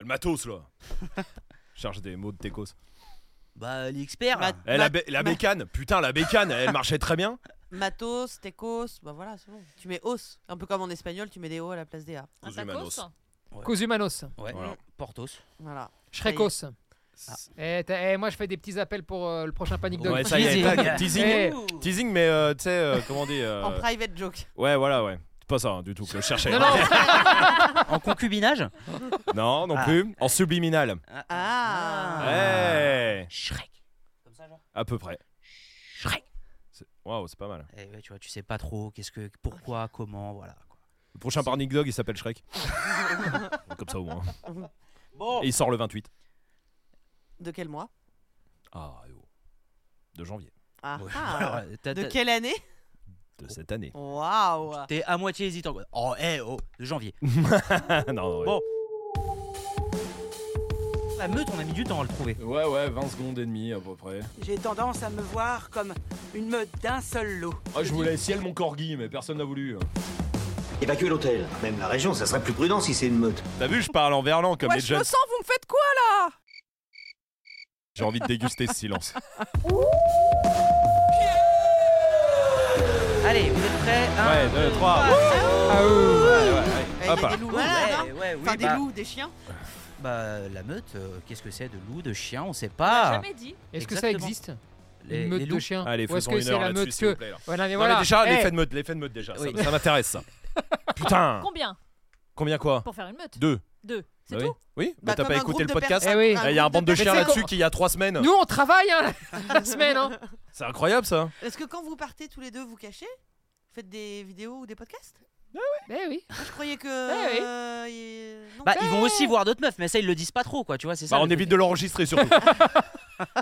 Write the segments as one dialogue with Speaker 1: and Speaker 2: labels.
Speaker 1: Le matos, là. Charge des mots de Tecos.
Speaker 2: Bah, l'expert.
Speaker 3: Ma-
Speaker 1: Eh,
Speaker 3: ma-
Speaker 1: la, bé- la
Speaker 3: ma-
Speaker 1: bécane, putain, la bécane, elle marchait très bien.
Speaker 3: Matos, tecos, bah voilà, c'est bon. Tu mets os. Un peu comme en espagnol, tu mets des o à la place des a.
Speaker 4: Un
Speaker 1: Cosy Manos.
Speaker 4: tacos
Speaker 5: Cosumanos.
Speaker 2: Ouais.
Speaker 1: Voilà.
Speaker 2: Portos.
Speaker 3: Voilà.
Speaker 5: Shrekos.
Speaker 2: Ah.
Speaker 5: Eh, t'as- eh, moi, je fais des petits appels pour euh, le prochain Panic Dog.
Speaker 1: Ouais, ça y est, tac,
Speaker 5: Eh,
Speaker 1: teasing. Teasing, mais euh, tu sais, euh, comment on dit euh,
Speaker 3: En private joke.
Speaker 1: Ouais, voilà, ouais. C'est pas ça hein, du tout que je cherchais.
Speaker 5: non, non,
Speaker 2: En concubinage
Speaker 1: non, non
Speaker 2: Ah.
Speaker 1: plus. En subliminal.
Speaker 3: Ah.
Speaker 1: Ouais.
Speaker 2: Shrek. Comme ça, genre
Speaker 1: À peu près.
Speaker 2: Shrek.
Speaker 1: C'est- Waouh, c'est pas mal.
Speaker 2: Eh ouais, tu vois, tu sais pas trop qu'est-ce que, pourquoi, comment, voilà. quoi.
Speaker 1: Le prochain par Nick Dog, il s'appelle Shrek. Comme ça au moins.
Speaker 2: Bon.
Speaker 1: Et il sort le 28.
Speaker 3: De quel mois
Speaker 1: Ah, eh oh. De janvier
Speaker 3: Ah.
Speaker 2: Ouais,
Speaker 3: ah.
Speaker 2: voilà, t'as-
Speaker 3: De
Speaker 2: t'as-
Speaker 3: quelle année
Speaker 1: de cette année.
Speaker 3: Waouh
Speaker 2: T'es à moitié hésitant. quoi. Oh, eh, oh, de janvier.
Speaker 1: non, non, ouais.
Speaker 2: Bon. La Bah, meute, on a mis du temps à le trouver.
Speaker 1: Ouais, ouais, 20 secondes et demie à peu près.
Speaker 6: J'ai tendance à me voir comme une meute d'un seul lot.
Speaker 1: Ah, je voulais ciel mon corgi, mais personne n'a voulu. hein.
Speaker 7: Évacuer l'hôtel, même la région, ça serait plus prudent si c'est une meute.
Speaker 1: T'as vu, je parle en verlan comme
Speaker 6: Moi,
Speaker 1: les
Speaker 6: je
Speaker 1: jeunes.
Speaker 6: me sens, vous me faites quoi
Speaker 1: J'ai envie de déguster ce silence.
Speaker 2: Allez, vous êtes prêts
Speaker 1: Ouais, deux, trois. Ouais, Ah,
Speaker 3: Eh,
Speaker 1: bah. ouais, ouais. Hop, là.
Speaker 3: des loups. Voilà,
Speaker 2: ouais,
Speaker 3: là-bas.
Speaker 2: ouais, oui,
Speaker 3: Enfin, des
Speaker 2: bah,
Speaker 3: loups, des chiens
Speaker 2: bah, la meute, euh, qu'est-ce que c'est de loup, de chien, on sait
Speaker 4: Ah.
Speaker 2: pas.
Speaker 4: Jamais dit.
Speaker 5: Est-ce que ça
Speaker 2: Exactement.
Speaker 5: existe
Speaker 2: Les-
Speaker 5: Une meute
Speaker 2: les
Speaker 5: de
Speaker 2: loups.
Speaker 5: chiens
Speaker 1: Allez,
Speaker 5: Ou est-ce
Speaker 1: faisons
Speaker 5: que
Speaker 1: une
Speaker 5: c'est
Speaker 1: heure
Speaker 5: la
Speaker 1: là-dessus,
Speaker 5: meute
Speaker 1: s'il vous
Speaker 5: que.
Speaker 1: plaît. là.
Speaker 5: Voilà, mais
Speaker 1: Non,
Speaker 5: voilà.
Speaker 1: mais déjà,
Speaker 5: Eh,
Speaker 1: les faits de meute, les faits de meute déjà, ça-
Speaker 2: Oui.
Speaker 1: ça, m'intéresse ça. Putain
Speaker 4: Combien
Speaker 1: Combien quoi
Speaker 4: pour faire une meute
Speaker 1: Deux.
Speaker 4: Deux. C'est
Speaker 1: Bah oui.
Speaker 4: tout
Speaker 1: Oui, mais
Speaker 3: Bah,
Speaker 1: t'as
Speaker 3: comme
Speaker 1: pas
Speaker 3: un
Speaker 1: écouté
Speaker 3: groupe
Speaker 1: le
Speaker 3: de
Speaker 1: podcast
Speaker 3: personne-
Speaker 5: Eh oui.
Speaker 1: Eh, Il y a un
Speaker 3: groupe
Speaker 1: bande de
Speaker 3: personnes.
Speaker 1: chiens
Speaker 5: Mais c'est
Speaker 1: là-dessus qu'il y a trois semaines.
Speaker 5: Nous, on travaille hein, la semaine. Hein.
Speaker 1: C'est incroyable ça.
Speaker 3: Est-ce que quand vous partez tous les deux, vous cachez Vous Faites des vidéos ou des podcasts
Speaker 5: Eh oui.
Speaker 3: Moi, Je croyais que.
Speaker 5: Eh oui.
Speaker 3: euh, y- non.
Speaker 2: Bah, ils vont aussi voir d'autres meufs, mais ça, ils le disent pas trop, quoi, tu vois, c'est ça.
Speaker 1: Bah,
Speaker 2: le
Speaker 1: on
Speaker 2: truc.
Speaker 1: évite de l'enregistrer surtout.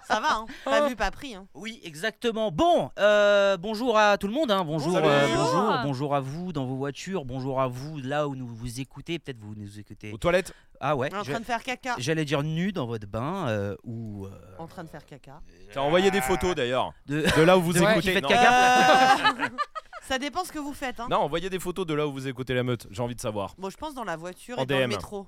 Speaker 3: Ça va, hein. Pas vu, pas pris. Hein.
Speaker 2: Oui, exactement. Bon, euh, bonjour à tout le monde. hein. Bonjour,
Speaker 1: Salut.
Speaker 2: euh,
Speaker 4: Bonjour.
Speaker 2: bonjour, bonjour à vous dans vos voitures. Bonjour à vous là où nous vous écoutez. Peut-être vous nous écoutez.
Speaker 1: Aux toilettes
Speaker 2: Ah ouais.
Speaker 3: On est en
Speaker 2: je-
Speaker 3: train de faire caca.
Speaker 2: J'allais dire nu dans votre bain euh, ou. euh,
Speaker 3: En train de faire caca.
Speaker 1: T'as envoyé des photos d'ailleurs.
Speaker 2: de...
Speaker 1: De là où vous
Speaker 2: De- ouais, qui
Speaker 1: écoutez.
Speaker 2: fait
Speaker 1: Non.
Speaker 2: caca.
Speaker 3: Euh, Ça dépend ce que vous faites. Hein.
Speaker 1: Non, envoyez des photos de là où vous écoutez la meute. J'ai envie de savoir.
Speaker 3: Bon, je pense dans la voiture
Speaker 1: En
Speaker 3: et dans le
Speaker 1: DM.
Speaker 3: métro.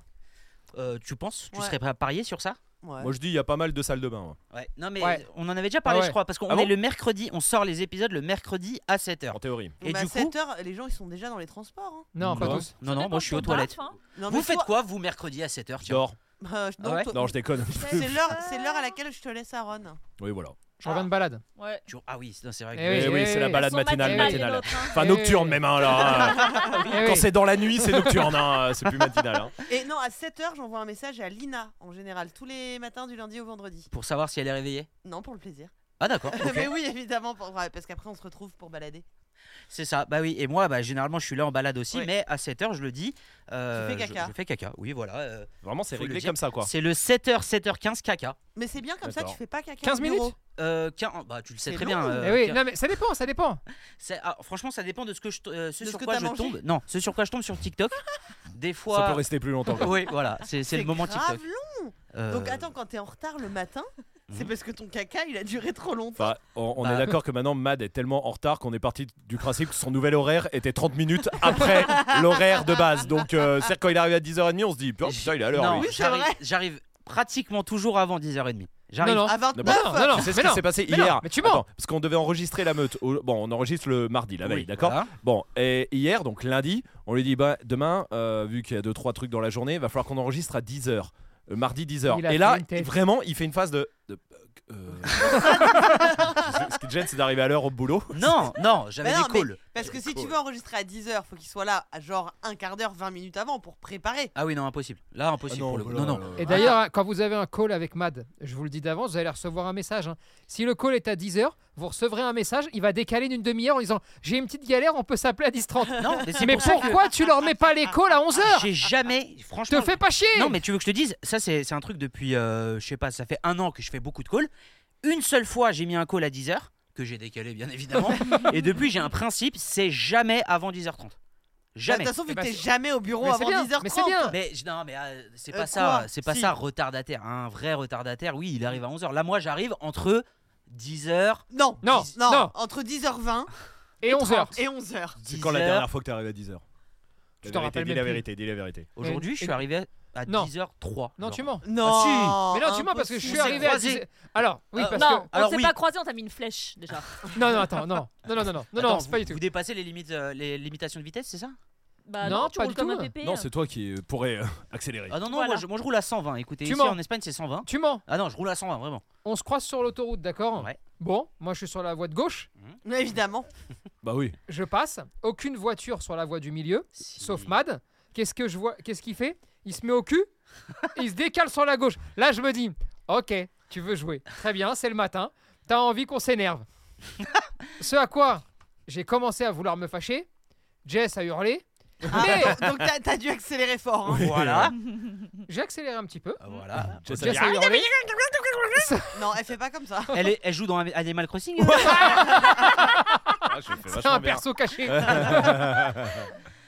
Speaker 2: Euh, tu penses Tu
Speaker 3: Ouais.
Speaker 2: serais prêt à parier sur ça
Speaker 3: Ouais.
Speaker 1: Moi je dis, il y a pas mal de salles de bain. moi.
Speaker 2: Ouais. Non mais
Speaker 5: Ouais.
Speaker 2: on en avait déjà parlé,
Speaker 5: Ah ouais.
Speaker 2: je crois, parce qu'on
Speaker 1: Ah
Speaker 2: est
Speaker 1: bon
Speaker 2: le mercredi. On sort les épisodes le mercredi à 7 h
Speaker 1: En théorie.
Speaker 3: Mais
Speaker 2: Et
Speaker 3: bah, à
Speaker 2: du coup.
Speaker 3: 7 heures, les gens ils sont déjà dans les transports. hein.
Speaker 5: Non, pas
Speaker 1: Non.
Speaker 5: tous.
Speaker 2: Non non, moi je suis aux
Speaker 4: Dépend de ton
Speaker 2: toilettes.
Speaker 4: taf, hein.
Speaker 3: Non,
Speaker 2: Vous
Speaker 3: mais
Speaker 2: faites
Speaker 3: toi-
Speaker 2: quoi vous mercredi à 7 h
Speaker 1: Je dors.
Speaker 3: Euh, je- non,
Speaker 2: Ah ouais
Speaker 3: toi-
Speaker 1: Non, je déconne.
Speaker 3: C'est l'heure, c'est l'heure à laquelle je te laisse Aaron.
Speaker 1: Oui, voilà.
Speaker 5: Je reviens de balade.
Speaker 4: Ouais.
Speaker 2: Ah oui, c'est- non, c'est vrai.
Speaker 5: Eh
Speaker 2: que-
Speaker 5: oui.
Speaker 1: Eh oui, c'est la
Speaker 5: oui.
Speaker 1: balade
Speaker 4: Elles sont
Speaker 1: matinale,
Speaker 4: matinales, les
Speaker 1: matinale.
Speaker 4: nôtres, hein.
Speaker 1: Enfin,
Speaker 5: Eh
Speaker 1: nocturne
Speaker 5: oui.
Speaker 1: même, hein, là. hein.
Speaker 5: Eh
Speaker 1: Quand
Speaker 5: oui.
Speaker 1: c'est dans la nuit, c'est nocturne, hein. C'est plus matinal, hein.
Speaker 3: Et non, à 7h, j'envoie un message à Lina en général, tous les matins du lundi au vendredi.
Speaker 2: Pour savoir si elle est réveillée.
Speaker 3: Non, pour le plaisir.
Speaker 2: Ah d'accord. ok.
Speaker 3: Mais oui, évidemment, pour- ouais, parce qu'après on se retrouve pour balader.
Speaker 2: C'est ça, bah oui, et moi bah, généralement je suis là en balade aussi,
Speaker 3: Ouais.
Speaker 2: mais à 7h je le dis. euh,
Speaker 3: Tu fais
Speaker 2: je-
Speaker 3: caca.
Speaker 2: Je, fais caca, oui voilà. euh,
Speaker 1: Vraiment, c'est
Speaker 2: Faut le
Speaker 1: réglé
Speaker 2: dire.
Speaker 1: comme ça, quoi.
Speaker 2: c'est le 7h, 7h15 caca.
Speaker 3: Mais c'est bien comme ça,
Speaker 1: D'accord.
Speaker 3: tu fais pas caca.
Speaker 5: 15
Speaker 3: au bureau.
Speaker 5: minutes
Speaker 2: Euh, quin- bah tu le sais
Speaker 3: C'est
Speaker 2: très
Speaker 3: long.
Speaker 2: bien.
Speaker 5: Eh
Speaker 2: euh,
Speaker 5: oui,
Speaker 2: quin-
Speaker 5: non, mais ça dépend, ça dépend.
Speaker 2: c'est- ah, franchement ça dépend de ce que je t- euh, ce
Speaker 3: De ce
Speaker 2: sur
Speaker 3: que
Speaker 2: quoi
Speaker 3: t'as
Speaker 2: je
Speaker 3: mangé.
Speaker 2: tombe. Non, ce sur quoi je tombe sur TikTok. Des fois.
Speaker 1: Ça peut rester plus longtemps. quoi.
Speaker 2: Oui, voilà, c'est c'est le moment
Speaker 3: grave
Speaker 2: TikTok.
Speaker 3: long.
Speaker 2: Euh,
Speaker 3: Donc attends, quand t'es en retard le matin, c'est
Speaker 2: Mhm.
Speaker 3: parce que ton caca il a duré trop longtemps.
Speaker 1: Enfin, on, on est
Speaker 2: Bah.
Speaker 1: d'accord que maintenant Mad est tellement en retard qu'on est parti du principe que son nouvel horaire était 30 minutes après l'horaire de base. Donc, euh, c'est-à-dire quand il arrive à 10h30, on se dit, putain, putain, il est à l'heure.
Speaker 2: Non,
Speaker 1: lui.
Speaker 3: Oui, c'est
Speaker 2: j'arrive-
Speaker 3: vrai.
Speaker 2: J'arrive pratiquement toujours avant 10h30. J'arrive.
Speaker 5: Non, non.
Speaker 3: à
Speaker 1: non,
Speaker 3: 29
Speaker 1: bah
Speaker 5: non, non, non.
Speaker 1: Tu sais ce
Speaker 5: Mais
Speaker 1: qui s'est passé
Speaker 5: Mais non,
Speaker 1: hier
Speaker 5: mais tu mens.
Speaker 1: Attends, parce qu'on devait enregistrer la meute. au- Bon, on enregistre le mardi, la veille,
Speaker 2: Oui,
Speaker 1: Ah bah d'accord
Speaker 2: voilà.
Speaker 1: Bon, et hier, donc lundi, on lui dit bah, demain, euh, vu qu'il y a 2-3 trucs dans la journée, il va falloir qu'on enregistre à 10h. Euh, mardi 10h.
Speaker 5: Il a
Speaker 1: Et là,
Speaker 5: fait une tête.
Speaker 1: vraiment, il fait une phase de. de- euh, ce qui te gêne, c'est d'arriver à l'heure au boulot.
Speaker 2: Non, non, j'avais
Speaker 3: Bah
Speaker 2: des
Speaker 3: non, mais-
Speaker 2: calls.
Speaker 3: Parce que si tu
Speaker 1: Cool.
Speaker 3: veux enregistrer à 10h, faut qu'il soit là à genre un quart d'heure, 20 minutes avant pour préparer. Bah,
Speaker 2: Ah oui, non, impossible. Là,
Speaker 1: Ah
Speaker 2: impossible pour le coup. Non, non.
Speaker 5: Et d'ailleurs, hein, quand vous avez un call avec Mad, je vous le dis d'avance, vous allez recevoir un message. hein. Si le call est à 10h, vous recevrez un message, il va décaler d'une demi-heure en disant J'ai une petite galère, on peut s'appeler à 10h30.
Speaker 2: Non, mais c'est
Speaker 5: Mais
Speaker 2: pour ça que- Ah,
Speaker 5: pourquoi tu leur mets pas les calls à 11h
Speaker 2: J'ai jamais,
Speaker 5: Je
Speaker 2: franchement,
Speaker 5: Ah, te fais pas chier
Speaker 2: Non, mais tu veux que je te dise, ça c'est c'est un truc depuis, euh, je sais pas, ça fait un an que je fais beaucoup de calls. Une seule fois, j'ai mis un call à 10h, que j'ai décalé bien évidemment. et depuis, j'ai un principe, c'est jamais avant 10h30. Jamais.
Speaker 3: De toute façon, vu
Speaker 5: Eh
Speaker 3: que
Speaker 5: bah,
Speaker 3: t'es
Speaker 5: c'est-
Speaker 3: jamais au bureau
Speaker 5: Mais c'est
Speaker 3: avant
Speaker 5: bien,
Speaker 3: 10h30.
Speaker 5: mais c'est bien.
Speaker 2: Mais je- non, mais euh, c'est
Speaker 3: Euh,
Speaker 2: pas ça,
Speaker 3: quoi
Speaker 2: c'est pas
Speaker 3: Si.
Speaker 2: ça, retardataire. Un vrai retardataire, oui, il arrive à 11h. Là, moi, j'arrive entre 10h.
Speaker 3: Non,
Speaker 5: Non,
Speaker 3: non,
Speaker 5: non.
Speaker 3: entre 10h20
Speaker 5: Et 11h.
Speaker 3: et 11h.
Speaker 1: C'est quand la dernière fois que t'es arrivé à 10h
Speaker 5: Tu t'en rappelles
Speaker 1: Dis la
Speaker 5: même plus.
Speaker 1: vérité, dis la vérité.
Speaker 2: Aujourd'hui, je
Speaker 5: Et-
Speaker 2: suis arrivé à
Speaker 5: Non.
Speaker 2: 10h03.
Speaker 5: Non, tu mens.
Speaker 3: Non.
Speaker 5: Mais non, tu mens parce que je suis
Speaker 2: On s'est
Speaker 5: arrivé à
Speaker 2: croisés.
Speaker 5: 10... Alors, oui,
Speaker 2: Oh, Euh,
Speaker 5: parce
Speaker 4: non, on
Speaker 2: Alors
Speaker 4: s'est
Speaker 2: oui.
Speaker 4: pas croisé, on t'a mis une flèche déjà.
Speaker 5: que. Non, non, attends, non. Non, non, non, non, non, non, c'est pas du tout.
Speaker 2: Vous dépassez les limites, euh, les limitations de vitesse, c'est ça
Speaker 4: Bah
Speaker 5: Non,
Speaker 4: non, tu
Speaker 5: pas
Speaker 4: roules
Speaker 5: du
Speaker 4: comme
Speaker 5: tout.
Speaker 4: un pépé.
Speaker 1: Non, c'est toi qui euh, pourrais euh, accélérer.
Speaker 2: Ah non, non,
Speaker 4: Voilà.
Speaker 2: moi, je, moi, je roule à 120. Écoutez,
Speaker 5: Tu
Speaker 2: ici
Speaker 5: mens.
Speaker 2: en Espagne c'est 120.
Speaker 5: Tu mens.
Speaker 2: Ah non, je roule à 120, vraiment.
Speaker 5: On se croise sur l'autoroute,
Speaker 1: Oh.
Speaker 5: d'accord
Speaker 2: Ouais.
Speaker 5: Bon, moi je suis sur la voie de gauche,
Speaker 3: Mais évidemment.
Speaker 1: Bah oui.
Speaker 5: je passe, aucune voiture sur la voie du milieu,
Speaker 2: Si.
Speaker 5: sauf Mad. Qu'est-ce que je vois Qu'est-ce qu'il fait Il se met au cul, et il se décale sur la gauche. Là, je me dis, ok, tu veux jouer. Très bien, c'est le matin, t'as envie qu'on s'énerve. Ce à quoi j'ai commencé à vouloir me fâcher, Jess a hurlé,
Speaker 3: Ah, donc donc t'as- t'as dû accélérer fort. hein.
Speaker 2: Voilà.
Speaker 5: j'ai accéléré un petit peu.
Speaker 2: Ah, voilà.
Speaker 1: Jess
Speaker 5: Jess a hurlé.
Speaker 3: Non, elle fait pas comme ça.
Speaker 2: Elle, est- elle joue dans Animal Crossing
Speaker 1: Ah, je le fais
Speaker 5: C'est
Speaker 1: vachement
Speaker 5: un
Speaker 1: bien.
Speaker 5: perso caché.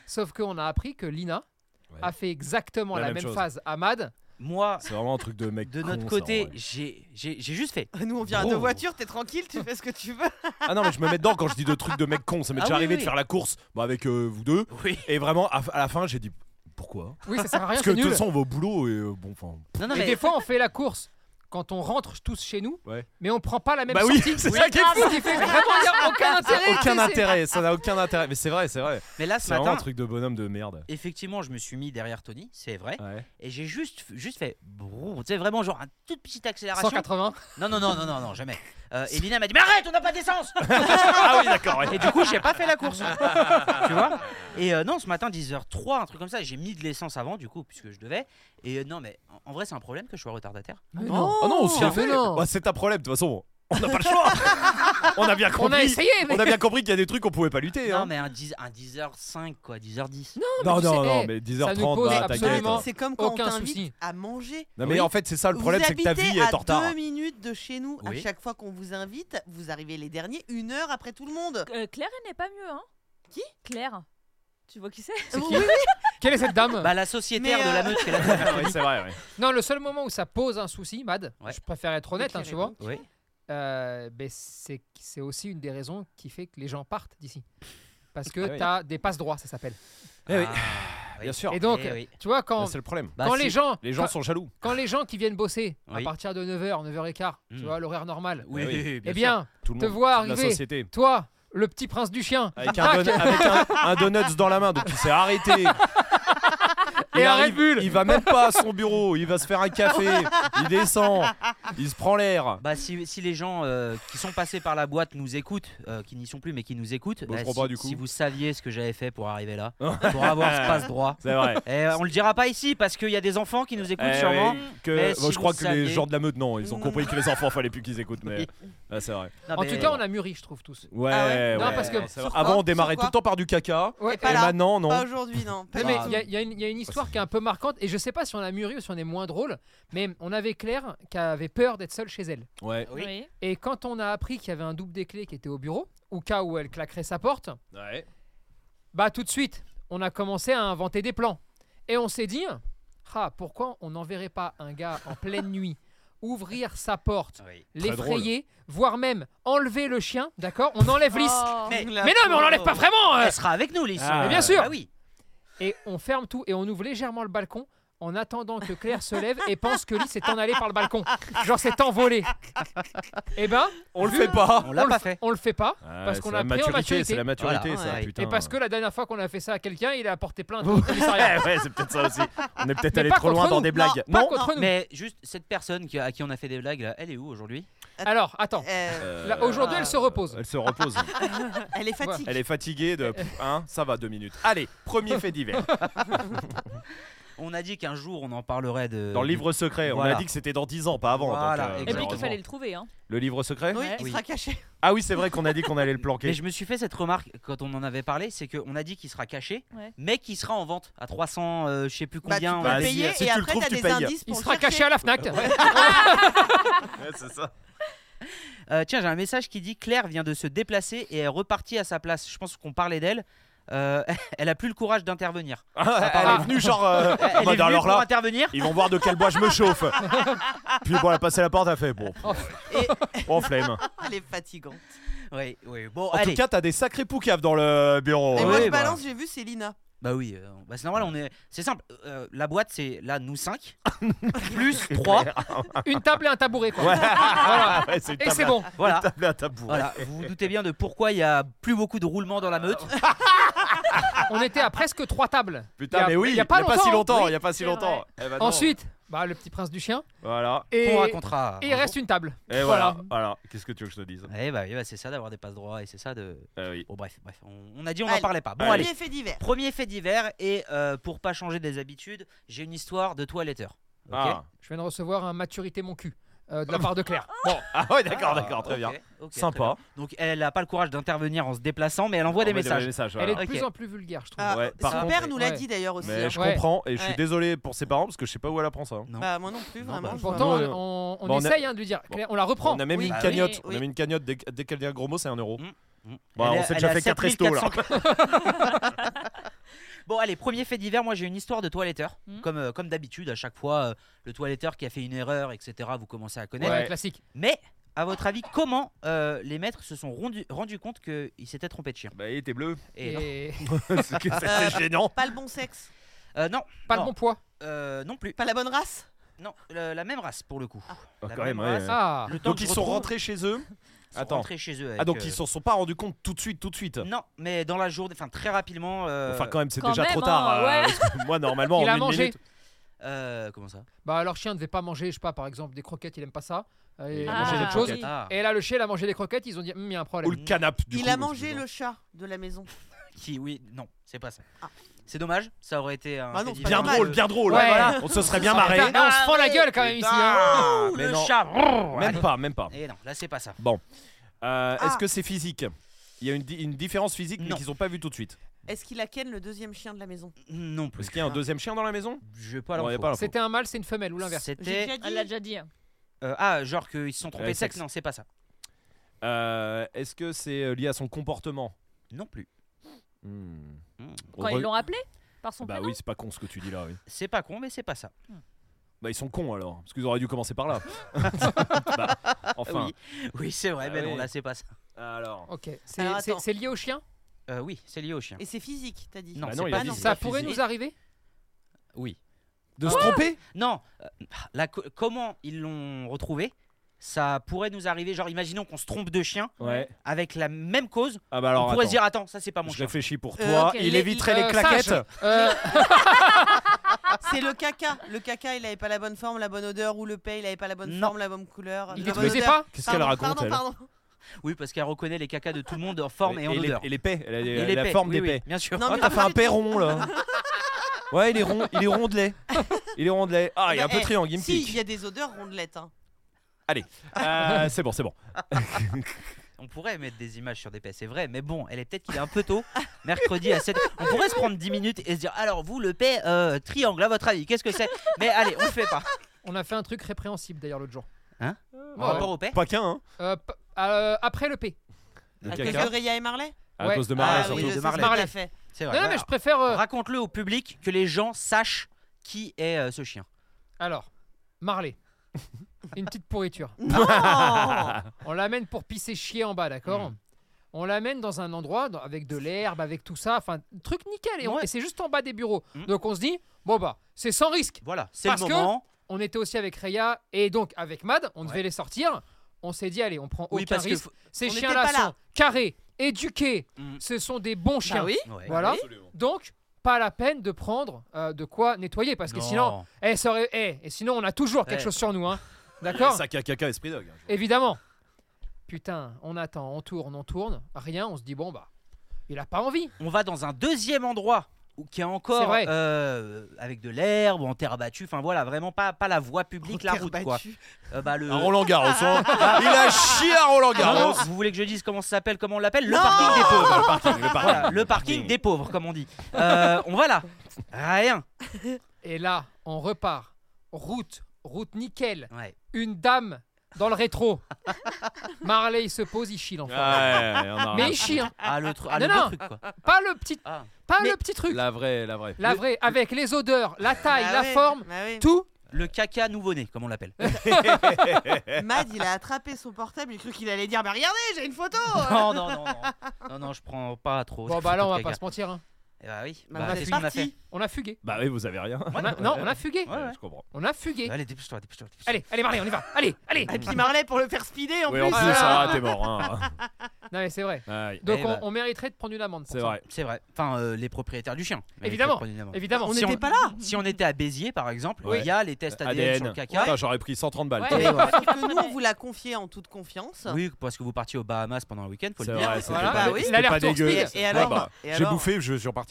Speaker 5: Sauf qu'on a appris que Lina
Speaker 1: Ouais.
Speaker 5: a fait exactement
Speaker 1: La
Speaker 5: la,
Speaker 1: même
Speaker 5: même,
Speaker 1: chose.
Speaker 5: phase à Mad.
Speaker 2: Moi,
Speaker 1: C'est vraiment un truc de mec.
Speaker 2: de
Speaker 1: con,
Speaker 2: notre
Speaker 1: ça, en
Speaker 2: côté,
Speaker 1: vrai.
Speaker 2: j'ai j'ai- j'ai juste fait.
Speaker 3: Nous, on vient à
Speaker 1: Oh.
Speaker 3: deux voitures, t'es tranquille, tu fais ce que tu veux.
Speaker 1: Ah non, mais je me mets dedans quand je dis de trucs de mec con. Ça m'est
Speaker 2: Ah
Speaker 1: déjà
Speaker 2: oui,
Speaker 1: arrivé
Speaker 2: oui.
Speaker 1: de faire la course bah, avec euh, vous deux.
Speaker 2: Oui.
Speaker 1: Et vraiment, à, à la fin, j'ai dit pourquoi
Speaker 5: Oui, ça sert à rien,
Speaker 1: Parce que
Speaker 5: c'est
Speaker 1: de toute
Speaker 5: nul.
Speaker 1: façon, on va au boulot et euh, bon, enfin.
Speaker 2: Non, non,
Speaker 5: Et
Speaker 2: mais
Speaker 5: des fois, on fait la course quand on rentre tous chez nous,
Speaker 1: Ouais.
Speaker 5: mais on prend pas la même
Speaker 1: Bah oui,
Speaker 5: sortie.
Speaker 1: c'est
Speaker 4: Oui,
Speaker 1: ça qui est
Speaker 4: grave.
Speaker 1: fou.
Speaker 5: Ce qui fait vraiment il y a aucun intérêt.
Speaker 1: Ah, Aucun
Speaker 5: tu sais, c'est-
Speaker 1: intérêt, ça n'a aucun intérêt. Mais c'est vrai, c'est vrai.
Speaker 2: Mais là, ce
Speaker 1: C'est vraiment un
Speaker 2: matin,
Speaker 1: truc de bonhomme de merde.
Speaker 2: effectivement, je me suis mis derrière Tony, c'est vrai.
Speaker 1: Ouais.
Speaker 2: Et j'ai juste, juste fait. brrr, Tu sais, vraiment, genre, une toute petite accélération.
Speaker 5: 180.
Speaker 2: Non, non, non, non, non, non, jamais. Euh, et Lina m'a dit Mais arrête, on n'a pas d'essence
Speaker 1: ah oui, d'accord. ouais.
Speaker 2: Et du coup, j'ai pas fait la course. tu vois Et euh, non, ce matin, 10h03, un truc comme ça, j'ai mis de l'essence avant, du coup, puisque je devais. Et euh, non, mais en- en vrai, c'est un problème que je sois retardataire.
Speaker 5: non.
Speaker 1: Ah non, on s'y
Speaker 5: Oh,
Speaker 1: a fait.
Speaker 5: mais non.
Speaker 1: Bah, c'est un problème, de toute façon. On n'a pas le choix. on a bien
Speaker 5: On a
Speaker 1: compris.
Speaker 5: essayé, mais.
Speaker 1: On a bien compris qu'il y a des trucs qu'on pouvait pas lutter.
Speaker 2: Non,
Speaker 1: hein.
Speaker 2: mais un, 10, un 10h05, quoi, 10h10.
Speaker 5: Non,
Speaker 1: non,
Speaker 5: mais tu
Speaker 1: non,
Speaker 5: sais,
Speaker 1: non,
Speaker 5: eh,
Speaker 1: mais
Speaker 5: ça nous
Speaker 1: 10h30,
Speaker 5: pose
Speaker 1: bah, t'inquiète.
Speaker 5: absolument
Speaker 1: hein.
Speaker 3: C'est comme quand
Speaker 5: Aucun
Speaker 3: on t'invite
Speaker 5: souci.
Speaker 3: à manger.
Speaker 1: Non, mais
Speaker 2: Oui.
Speaker 1: en fait, c'est ça le problème,
Speaker 3: vous
Speaker 1: c'est que ta
Speaker 3: habitez
Speaker 1: vie
Speaker 3: à
Speaker 1: est en retard.
Speaker 3: deux minutes de chez nous.
Speaker 2: Oui.
Speaker 3: À chaque fois qu'on vous invite, vous arrivez les derniers, une heure après tout le monde.
Speaker 4: Euh, Claire, elle n'est pas mieux, hein Qui Claire. Tu vois qui c'est
Speaker 3: Oui, oui,
Speaker 5: Quelle est cette dame
Speaker 2: Bah, la sociétaire
Speaker 3: Mais,
Speaker 2: de la
Speaker 3: euh,
Speaker 2: meute qu'elle a fait.
Speaker 1: Oui, c'est vrai, ouais.
Speaker 5: Non, le seul moment où ça pose un souci, Mad,
Speaker 2: Ouais.
Speaker 5: je préfère être honnête, hein, tu vois,
Speaker 2: Oui.
Speaker 5: euh, ben, c'est c'est aussi une des raisons qui fait que les gens partent d'ici. Parce que
Speaker 1: Ah oui.
Speaker 5: t'as des passes droits, ça s'appelle.
Speaker 1: Eh oui.
Speaker 2: Ah, oui.
Speaker 1: Bien sûr.
Speaker 5: Et donc, ah,
Speaker 2: Eh oui.
Speaker 5: tu vois,
Speaker 1: Bah,
Speaker 5: quand,
Speaker 1: C'est le problème.
Speaker 2: Bah,
Speaker 5: quand
Speaker 2: c'est-
Speaker 5: les gens,
Speaker 1: Les gens
Speaker 5: quand-
Speaker 1: sont jaloux.
Speaker 5: quand les gens qui viennent bosser à
Speaker 2: Oui.
Speaker 5: partir de 9h, 9h15,
Speaker 2: Mm.
Speaker 5: tu vois, l'horaire normal,
Speaker 2: Oui,
Speaker 1: Eh Hmm. oui.
Speaker 2: oui,
Speaker 5: eh
Speaker 2: sûr.
Speaker 5: bien,
Speaker 1: Tout le
Speaker 5: te
Speaker 1: monde.
Speaker 5: voir
Speaker 1: toute la
Speaker 5: arriver,
Speaker 1: société.
Speaker 5: toi, le petit prince du chien,
Speaker 1: Avec un,
Speaker 5: tac,
Speaker 1: don- avec un, un donuts dans la main, donc il s'est arrêté.
Speaker 5: et un Red
Speaker 1: arrive-
Speaker 5: Bull.
Speaker 1: il va même pas à son bureau, il va se faire un café, il descend, il se prend l'air.
Speaker 2: Bah, si, si les gens euh, qui sont passés par la boîte nous écoutent, euh, qui n'y sont plus mais qui nous écoutent,
Speaker 1: Bon, je
Speaker 2: bah,
Speaker 1: crois
Speaker 2: si,
Speaker 1: pas, du coup.
Speaker 2: si vous saviez ce que j'avais fait pour arriver là, pour avoir ce passe droit,
Speaker 1: C'est vrai.
Speaker 2: Eh, on le dira pas ici parce qu'il y a des enfants qui nous écoutent
Speaker 1: Eh
Speaker 2: sûrement.
Speaker 1: oui, que-
Speaker 2: Mais
Speaker 1: bon,
Speaker 2: si
Speaker 1: je crois
Speaker 2: vous
Speaker 1: que les
Speaker 2: saviez-
Speaker 1: gens de la meute, non, ils ont compris que les enfants, fallait plus qu'ils écoutent, mais
Speaker 2: Oui.
Speaker 1: Ah, c'est vrai.
Speaker 2: Non,
Speaker 5: en
Speaker 2: mais-
Speaker 5: tout cas, on a mûri, je trouve, tous.
Speaker 1: Ouais,
Speaker 3: Ah ouais
Speaker 5: Non,
Speaker 1: ouais,
Speaker 5: parce que-
Speaker 1: c'est vrai.
Speaker 3: sur quoi
Speaker 1: avant on
Speaker 3: Sur
Speaker 1: démarrait
Speaker 3: quoi
Speaker 1: tout le temps par du caca,
Speaker 5: Ouais.
Speaker 3: Et pas
Speaker 1: et
Speaker 3: là.
Speaker 1: maintenant non.
Speaker 3: Pas aujourd'hui, non. pas
Speaker 5: Non,
Speaker 3: du
Speaker 5: mais
Speaker 2: Ah.
Speaker 5: il y, a- il y a une- il y a une histoire qui est un peu marquante et je sais pas si on a mûri ou si on est moins drôle, mais on avait Claire qui avait peur d'être seule chez elle.
Speaker 1: Ouais.
Speaker 2: Oui.
Speaker 5: Et quand on a appris qu'il y avait un double des clés qui était au bureau, au cas où elle claquerait sa porte,
Speaker 1: Ouais.
Speaker 5: bah tout de suite, on a commencé à inventer des plans. Et on s'est dit, ah, pourquoi on n'enverrait pas un gars en pleine nuit ouvrir sa porte,
Speaker 2: Oui.
Speaker 1: Très
Speaker 5: l'effrayer, voire même enlever le chien, d'accord On enlève Lys.
Speaker 4: Oh.
Speaker 2: Mais-
Speaker 3: Ah, la
Speaker 5: Mais non, mais on l'enlève pas vraiment euh.
Speaker 2: Elle sera avec nous, Lys.
Speaker 1: Ah, Mais
Speaker 5: bien sûr.
Speaker 2: Ah oui.
Speaker 5: Et on ferme tout et on ouvre légèrement le balcon en attendant que Claire se lève et pense que Lys s'est en allé par le balcon. Genre s'est envolé. Eh ben,
Speaker 1: On le fait pas.
Speaker 2: On l'a
Speaker 5: le
Speaker 2: pas
Speaker 5: f-
Speaker 2: fait.
Speaker 5: on le fait pas.
Speaker 1: Ah,
Speaker 5: Parce
Speaker 1: c'est
Speaker 5: qu'on
Speaker 1: la
Speaker 5: a pris en
Speaker 1: maturité,
Speaker 5: maturité.
Speaker 1: c'est la maturité,
Speaker 2: Voilà.
Speaker 1: ça.
Speaker 2: Ouais.
Speaker 1: Putain.
Speaker 5: Et parce que la dernière fois qu'on a fait ça à quelqu'un, il a porté plainte au
Speaker 1: Ouais,
Speaker 5: commissariat.
Speaker 1: Eh ouais, c'est peut-être ça aussi. On est peut-être
Speaker 5: Mais
Speaker 1: allé
Speaker 5: pas
Speaker 1: trop loin
Speaker 5: contre
Speaker 1: dans
Speaker 5: nous.
Speaker 1: des blagues.
Speaker 5: Pas
Speaker 1: Non.
Speaker 5: contre nous.
Speaker 2: Mais juste cette personne qui- à qui on a fait des blagues, là, elle est où aujourd'hui
Speaker 5: Alors, attends.
Speaker 3: Euh,
Speaker 1: Euh,
Speaker 5: Là, Aujourd'hui, elle se repose. Euh,
Speaker 1: Elle se repose.
Speaker 3: elle est fatiguée.
Speaker 1: Elle est fatiguée de. Pff, Hein, ça va, deux minutes. Allez, premier fait divers.
Speaker 2: On a dit qu'un jour on en parlerait de.
Speaker 1: Dans le livre secret,
Speaker 2: Voilà.
Speaker 1: on a dit que c'était dans 10 ans, pas avant. donc, euh,
Speaker 2: Voilà, et
Speaker 4: Et puis
Speaker 1: malheureusement.
Speaker 4: qu'il fallait le trouver, hein.
Speaker 1: Le livre secret
Speaker 3: Oui, il
Speaker 2: Oui.
Speaker 3: sera caché.
Speaker 1: Ah oui, c'est vrai qu'on a dit qu'on allait le planquer.
Speaker 2: Mais je me suis fait cette remarque quand on en avait parlé, c'est qu'on a dit qu'il sera caché,
Speaker 4: Ouais.
Speaker 2: mais qu'il sera en vente à 300, euh, je sais plus
Speaker 3: Bah, tu
Speaker 2: combien. on
Speaker 1: Bah,
Speaker 3: peux
Speaker 2: avait
Speaker 3: le
Speaker 1: vas-y,
Speaker 2: dit.
Speaker 3: payer
Speaker 1: si
Speaker 3: et
Speaker 1: tu le
Speaker 3: après
Speaker 1: trouves,
Speaker 3: t'as
Speaker 1: tu
Speaker 3: des
Speaker 1: payes.
Speaker 3: indices
Speaker 5: Il
Speaker 3: pour le
Speaker 5: sera caché
Speaker 3: chercher.
Speaker 5: à la Fnac.
Speaker 1: Ouais, c'est ça.
Speaker 2: Euh, tiens, j'ai un message qui dit Claire vient de se déplacer et est repartie à sa place. Je pense qu'on parlait d'elle. Euh, elle a plus le courage d'intervenir.
Speaker 1: Ah,
Speaker 2: Ah.
Speaker 1: elle est venue genre. euh,
Speaker 2: Elle
Speaker 1: en
Speaker 2: est
Speaker 1: mode,
Speaker 2: venue
Speaker 1: alors
Speaker 2: pour
Speaker 1: là,
Speaker 2: intervenir.
Speaker 1: ils vont voir de quel bois je me chauffe. Puis bon, elle a passé la porte, elle a fait bon.
Speaker 5: Oh.
Speaker 1: Et- Oh flemme.
Speaker 5: hein.
Speaker 3: Elle est fatigante.
Speaker 2: Oui, oui. Bon,
Speaker 1: En
Speaker 2: allez.
Speaker 1: tout cas, t'as des sacrés poucaves dans le bureau.
Speaker 3: Et
Speaker 1: hein.
Speaker 2: Ouais,
Speaker 3: moi, je
Speaker 2: bah.
Speaker 3: balance, j'ai vu, c'est Lina.
Speaker 2: Bah oui, euh, bah c'est normal, on est. C'est simple, euh, la boîte c'est là nous 5, plus 3,
Speaker 5: Une table et un tabouret, quoi.
Speaker 1: Ouais.
Speaker 5: Voilà.
Speaker 1: Ah Ouais, c'est une
Speaker 5: Et
Speaker 1: table
Speaker 5: c'est
Speaker 1: à-
Speaker 5: bon.
Speaker 1: une
Speaker 2: voilà.
Speaker 1: table à tabouret.
Speaker 2: Voilà, vous vous doutez bien de pourquoi il y a plus beaucoup de roulements dans la meute.
Speaker 5: On était à presque trois tables.
Speaker 1: Putain,
Speaker 5: Il y a-
Speaker 1: mais oui,
Speaker 5: il y a pas
Speaker 1: si
Speaker 5: longtemps,
Speaker 1: longtemps, il
Speaker 4: oui,
Speaker 1: y a pas si
Speaker 4: c'est
Speaker 1: longtemps. Eh ben non.
Speaker 5: Ensuite, bah, le petit prince du chien.
Speaker 1: voilà.
Speaker 5: Et,
Speaker 2: On racontera.
Speaker 5: et il reste une table.
Speaker 1: Et voilà. Voilà. Qu'est-ce que tu veux que je te dise
Speaker 2: Eh bah, eh bah, c'est ça d'avoir des passes droits et c'est ça de.
Speaker 1: Ah oui.
Speaker 2: Bon bref, bref, on, on a dit on n'en
Speaker 3: Allez.
Speaker 2: parlait pas. Bon
Speaker 3: Premier
Speaker 2: allez.
Speaker 3: fait divers.
Speaker 2: Premier fait divers et euh, pour pas changer des habitudes, j'ai une histoire de toiletteur. Ok
Speaker 1: Ah.
Speaker 5: Je viens de recevoir un maturité mon cul euh, de la part de Claire. Bon,
Speaker 1: Ah ouais, d'accord,
Speaker 2: Ah,
Speaker 1: d'accord, très
Speaker 2: ok,
Speaker 1: bien.
Speaker 2: ok, très
Speaker 1: Sympa.
Speaker 2: bien. Donc elle n'a pas le courage d'intervenir en se déplaçant, mais elle envoie des
Speaker 1: On met
Speaker 2: messages.
Speaker 5: elle est de
Speaker 1: voilà.
Speaker 2: Ok.
Speaker 5: plus en plus vulgaire, je trouve.
Speaker 3: Ah,
Speaker 1: Ouais, par
Speaker 3: son
Speaker 1: contre-
Speaker 3: père nous l'a
Speaker 5: Ouais.
Speaker 3: dit d'ailleurs aussi.
Speaker 1: Mais
Speaker 3: hein.
Speaker 1: je
Speaker 5: Ouais.
Speaker 1: comprends et je suis
Speaker 3: Ouais.
Speaker 1: désolé pour ses parents parce que je sais pas où elle apprend ça. hein.
Speaker 2: Non.
Speaker 3: Bah, moi non plus,
Speaker 2: Non,
Speaker 3: vraiment.
Speaker 2: bah,
Speaker 3: je vois
Speaker 5: Pourtant,
Speaker 1: Ouais.
Speaker 5: on, on- on
Speaker 1: Bon, on a-
Speaker 5: essaye hein, de lui dire. Claire, on la reprend.
Speaker 1: On a même
Speaker 3: Oui.
Speaker 1: mis une
Speaker 2: Bah
Speaker 1: cagnotte.
Speaker 4: oui,
Speaker 1: On a
Speaker 3: oui.
Speaker 1: mis une cagnotte dès, dès qu'elle dit un gros mot, c'est un euro. Bah,
Speaker 2: Mm. Elle
Speaker 1: on
Speaker 2: est-
Speaker 1: s'est
Speaker 2: elle
Speaker 1: déjà
Speaker 2: est à
Speaker 1: fait 4 restos là.
Speaker 2: 7400. bon, allez, premier fait divers. Moi, j'ai une histoire de toiletteur.
Speaker 4: Mhm.
Speaker 2: Comme, euh, comme d'habitude, à chaque fois, euh, le toiletteur qui a fait une erreur, etc., vous commencez à
Speaker 5: Ouais,
Speaker 2: connaître.
Speaker 1: Ouais.
Speaker 5: classique.
Speaker 2: Mais, à votre avis, comment euh, les maîtres se sont rendus rendu compte qu'ils s'étaient trompés de chien
Speaker 1: Bah, il était bleu.
Speaker 2: Et non.
Speaker 5: Et
Speaker 1: C'est que
Speaker 3: Euh,
Speaker 1: c'est gênant.
Speaker 3: Pas le bon sexe,
Speaker 2: Euh, non,
Speaker 5: pas
Speaker 2: non,
Speaker 5: le bon poids.
Speaker 2: euh, non plus.
Speaker 3: pas la bonne race.
Speaker 2: Non, le- la même race pour le coup.
Speaker 1: Ah,
Speaker 2: la
Speaker 1: quand même,
Speaker 2: même
Speaker 1: ouais.
Speaker 5: Ah,
Speaker 2: Le temps
Speaker 1: Donc
Speaker 2: que
Speaker 1: ils
Speaker 2: je
Speaker 1: sont
Speaker 2: retrouve,
Speaker 1: rentrés chez eux.
Speaker 2: ils sont
Speaker 1: Attends.
Speaker 2: rentrés chez eux.
Speaker 1: Ah
Speaker 2: avec,
Speaker 1: donc
Speaker 2: euh,
Speaker 1: ils s'en sont pas rendus compte tout de suite, tout de suite.
Speaker 2: Non, mais dans la journée, enfin très rapidement. euh,
Speaker 1: Enfin quand même, c'est
Speaker 4: Quand
Speaker 1: déjà
Speaker 4: même,
Speaker 1: trop tard.
Speaker 4: hein,
Speaker 1: euh,
Speaker 4: ouais.
Speaker 1: parce que Moi normalement,
Speaker 5: Il
Speaker 1: en
Speaker 5: a
Speaker 1: une
Speaker 5: mangé.
Speaker 1: minute.
Speaker 2: euh, comment ça
Speaker 5: bah leur chien ne devait pas manger, je sais pas, par exemple, des croquettes, il aime pas ça. Euh,
Speaker 1: Il
Speaker 5: Il
Speaker 1: a
Speaker 5: a
Speaker 1: mangé
Speaker 5: mangé
Speaker 1: des
Speaker 5: des choses.
Speaker 1: croquettes.
Speaker 2: Ah,
Speaker 5: Et là, le chien, il a mangé des croquettes, ils ont dit, Hum, il y a un problème.
Speaker 1: Ou oh, le canap du
Speaker 3: il
Speaker 1: coup,
Speaker 3: a mangé
Speaker 1: excusez-moi.
Speaker 3: le chat de la maison.
Speaker 2: qui Oui, non, c'est pas ça.
Speaker 3: Ah.
Speaker 2: C'est dommage, ça aurait été un.
Speaker 3: Bah non,
Speaker 2: fait
Speaker 3: c'est
Speaker 1: Bien
Speaker 2: divers.
Speaker 3: normal.
Speaker 1: drôle, bien drôle.
Speaker 5: Ouais.
Speaker 1: voilà. On se serait bien
Speaker 5: Ah,
Speaker 1: marré.
Speaker 5: putain, mais on se prend la
Speaker 2: Arrête,
Speaker 5: gueule quand même ici. hein.
Speaker 2: Putain, Ah,
Speaker 1: mais
Speaker 2: le
Speaker 1: non.
Speaker 2: chat. brrr,
Speaker 1: Même
Speaker 2: allez.
Speaker 1: pas, même pas.
Speaker 2: Et non, là c'est pas ça.
Speaker 1: Bon. Euh, Est-ce
Speaker 3: Ah.
Speaker 1: que c'est physique Il y a une, di- une différence physique mais
Speaker 2: Non.
Speaker 1: qu'ils ont pas vu tout de suite.
Speaker 3: Est-ce qu'il a ken le deuxième chien de la maison
Speaker 2: Non plus.
Speaker 1: Est-ce qu'il y a un deuxième chien dans la maison
Speaker 2: Je vais pas
Speaker 1: Non, y a
Speaker 2: l'info.
Speaker 1: pas l'info.
Speaker 5: C'était un mâle, c'est une femelle ou l'inverse.
Speaker 3: J'ai
Speaker 2: C'était.
Speaker 3: déjà
Speaker 4: Elle l'a
Speaker 3: dit.
Speaker 4: déjà dit.
Speaker 2: euh, ah, genre qu'ils se sont trompés
Speaker 1: Ouais,
Speaker 2: de sexe
Speaker 1: sexe.
Speaker 2: Non, c'est pas ça.
Speaker 1: Euh, Est-ce que c'est euh, lié à son comportement
Speaker 2: Non plus.
Speaker 1: Hmm.
Speaker 2: Hmm.
Speaker 1: On
Speaker 4: Quand ils
Speaker 1: re-
Speaker 4: l'ont appelé Par son
Speaker 1: Bah
Speaker 4: prénom
Speaker 1: oui, c'est pas con ce que tu dis là. oui.
Speaker 2: C'est pas con, mais c'est pas ça.
Speaker 1: Bah ils sont cons alors, parce qu'ils auraient dû commencer par là. Bah, enfin.
Speaker 2: Oui, oui c'est vrai,
Speaker 1: Ah
Speaker 2: mais non,
Speaker 1: oui.
Speaker 2: là c'est pas ça.
Speaker 1: Alors.
Speaker 5: Ok. C'est-
Speaker 3: Alors,
Speaker 5: C'est
Speaker 3: attends.
Speaker 5: c'est lié au chien
Speaker 2: Euh, oui, c'est lié au chien.
Speaker 3: Et c'est physique, t'as dit.
Speaker 2: Non,
Speaker 1: Bah
Speaker 2: c'est
Speaker 1: non, il a
Speaker 2: pas
Speaker 1: dit
Speaker 2: non,
Speaker 1: c'est
Speaker 5: Ça
Speaker 2: pas
Speaker 5: pourrait
Speaker 2: physique.
Speaker 5: nous arriver
Speaker 2: Oui.
Speaker 1: De se tromper
Speaker 2: Non, euh, la co- comment ils l'ont retrouvé Ça pourrait nous arriver. Genre, imaginons qu'on se trompe de chien
Speaker 1: Ouais.
Speaker 2: avec la même cause.
Speaker 1: Ah bah alors.
Speaker 2: on pourrait
Speaker 1: attends.
Speaker 2: se dire, attends, ça c'est pas mon
Speaker 1: je
Speaker 2: chien.
Speaker 1: réfléchis pour
Speaker 3: Euh,
Speaker 1: toi.
Speaker 3: ok,
Speaker 1: Il
Speaker 3: il est-
Speaker 1: éviterait
Speaker 5: Euh,
Speaker 1: les claquettes.
Speaker 5: singe. Euh,
Speaker 3: C'est le caca. Le caca, il avait pas la bonne forme, la bonne odeur, ou le pet, il avait pas la bonne
Speaker 2: Non.
Speaker 3: forme, la bonne couleur.
Speaker 5: il
Speaker 3: la bonne
Speaker 5: détruisait
Speaker 3: odeur.
Speaker 5: pas
Speaker 1: Qu'est-ce qu'elle
Speaker 3: Pardon,
Speaker 1: raconte
Speaker 3: pardon,
Speaker 1: elle
Speaker 3: pardon.
Speaker 2: Oui, parce qu'elle reconnaît les cacas de tout le monde en forme et, en
Speaker 1: les-
Speaker 2: odeur.
Speaker 1: Et les paix. Elle a des-
Speaker 2: Et les
Speaker 1: la
Speaker 2: paix,
Speaker 1: forme
Speaker 2: oui,
Speaker 1: des
Speaker 2: oui,
Speaker 1: paix.
Speaker 2: Bien sûr.
Speaker 3: Non,
Speaker 1: Oh,
Speaker 3: mais
Speaker 1: t'as
Speaker 3: on
Speaker 1: fait un
Speaker 3: peut-
Speaker 1: perron là. Ouais, il est rond, il est rondelet. Il est rondelet. Ah, il est
Speaker 3: Bah,
Speaker 1: un peu
Speaker 3: eh,
Speaker 1: triangle, il me
Speaker 3: Si, il
Speaker 1: pique.
Speaker 3: y a des odeurs rondelettes. hein.
Speaker 1: Euh, c'est bon, c'est bon.
Speaker 2: On pourrait mettre des images sur des paix, c'est vrai, mais bon, elle est peut-être qu'il est un peu tôt. mercredi à 7. On pourrait se prendre 10 minutes et se dire, alors vous, le paix, euh, triangle, à votre avis, qu'est-ce que c'est Mais allez, on le fait pas.
Speaker 5: On a fait un truc répréhensible d'ailleurs l'autre jour.
Speaker 2: Hein
Speaker 5: Ouais.
Speaker 2: Par rapport au paix
Speaker 1: Pas qu'un, hein.
Speaker 5: Euh, p- euh, Après le P.
Speaker 1: Le
Speaker 3: À cause
Speaker 1: caca.
Speaker 3: de Raya et Marley
Speaker 1: À
Speaker 5: Ouais.
Speaker 1: cause de
Speaker 2: Marley,
Speaker 3: Ah
Speaker 1: Marais,
Speaker 2: surtout.
Speaker 3: oui, je
Speaker 2: De
Speaker 3: sais ce que
Speaker 5: Marley.
Speaker 3: t'as fait.
Speaker 2: C'est
Speaker 5: Non,
Speaker 2: vrai.
Speaker 5: non, mais
Speaker 2: voilà.
Speaker 5: je préfère. euh,
Speaker 2: Raconte-le au public que les gens sachent qui est euh, ce chien.
Speaker 5: Alors, Marley. Une petite pourriture.
Speaker 3: Non
Speaker 5: On l'amène pour pisser chier en bas,
Speaker 2: Mm.
Speaker 5: d'accord On l'amène dans un endroit dans- avec de l'herbe, avec tout ça, enfin, truc nickel. Et, on-
Speaker 2: Ouais.
Speaker 5: et c'est juste en bas des bureaux.
Speaker 2: Mhm.
Speaker 5: Donc on se dit, bon bah, c'est sans risque.
Speaker 2: Voilà, c'est le
Speaker 5: Parce que-
Speaker 2: moment.
Speaker 5: On était aussi avec Reya et donc avec Mad, on devait
Speaker 2: Ouais.
Speaker 5: les sortir. On s'est dit, allez, on prend
Speaker 2: Oui,
Speaker 5: aucun
Speaker 2: parce que.
Speaker 5: risque. Ces
Speaker 3: On n'était
Speaker 5: chiens-là
Speaker 3: pas là.
Speaker 5: sont carrés, éduqués.
Speaker 2: Mm.
Speaker 5: Ce sont des bons chiens.
Speaker 3: Ah oui
Speaker 2: Ouais.
Speaker 5: Voilà. Donc, pas la peine de prendre euh, de quoi nettoyer parce que sinon,
Speaker 2: Non.
Speaker 5: eh, ça aurait- eh, et sinon, on a toujours quelque
Speaker 2: Eh.
Speaker 5: chose sur nous, hein. D'accord
Speaker 1: Sac à caca, esprit dog.
Speaker 5: Évidemment. Putain, on attend, on tourne, on tourne, rien, on se dit bon bah, il a pas envie.
Speaker 2: on va dans un deuxième endroit où- qui est
Speaker 5: C'est
Speaker 2: encore
Speaker 5: vrai.
Speaker 2: euh, avec de l'herbe ou en terre battue. Enfin voilà, vraiment pas, pas la voie publique, la
Speaker 3: Terre
Speaker 2: route quoi.
Speaker 3: battue.
Speaker 2: Euh, bah, le...
Speaker 1: Un Roland Garros, hein. Il a chié à Roland
Speaker 2: Non, Ah, non,
Speaker 1: Garros. Ah,
Speaker 2: vous voulez que je dise comment ça s'appelle, comment on l'appelle Le
Speaker 3: Non
Speaker 2: parking des pauvres.
Speaker 1: Le parking, le parking.
Speaker 2: Voilà, le parking des pauvres, comme on dit. Euh, on va là. Rien.
Speaker 5: Et là, on repart. Route, route nickel.
Speaker 2: Ouais.
Speaker 5: Une dame dans le rétro. Marley il se pose, il chie
Speaker 1: Ouais,
Speaker 5: l'enfant.
Speaker 1: on a
Speaker 5: Mais
Speaker 1: rien.
Speaker 5: il chie, hein.
Speaker 2: Ah, le, tru- ah,
Speaker 5: Non,
Speaker 2: le beau
Speaker 5: non.
Speaker 2: truc quoi.
Speaker 5: pas le petit,
Speaker 2: Ah.
Speaker 5: pas
Speaker 3: Mais-
Speaker 5: le petit truc. La,
Speaker 1: La vraie, la vraie. Le-
Speaker 5: vraie, avec les odeurs, la taille,
Speaker 3: Bah
Speaker 5: la
Speaker 3: ouais,
Speaker 5: forme,
Speaker 3: bah ouais.
Speaker 5: tout.
Speaker 2: Le caca nouveau-né, comme on l'appelle.
Speaker 3: Mad, il a attrapé son portable, il a cru qu'il allait dire Bah regardez, j'ai une photo
Speaker 2: non, non, non, non. Non, non, je prends pas trop.
Speaker 5: Bon
Speaker 2: de
Speaker 5: bah là,
Speaker 2: photos
Speaker 5: on
Speaker 2: de
Speaker 5: va pas
Speaker 2: caca.
Speaker 5: se mentir. hein.
Speaker 2: Eh bah oui.
Speaker 3: Bah,
Speaker 2: Bah,
Speaker 3: on
Speaker 2: c'est
Speaker 3: est
Speaker 2: ce qu'on a fait.
Speaker 3: parti.
Speaker 5: On a fugué.
Speaker 1: Bah oui, vous avez rien.
Speaker 5: On a- Non, on a fugué.
Speaker 2: Ouais, ouais.
Speaker 1: Je comprends.
Speaker 5: On a fugué.
Speaker 2: Allez, dépêche-toi, dépêche-toi. dépêche-toi.
Speaker 5: Allez, allez Marley, on y va. Allez, allez.
Speaker 3: Et puis Marley pour le faire speeder en
Speaker 1: Oui,
Speaker 3: plus.
Speaker 1: en plus,
Speaker 5: Ah.
Speaker 1: Sarah, t'es mort. Hein.
Speaker 5: Non mais c'est vrai.
Speaker 1: Aïe,
Speaker 5: Donc
Speaker 2: Eh
Speaker 5: on,
Speaker 2: bah.
Speaker 5: on mériterait de prendre une amende. pour
Speaker 1: C'est
Speaker 5: ça.
Speaker 1: vrai.
Speaker 2: C'est vrai. Enfin, euh, les propriétaires du chien. Mais ils
Speaker 5: Évidemment.
Speaker 2: peuvent prendre une amende.
Speaker 5: Évidemment.
Speaker 3: On
Speaker 2: Si
Speaker 3: n'était
Speaker 2: on-
Speaker 3: pas là.
Speaker 2: Si on était à Béziers, par exemple, il
Speaker 1: Ouais. Euh,
Speaker 2: y a les tests ADN, sur le caca.
Speaker 1: Putain, J'aurais pris 130 balles.
Speaker 5: Ouais.
Speaker 1: quoi.
Speaker 5: Et
Speaker 2: Et voilà.
Speaker 3: Sauf que nous, on vous l'a confié en toute confiance.
Speaker 2: Oui, parce que vous partiez aux Bahamas pendant un week-end, faut
Speaker 1: C'est
Speaker 2: le dire.
Speaker 1: vrai, c'était
Speaker 5: Voilà.
Speaker 1: pas,
Speaker 3: Bah oui.
Speaker 1: c'était
Speaker 5: L'aller-retour,
Speaker 1: pas dégueu.
Speaker 3: Et, et alors,
Speaker 1: Ouais, bah,
Speaker 3: et
Speaker 1: J'ai
Speaker 3: alors
Speaker 1: bouffé, je suis reparti.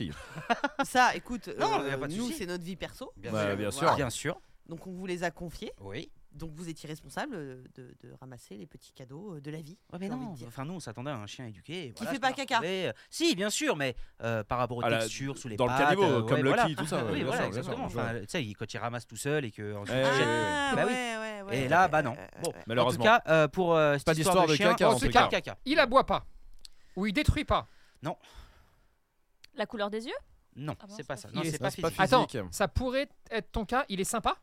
Speaker 3: Ça, écoute,
Speaker 2: Non,
Speaker 3: euh,
Speaker 2: y a pas de
Speaker 3: nous,
Speaker 2: souci.
Speaker 3: c'est notre vie perso.
Speaker 2: Bien
Speaker 1: Bah,
Speaker 2: sûr.
Speaker 1: bien
Speaker 3: Voilà.
Speaker 1: sûr.
Speaker 2: Bien sûr.
Speaker 3: Donc, on vous les a confiés.
Speaker 2: Oui.
Speaker 3: Donc, vous êtes irresponsable euh, de, de ramasser les petits cadeaux euh, de la vie.
Speaker 2: Ouais, mais
Speaker 3: j'ai envie
Speaker 2: non.
Speaker 3: de dire.
Speaker 2: Enfin, nous, on s'attendait à un chien éduqué. et
Speaker 3: Qui
Speaker 2: voilà
Speaker 3: fait
Speaker 2: ce
Speaker 3: pas
Speaker 2: qu'on a
Speaker 3: caca.
Speaker 2: retrouvé. euh, Si, bien sûr, mais euh, par rapport aux
Speaker 1: À la-
Speaker 2: textures, sous les
Speaker 1: Ah Dans le
Speaker 2: pattes.
Speaker 1: caniveau,
Speaker 2: euh,
Speaker 1: comme
Speaker 2: ouais,
Speaker 1: Lucky,
Speaker 2: voilà.
Speaker 1: tout ça. ouais,
Speaker 2: Oui,
Speaker 1: bien
Speaker 2: voilà,
Speaker 1: sûr, bien sûr,
Speaker 2: exactement.
Speaker 1: bien sûr.
Speaker 2: Enfin, tu sais, il- quand il ramasse tout seul et que. ensuite,
Speaker 1: Eh
Speaker 2: il jette.
Speaker 1: oui, oui.
Speaker 3: Ah,
Speaker 2: Bah oui.
Speaker 3: ouais, ouais, ouais, Euh,
Speaker 2: Et
Speaker 3: ouais,
Speaker 2: là,
Speaker 3: ouais,
Speaker 2: bah non.
Speaker 3: ouais,
Speaker 2: Bon.
Speaker 3: ouais.
Speaker 2: En
Speaker 1: Malheureusement.
Speaker 2: tout cas, euh, pour euh, cette
Speaker 1: Pas
Speaker 2: histoire
Speaker 1: d'histoire
Speaker 2: de
Speaker 1: de
Speaker 2: chien,
Speaker 1: caca,
Speaker 5: en
Speaker 2: on
Speaker 5: tout
Speaker 2: se
Speaker 5: cas.
Speaker 2: calme, caca.
Speaker 5: Il aboie pas. Ou il détruit pas.
Speaker 4: La couleur des yeux
Speaker 2: Non,
Speaker 4: Ah bon,
Speaker 2: c'est pas
Speaker 4: c'est
Speaker 2: ça.
Speaker 4: pas
Speaker 2: Non,
Speaker 5: physique.
Speaker 2: c'est
Speaker 1: Ah,
Speaker 2: pas
Speaker 1: c'est pas
Speaker 2: physique.
Speaker 5: Attends,
Speaker 1: Physique.
Speaker 5: ça pourrait être ton cas. Il est sympa.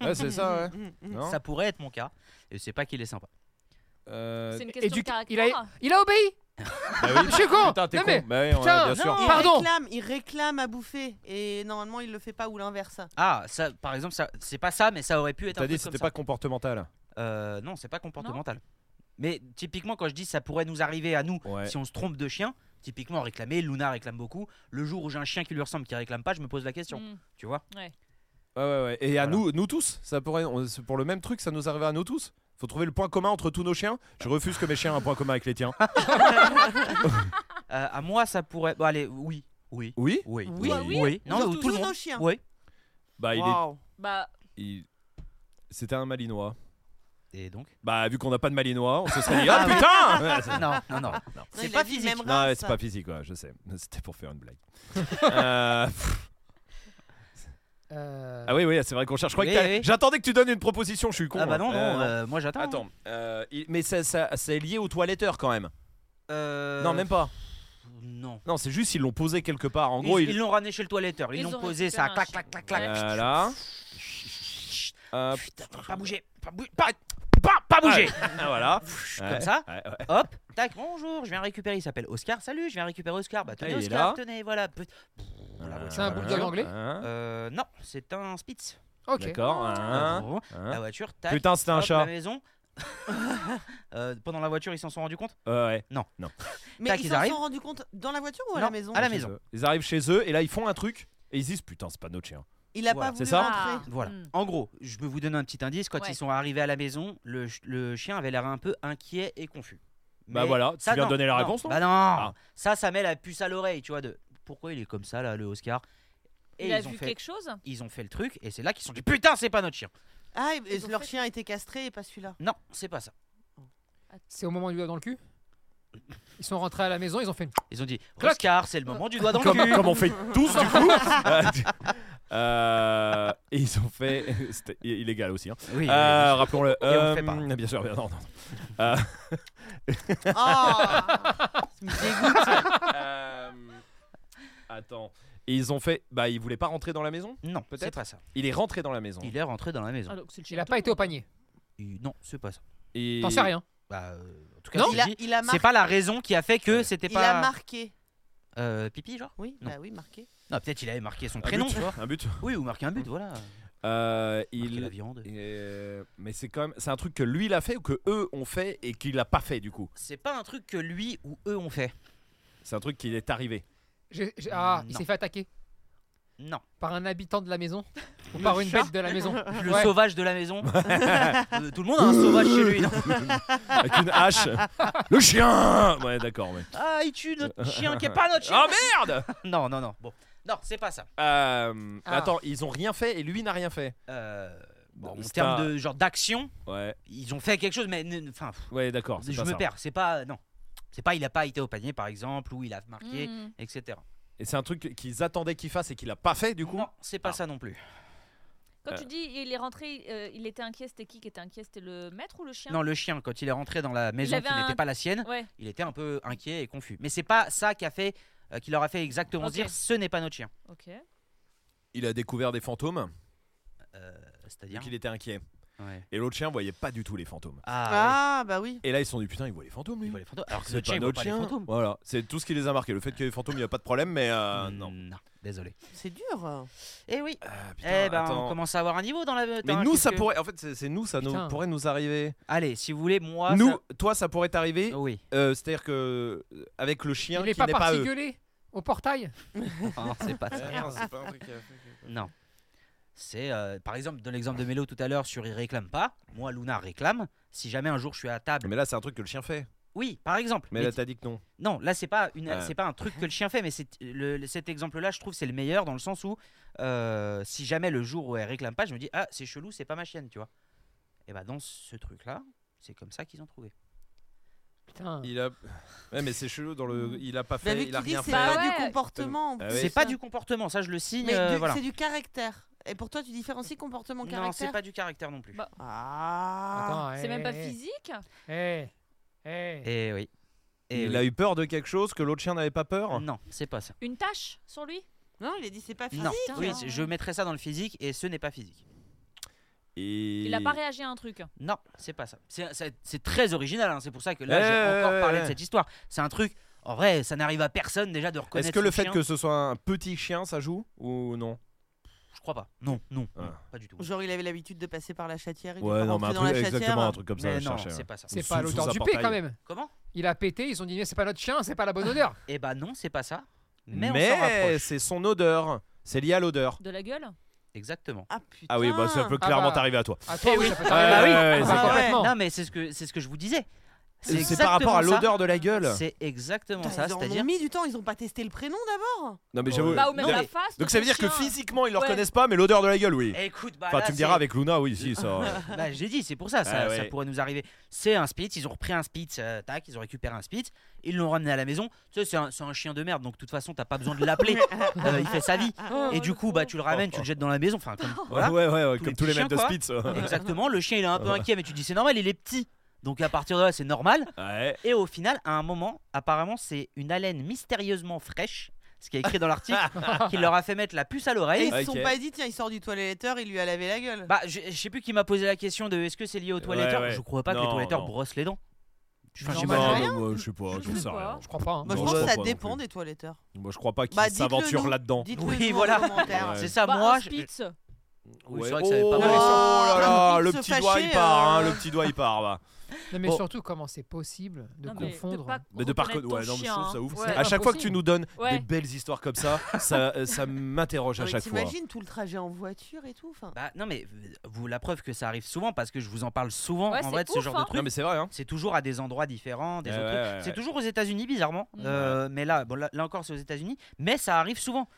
Speaker 1: Ouais, c'est ça, Ah ouais.
Speaker 3: Mm, mm, mm.
Speaker 1: Non
Speaker 2: Ça pourrait être mon cas. Et c'est pas qu'il est sympa.
Speaker 1: Euh,
Speaker 4: C'est une question de
Speaker 5: Éduque-
Speaker 4: caractère.
Speaker 5: il, a, il a obéi.
Speaker 1: bah oui.
Speaker 5: Je suis con.
Speaker 1: Putain, t'es
Speaker 5: Non,
Speaker 1: con.
Speaker 5: mais-
Speaker 1: Bah oui, ouais,
Speaker 5: Putain,
Speaker 1: bien sûr.
Speaker 3: Il
Speaker 5: Pardon.
Speaker 3: réclame, il réclame à bouffer et normalement il le fait pas ou l'inverse.
Speaker 2: Ah, ça, par exemple, ça, c'est pas ça, mais ça aurait pu être. un
Speaker 1: T'as dit
Speaker 2: truc
Speaker 1: c'était
Speaker 2: comme
Speaker 1: pas comportemental.
Speaker 2: ça. Euh, non, c'est pas comportemental. Mais typiquement, quand je dis ça pourrait nous arriver à nous
Speaker 1: Ouais.
Speaker 2: si on se trompe de chien, typiquement réclamer. Luna réclame beaucoup. Le jour où j'ai un chien qui lui ressemble qui réclame pas, je me pose la question.
Speaker 4: Mm.
Speaker 2: Tu vois
Speaker 1: Ouais, ouais, ouais. Et à
Speaker 2: Voilà.
Speaker 1: nous, nous tous, ça pourrait, on- c'est pour le même truc, ça nous arrivait à nous tous. Faut trouver le point commun entre tous nos chiens. Je refuse que mes chiens aient un point commun avec les tiens.
Speaker 2: Euh, À moi, ça pourrait. Bon, allez, oui, oui,
Speaker 1: Oui.
Speaker 2: oui,
Speaker 1: Oui. Bah oui.
Speaker 2: Non,
Speaker 3: Sur
Speaker 2: mais tout le
Speaker 3: tous nos
Speaker 2: monde.
Speaker 3: chiens.
Speaker 2: Oui.
Speaker 1: Bah il est.
Speaker 3: Waouh.
Speaker 4: Bah,
Speaker 1: il- C'était un malinois.
Speaker 2: Et donc
Speaker 1: Bah vu qu'on n'a pas de malinois, on se serait dit ah putain. Ouais, c'est-
Speaker 2: Non, non, non.
Speaker 3: Non,
Speaker 2: C'est
Speaker 3: il
Speaker 2: pas
Speaker 3: a dit
Speaker 2: physique.
Speaker 3: même
Speaker 1: Non, ouais,
Speaker 3: race.
Speaker 1: c'est pas physique, ouais, je sais. C'était pour faire une blague. Euh,
Speaker 5: Euh,
Speaker 1: Ah oui, oui, c'est vrai qu'on cherche. Je crois que
Speaker 2: Oui,
Speaker 1: t'as-
Speaker 2: oui.
Speaker 1: J'attendais que tu donnes une proposition, je suis con.
Speaker 2: Ah bah non,
Speaker 1: hein.
Speaker 2: non.
Speaker 1: Euh,
Speaker 2: euh, moi, j'attends.
Speaker 1: Attends, euh, il- mais ça, ça- c'est lié au toiletteur quand même.
Speaker 2: Euh,
Speaker 1: Non, même pas.
Speaker 2: Non.
Speaker 1: Non, c'est juste ils l'ont posé quelque part. En
Speaker 2: Ils-
Speaker 1: gros,
Speaker 2: ils
Speaker 1: ils,
Speaker 2: l'ont ramené chez le toiletteur. Ils
Speaker 4: Ils
Speaker 2: l'ont
Speaker 4: ont
Speaker 2: posé,
Speaker 4: récupéré
Speaker 2: ça
Speaker 4: un
Speaker 2: clac,
Speaker 4: chien.
Speaker 2: clac, clac, clac.
Speaker 1: Voilà.
Speaker 2: Chut,
Speaker 1: Hop.
Speaker 2: putain, pas bouger, pas, bou- pas, pas, pas bouger.
Speaker 1: Ah, voilà.
Speaker 2: Comme ça.
Speaker 1: Ouais, ouais.
Speaker 2: Hop, tac, bonjour, je viens récupérer. Il s'appelle Oscar. Salut, je viens récupérer Oscar. Bah tenez
Speaker 1: Ah, il est
Speaker 2: Oscar,
Speaker 1: là.
Speaker 2: tenez, voilà. Pe- la voiture.
Speaker 5: C'est un bulldog anglais
Speaker 1: Hein,
Speaker 2: Euh, non, c'est un Spitz.
Speaker 5: ok.
Speaker 1: Ah, D'accord. hein,
Speaker 2: Bravo.
Speaker 1: hein.
Speaker 2: La voiture, tac.
Speaker 1: Putain, c'était un
Speaker 2: hop,
Speaker 1: chat.
Speaker 2: La maison. Euh, pendant la voiture, ils s'en sont rendus compte.
Speaker 1: Ouais, ouais.
Speaker 3: Mais
Speaker 2: Tac, ils
Speaker 3: ils s'en
Speaker 2: arrivent.
Speaker 3: sont rendus compte dans la voiture ou à
Speaker 2: Non,
Speaker 3: la maison
Speaker 2: à la
Speaker 1: Chez
Speaker 2: maison.
Speaker 1: eux. Ils arrivent chez eux et là ils font un truc et ils se disent putain c'est pas notre chien.
Speaker 3: Il a
Speaker 2: Voilà.
Speaker 3: pas
Speaker 1: C'est
Speaker 3: voulu
Speaker 1: ça
Speaker 4: Ah.
Speaker 3: rentrer.
Speaker 2: Voilà.
Speaker 4: Hmm.
Speaker 2: En gros, je peux vous donner un petit indice. Quand
Speaker 4: Ouais.
Speaker 2: ils sont arrivés à la maison, le, ch- le chien avait l'air un peu inquiet et confus.
Speaker 1: Bah
Speaker 2: Mais
Speaker 1: voilà, tu viens de
Speaker 2: non,
Speaker 1: donner la
Speaker 2: non.
Speaker 1: réponse non
Speaker 2: Bah non
Speaker 1: Ah.
Speaker 2: Ça, ça met la puce à l'oreille, tu vois, de pourquoi il est comme ça, là, le Oscar. Et
Speaker 4: il a
Speaker 2: ils, ont
Speaker 4: vu
Speaker 2: fait,
Speaker 4: quelque chose
Speaker 2: ils ont fait le truc, et c'est là qu'ils se sont dit Putain, c'est pas notre chien
Speaker 3: Ah, et- et
Speaker 4: Ils ont
Speaker 3: leur
Speaker 4: fait-
Speaker 3: chien était castré et pas celui-là.
Speaker 2: Non, c'est pas ça.
Speaker 5: C'est au moment du doigt dans le cul. Ils sont rentrés à la maison. Ils ont fait. une-
Speaker 2: Ils ont dit
Speaker 5: Clac.
Speaker 2: Oscar, c'est le moment du doigt dans
Speaker 1: comme,
Speaker 2: le cul
Speaker 1: comme on fait tous du coup. Euh, tu- euh, et ils ont fait. C'était illégal aussi. Hein.
Speaker 2: Oui,
Speaker 1: Euh, Rappelons-le.
Speaker 2: Et on le fait pas.
Speaker 1: Euh, Bien sûr, bien non, non.
Speaker 3: Ah
Speaker 1: Euh, Attends. Et ils ont fait. Bah, il voulait pas rentrer dans la maison
Speaker 2: oui. Non, c'est
Speaker 1: peut-être.
Speaker 2: pas ça.
Speaker 1: Il est rentré dans la maison.
Speaker 2: Il est rentré dans la maison.
Speaker 4: Ah, donc c'est le
Speaker 5: Il a
Speaker 4: château.
Speaker 5: pas été au panier.
Speaker 2: Il- Non, c'est pas ça.
Speaker 1: Et...
Speaker 5: T'en sais rien.
Speaker 2: Bah, euh, en tout cas,
Speaker 5: Non.
Speaker 2: je
Speaker 3: il a,
Speaker 2: dis,
Speaker 3: il a
Speaker 2: c'est
Speaker 3: marqué.
Speaker 2: pas la raison qui a fait que
Speaker 1: Ouais.
Speaker 2: c'était
Speaker 3: Il
Speaker 2: pas.
Speaker 3: a marqué.
Speaker 2: Euh, pipi, genre
Speaker 3: Oui,
Speaker 2: Non.
Speaker 3: bah oui, marqué.
Speaker 2: Non, peut-être il avait marqué son
Speaker 1: Un
Speaker 2: prénom,
Speaker 1: but,
Speaker 2: tu vois.
Speaker 1: Un but.
Speaker 2: Oui, ou marquer un but, voilà.
Speaker 1: Euh,
Speaker 2: Marquer la
Speaker 1: il.
Speaker 2: viande.
Speaker 1: Euh, Mais c'est quand même. C'est un truc que lui il a fait ou que eux ont fait et qu'il a pas fait du coup.
Speaker 2: C'est pas un truc que lui ou eux ont fait.
Speaker 1: C'est un truc qui est arrivé.
Speaker 5: J'ai- j'ai- Ah, il
Speaker 2: Non.
Speaker 5: s'est fait attaquer
Speaker 2: Non.
Speaker 5: par un habitant de la maison ou par une bête de la maison.
Speaker 3: Ah,
Speaker 2: Le
Speaker 5: Ouais.
Speaker 2: sauvage de la maison. Euh, Tout le monde a un sauvage chez lui. non
Speaker 1: Avec une hache. Le chien. Ouais, d'accord. Mais...
Speaker 2: Ah, il tue notre chien qui est pas notre chien.
Speaker 1: Ah merde.
Speaker 2: Non, non, non. Bon, non, c'est pas ça.
Speaker 1: Euh,
Speaker 5: Ah.
Speaker 1: Attends, ils ont rien fait et lui n'a rien fait.
Speaker 2: Euh, bon, en
Speaker 1: C'est
Speaker 2: termes
Speaker 1: pas-
Speaker 2: de genre d'action,
Speaker 1: Ouais.
Speaker 2: ils ont fait quelque chose, mais ne- ne- enfin, pff,
Speaker 1: Ouais, d'accord. c'est
Speaker 2: je
Speaker 1: pas
Speaker 2: me
Speaker 1: ça.
Speaker 2: perds. C'est pas non. C'est pas il a pas été au panier par exemple ou il a marqué,
Speaker 4: Mm.
Speaker 2: etc.
Speaker 1: Et c'est un truc qu'ils attendaient qu'il fasse et qu'il a pas fait du coup.
Speaker 2: Non, c'est pas
Speaker 1: Ah.
Speaker 2: ça non plus.
Speaker 4: Quand
Speaker 1: Euh.
Speaker 4: tu dis il est rentré, euh, il était inquiet, c'était qui qui était inquiet C'était le maître ou le chien
Speaker 2: Non, le chien quand il est rentré dans la maison
Speaker 4: avait
Speaker 2: qui n'était
Speaker 4: un-
Speaker 2: pas la sienne,
Speaker 4: Ouais,
Speaker 2: il était un peu inquiet et confus. Mais c'est pas ça qui a fait, euh, qui leur a fait exactement
Speaker 4: Ok.
Speaker 2: dire ce n'est pas notre chien.
Speaker 4: ok.
Speaker 1: Il a découvert des fantômes.
Speaker 2: Euh, C'est-à-dire.
Speaker 1: Donc il était inquiet.
Speaker 2: Ouais.
Speaker 1: Et l'autre chien voyait pas du tout les fantômes.
Speaker 2: Ah,
Speaker 3: Ah, bah oui.
Speaker 1: Et là, ils se sont dit putain, il voit les fantômes
Speaker 2: ouais.
Speaker 1: lui.
Speaker 2: Il voit les fantômes. Alors que
Speaker 1: C'est
Speaker 2: le chien,
Speaker 1: pas
Speaker 2: il voit
Speaker 1: notre
Speaker 2: pas les
Speaker 1: chien.
Speaker 2: fantômes.
Speaker 1: Voilà, c'est tout ce qui les a marqués. Le fait qu'il y ait des fantômes, il n'y a pas de problème, mais euh,
Speaker 2: Hmm,
Speaker 1: non.
Speaker 2: Non, désolé.
Speaker 3: C'est dur.
Speaker 2: Eh oui.
Speaker 1: Ah, putain,
Speaker 2: Eh ben,
Speaker 1: attends.
Speaker 2: on commence à avoir un niveau dans la.
Speaker 1: Mais
Speaker 2: dans-
Speaker 1: nous,
Speaker 2: qu'est-ce
Speaker 1: ça
Speaker 2: que-
Speaker 1: pourrait. En fait, c'est c'est nous, ça nous-
Speaker 5: Putain.
Speaker 1: pourrait nous arriver.
Speaker 2: Allez, si vous voulez, moi.
Speaker 1: nous,
Speaker 2: ça-
Speaker 1: toi, ça pourrait t'arriver.
Speaker 2: Oui.
Speaker 1: euh, C'est-à-dire que euh, avec le chien
Speaker 5: Il est
Speaker 1: qui
Speaker 5: pas
Speaker 1: n'est pas
Speaker 5: parti
Speaker 1: eux.
Speaker 5: gueuler au portail
Speaker 2: Non, c'est pas ça.
Speaker 3: Ah,
Speaker 2: Non. C'est, euh, par exemple, dans l'exemple de Mélo tout à l'heure sur Il réclame pas, moi, Luna réclame. Si jamais un jour je suis à table.
Speaker 1: Mais là, c'est un truc que le chien fait.
Speaker 2: Oui, par exemple.
Speaker 1: Mais
Speaker 2: Mais
Speaker 1: là, t'as dit que non.
Speaker 2: Non, là c'est pas une,
Speaker 1: Ah.
Speaker 2: c'est pas un truc que le chien fait, mais c'est le- le- cet exemple-là, je trouve c'est le meilleur dans le sens où euh, si jamais le jour où elle réclame pas, je me dis ah c'est chelou, c'est pas ma chienne, tu vois. Et bah dans ce truc-là, c'est comme ça qu'ils ont trouvé.
Speaker 5: Putain.
Speaker 1: Il a. Ouais, mais c'est chelou dans
Speaker 2: Hmm.
Speaker 1: le. Il a pas
Speaker 3: Bah,
Speaker 1: fait.
Speaker 3: vu
Speaker 1: Il a
Speaker 3: qu'il Ah. dit
Speaker 1: rien
Speaker 3: que c'est
Speaker 1: fait.
Speaker 4: Bah
Speaker 3: pas
Speaker 4: ouais.
Speaker 3: du comportement. en
Speaker 1: Ah
Speaker 3: plus.
Speaker 1: oui.
Speaker 2: C'est pas du comportement, ça je le signe,
Speaker 3: Mais
Speaker 2: euh,
Speaker 3: du-
Speaker 2: voilà.
Speaker 3: c'est du caractère. Et pour toi, tu différencies comportement
Speaker 2: Non, c'est
Speaker 3: caractère
Speaker 2: pas du caractère non plus.
Speaker 4: Bah.
Speaker 3: Ah.
Speaker 5: Attends,
Speaker 4: C'est
Speaker 5: eh,
Speaker 4: même pas
Speaker 5: eh,
Speaker 4: physique.
Speaker 5: eh, eh.
Speaker 2: Et
Speaker 1: Il
Speaker 2: oui. Et Eh oui. Mm.
Speaker 1: a eu peur de quelque chose que l'autre chien n'avait pas peur.
Speaker 2: Non, c'est pas ça.
Speaker 4: Une tache sur lui.
Speaker 3: Non, il a dit c'est pas physique.
Speaker 2: Non,
Speaker 4: Putain.
Speaker 2: oui, c'est- je mettrais ça dans le physique et ce n'est pas physique.
Speaker 1: Et...
Speaker 4: Il a pas réagi à un truc.
Speaker 2: Non, c'est pas ça. C'est- C'est c'est très original, hein, c'est pour ça que là
Speaker 1: Ouais,
Speaker 2: j'ai
Speaker 1: ouais,
Speaker 2: encore
Speaker 1: ouais,
Speaker 2: parlé de
Speaker 1: ouais.
Speaker 2: cette histoire. C'est un truc, en vrai, ça n'arrive à personne déjà de reconnaître.
Speaker 1: Est-ce que le
Speaker 2: son
Speaker 1: fait
Speaker 2: chien.
Speaker 1: que ce soit un petit chien, ça joue ou non
Speaker 2: Je crois pas. Non, non,
Speaker 1: Ah.
Speaker 2: non, pas du tout.
Speaker 3: Genre, il avait l'habitude de passer par la chatière. Il est pas rentré dans la chatière.
Speaker 1: exactement un truc comme ça.
Speaker 2: Mais
Speaker 1: je
Speaker 2: non,
Speaker 1: cherchais,
Speaker 2: c'est
Speaker 1: ouais.
Speaker 2: pas ça.
Speaker 5: C'est
Speaker 1: Sous-
Speaker 5: pas
Speaker 1: sous
Speaker 5: l'odeur
Speaker 1: un
Speaker 5: du
Speaker 1: portail.
Speaker 5: P quand même.
Speaker 2: Comment
Speaker 5: Il a pété, ils ont dit c'est pas notre chien, c'est pas la bonne odeur.
Speaker 2: Eh ben non, c'est pas ça. Mais, on s'en
Speaker 1: Mais
Speaker 2: rapproche.
Speaker 1: c'est son odeur. C'est lié à l'odeur.
Speaker 4: De la gueule.
Speaker 2: Exactement.
Speaker 3: Ah putain.
Speaker 1: Ah oui, bah, ça peut
Speaker 5: Ah
Speaker 1: clairement
Speaker 5: bah.
Speaker 1: t'arriver à toi.
Speaker 5: À toi,
Speaker 2: Eh
Speaker 5: oui,
Speaker 2: oui.
Speaker 5: ça peut
Speaker 1: Ouais,
Speaker 5: t'arriver.
Speaker 1: ouais, ouais,
Speaker 5: Ah
Speaker 1: c'est
Speaker 5: bah,
Speaker 1: clair.
Speaker 5: complètement.
Speaker 2: Non, mais c'est ce que c'est ce que je vous disais.
Speaker 1: C'est par rapport à
Speaker 2: exactement ça.
Speaker 1: l'odeur de la gueule.
Speaker 2: C'est exactement
Speaker 3: Putain,
Speaker 2: ça,
Speaker 3: ils en
Speaker 2: c'est-à-dire
Speaker 3: ont mis du temps, ils ont pas testé le prénom d'abord.
Speaker 1: Non mais
Speaker 2: Oh,
Speaker 1: j'avoue.
Speaker 2: oui.
Speaker 4: Bah, ou même
Speaker 1: Non,
Speaker 4: la
Speaker 1: mais-
Speaker 4: face.
Speaker 1: Donc
Speaker 4: ton
Speaker 1: ça veut dire que
Speaker 4: chien.
Speaker 1: physiquement ils le
Speaker 4: Ouais.
Speaker 1: reconnaissent pas, mais l'odeur de la gueule, oui.
Speaker 2: Écoute, bah
Speaker 1: Enfin,
Speaker 2: là,
Speaker 1: tu me diras
Speaker 2: c'est-
Speaker 1: avec Luna, oui, si ça.
Speaker 2: Bah, j'ai dit, c'est pour ça, ça,
Speaker 1: Ah ouais.
Speaker 2: ça pourrait nous arriver. C'est un Spitz, ils ont repris un Spitz, euh, tac, ils ont récupéré un Spitz, ils l'ont ramené à la maison. Tu sais, c'est un, c'est un chien de merde, donc de toute façon, t'as pas besoin de l'appeler. Euh, il fait sa vie.
Speaker 4: Oh,
Speaker 2: Et du
Speaker 4: le
Speaker 2: coup, bah,
Speaker 4: pauvre.
Speaker 2: tu le ramènes, tu le jettes dans la maison. Enfin, comme- voilà.
Speaker 1: Ouais, ouais, ouais,
Speaker 2: Tous
Speaker 1: comme
Speaker 2: les
Speaker 1: tous les
Speaker 2: petits
Speaker 1: mecs de
Speaker 2: chiens,
Speaker 1: Spitz. ouais.
Speaker 2: Exactement, le chien il est un peu inquiet, mais tu dis c'est normal, il est petit. Donc à partir de là, c'est normal.
Speaker 1: Ouais.
Speaker 2: Et au final, à un moment, apparemment, c'est une haleine mystérieusement fraîche, ce qui est écrit dans l'article, qui leur a fait mettre la puce à
Speaker 3: Et
Speaker 2: l'oreille.
Speaker 3: ils se
Speaker 1: Ok.
Speaker 3: sont pas dit, tiens, il sort du toiletteur, il lui a lavé la gueule.
Speaker 2: Ah Bah, je, je sais plus qui m'a posé la question de est-ce que c'est lié au toiletteur
Speaker 1: ouais.
Speaker 2: Je crois pas que
Speaker 1: Non,
Speaker 2: les toiletteurs
Speaker 1: non.
Speaker 2: brossent les dents. Enfin,
Speaker 5: Non,
Speaker 1: Non,
Speaker 2: j'ai
Speaker 5: bah,
Speaker 2: pas-
Speaker 5: rien.
Speaker 1: non, moi, je sais pas,
Speaker 4: Je
Speaker 1: j'en
Speaker 4: sais
Speaker 1: sais rien.
Speaker 4: pas.
Speaker 5: Je crois pas. hein.
Speaker 3: Moi, je
Speaker 1: Non,
Speaker 3: pense
Speaker 1: je
Speaker 3: que ça
Speaker 1: crois pas non
Speaker 3: dépend
Speaker 1: plus.
Speaker 3: des toiletteurs.
Speaker 1: Moi, je crois pas qu'ils
Speaker 3: Bah, dites-le
Speaker 1: s'aventurent
Speaker 3: nous.
Speaker 1: là-dedans.
Speaker 3: Dites-le
Speaker 2: Oui,
Speaker 3: nous en
Speaker 2: voilà.
Speaker 3: commentaire.
Speaker 1: Ouais.
Speaker 2: C'est ça,
Speaker 4: Bah,
Speaker 2: moi.
Speaker 4: un
Speaker 2: je-
Speaker 4: Spitz.
Speaker 2: Oui,
Speaker 1: Ouais.
Speaker 2: c'est vrai que ça avait
Speaker 1: oh,
Speaker 2: pas mal.
Speaker 3: Oh,
Speaker 1: là là,
Speaker 3: se
Speaker 1: le petit
Speaker 3: fâcher,
Speaker 1: doigt il part, hein,
Speaker 3: euh.
Speaker 1: le petit doigt il part. bah.
Speaker 5: Non, mais
Speaker 2: Bon.
Speaker 5: surtout, comment c'est possible de
Speaker 4: Non, mais
Speaker 5: confondre
Speaker 4: pas
Speaker 1: Mais de par contre,
Speaker 4: reconnaître
Speaker 1: ouais,
Speaker 4: ton
Speaker 1: non, mais je
Speaker 4: chien,
Speaker 1: trouve ça
Speaker 4: hein.
Speaker 1: ouf.
Speaker 4: Ouais.
Speaker 1: À chaque fois que tu
Speaker 5: impossible.
Speaker 1: nous donnes
Speaker 4: Ouais.
Speaker 1: des belles histoires comme ça, ça, euh, ça m'interroge
Speaker 3: Non,
Speaker 1: à
Speaker 3: mais
Speaker 1: chaque fois.
Speaker 3: T'imagines tout le trajet en voiture et tout. Enfin,
Speaker 2: Bah, non, mais euh, vous, la preuve que ça arrive souvent, parce que je vous en parle souvent
Speaker 4: Ouais,
Speaker 2: en
Speaker 4: c'est
Speaker 2: vrai de ce
Speaker 4: ouf,
Speaker 2: genre
Speaker 4: hein.
Speaker 2: de truc.
Speaker 1: Non, mais c'est vrai, hein.
Speaker 2: C'est toujours à des endroits différents, des
Speaker 1: Ouais,
Speaker 2: autres
Speaker 1: ouais,
Speaker 2: trucs.
Speaker 1: ouais,
Speaker 2: c'est
Speaker 1: ouais.
Speaker 2: toujours aux États-Unis, bizarrement.
Speaker 4: Mm.
Speaker 2: Euh, mais là, bon, là, là encore, c'est aux États-Unis. Mais ça arrive souvent.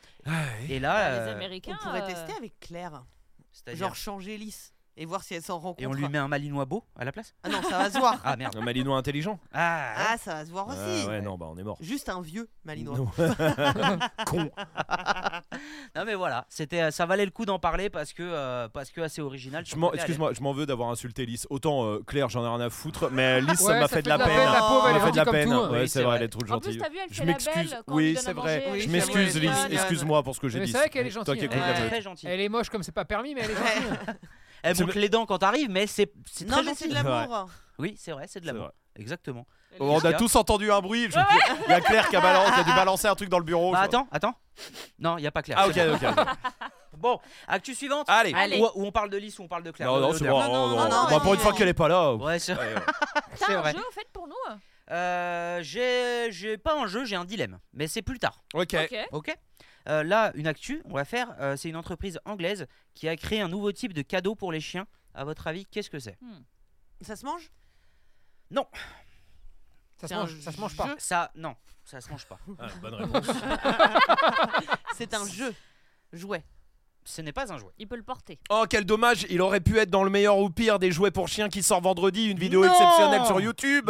Speaker 2: Et là,
Speaker 4: Les
Speaker 2: euh,
Speaker 4: Américains.
Speaker 3: on pourrait
Speaker 4: euh,
Speaker 3: tester avec Claire.
Speaker 2: c'est-à-dire-
Speaker 3: Genre changer lisse et voir si elle s'en rencontre.
Speaker 2: et on lui met un malinois beau à la place.
Speaker 3: Ah non, ça va se voir.
Speaker 2: Ah merde.
Speaker 1: Un malinois intelligent.
Speaker 2: Ah,
Speaker 3: Ah, ça va se voir
Speaker 1: Ah,
Speaker 3: aussi.
Speaker 1: ouais, non, bah on est mort.
Speaker 3: Juste un vieux malinois.
Speaker 1: Con.
Speaker 2: non mais voilà, c'était, euh, ça valait le coup d'en parler parce que euh, parce que assez original.
Speaker 1: Je m'en-
Speaker 2: Allez.
Speaker 1: Excuse-moi, je m'en veux d'avoir insulté Lys. Autant euh, Claire, j'en ai rien à foutre, mais Lys, ça
Speaker 5: Ah Ouais,
Speaker 1: m'a fait, de la peine.
Speaker 5: La pauvre,
Speaker 1: Ça
Speaker 5: elle
Speaker 1: m'a
Speaker 5: est
Speaker 1: fait de la
Speaker 5: gentille comme
Speaker 1: peine.
Speaker 5: tout. hein.
Speaker 1: Ouais,
Speaker 2: Oui,
Speaker 1: c'est
Speaker 2: c'est
Speaker 1: vrai,
Speaker 2: vrai.
Speaker 1: elle est trop
Speaker 4: En plus,
Speaker 1: gentille.
Speaker 4: t'as vu, elle
Speaker 1: Je
Speaker 4: fait la
Speaker 1: m'excuse.
Speaker 4: belle quand on
Speaker 1: Oui,
Speaker 4: lui donne
Speaker 1: c'est
Speaker 4: à
Speaker 1: vrai.
Speaker 4: manger.
Speaker 3: Oui,
Speaker 1: Je
Speaker 3: c'est
Speaker 1: m'excuse,
Speaker 3: vrai.
Speaker 1: Lys.
Speaker 3: Ouais,
Speaker 1: Excuse-moi pour ce que j'ai
Speaker 5: Mais
Speaker 1: dit.
Speaker 5: c'est vrai qu'elle est
Speaker 1: Toi
Speaker 5: gentille.
Speaker 1: qui écoutes
Speaker 5: hein.
Speaker 1: la
Speaker 3: Ouais.
Speaker 1: musique.
Speaker 2: Très gentil.
Speaker 5: Elle est moche comme c'est pas permis, mais elle est gentille.
Speaker 2: Elle
Speaker 1: C'est
Speaker 2: montre les dents quand t'arrives, mais c'est c'est
Speaker 3: Non,
Speaker 2: très
Speaker 3: mais c'est
Speaker 2: gentil.
Speaker 3: de l'amour.
Speaker 2: Oui, c'est vrai, c'est de
Speaker 1: C'est
Speaker 2: l'amour.
Speaker 1: vrai.
Speaker 2: Exactement.
Speaker 1: On a tous entendu un bruit. je- Il y a Claire qui a, balancé, qui a dû balancer un truc dans le bureau.
Speaker 2: Bah
Speaker 1: je-
Speaker 2: attends, attends. Non, il y a pas Claire.
Speaker 1: Oh, Ah, ok,
Speaker 2: C'est
Speaker 1: ok. ok.
Speaker 2: bon. Bon, actu suivante.
Speaker 1: Allez.
Speaker 4: Allez.
Speaker 2: Où, où on parle de Lys ou on parle de Claire.
Speaker 1: Non,
Speaker 2: de
Speaker 1: non, c'est
Speaker 2: l'odeur.
Speaker 1: bon.
Speaker 3: Non, non,
Speaker 1: non, non,
Speaker 3: non, non,
Speaker 1: bah,
Speaker 3: mais
Speaker 1: Pour une
Speaker 3: non.
Speaker 1: fois qu'elle est pas là.
Speaker 2: Ouais, c'est
Speaker 1: Ouais, ouais.
Speaker 2: c'est
Speaker 4: T'as un
Speaker 2: vrai.
Speaker 4: jeu au fait pour nous hein
Speaker 2: Euh, j'ai j'ai pas un jeu, j'ai un dilemme, mais c'est plus tard.
Speaker 1: Ok.
Speaker 4: Ok.
Speaker 2: Ok. Euh, là, une actu, on va faire. euh, c'est une entreprise anglaise qui a créé un nouveau type de cadeau pour les chiens. À votre avis, qu'est-ce que c'est
Speaker 3: Ça se mange
Speaker 5: Ça se
Speaker 3: C'est un
Speaker 5: mange- ça se mange pas.
Speaker 3: jeu.
Speaker 2: Ça, non, ça se mange pas.
Speaker 1: Ah, bonne réponse.
Speaker 3: C'est un jeu. Jouet.
Speaker 2: Ce n'est pas un jouet.
Speaker 4: Il peut le porter.
Speaker 1: Oh, quel dommage. Il aurait pu être dans le meilleur ou pire des jouets pour chiens qui sort vendredi. Une vidéo
Speaker 2: Non.
Speaker 1: exceptionnelle sur YouTube.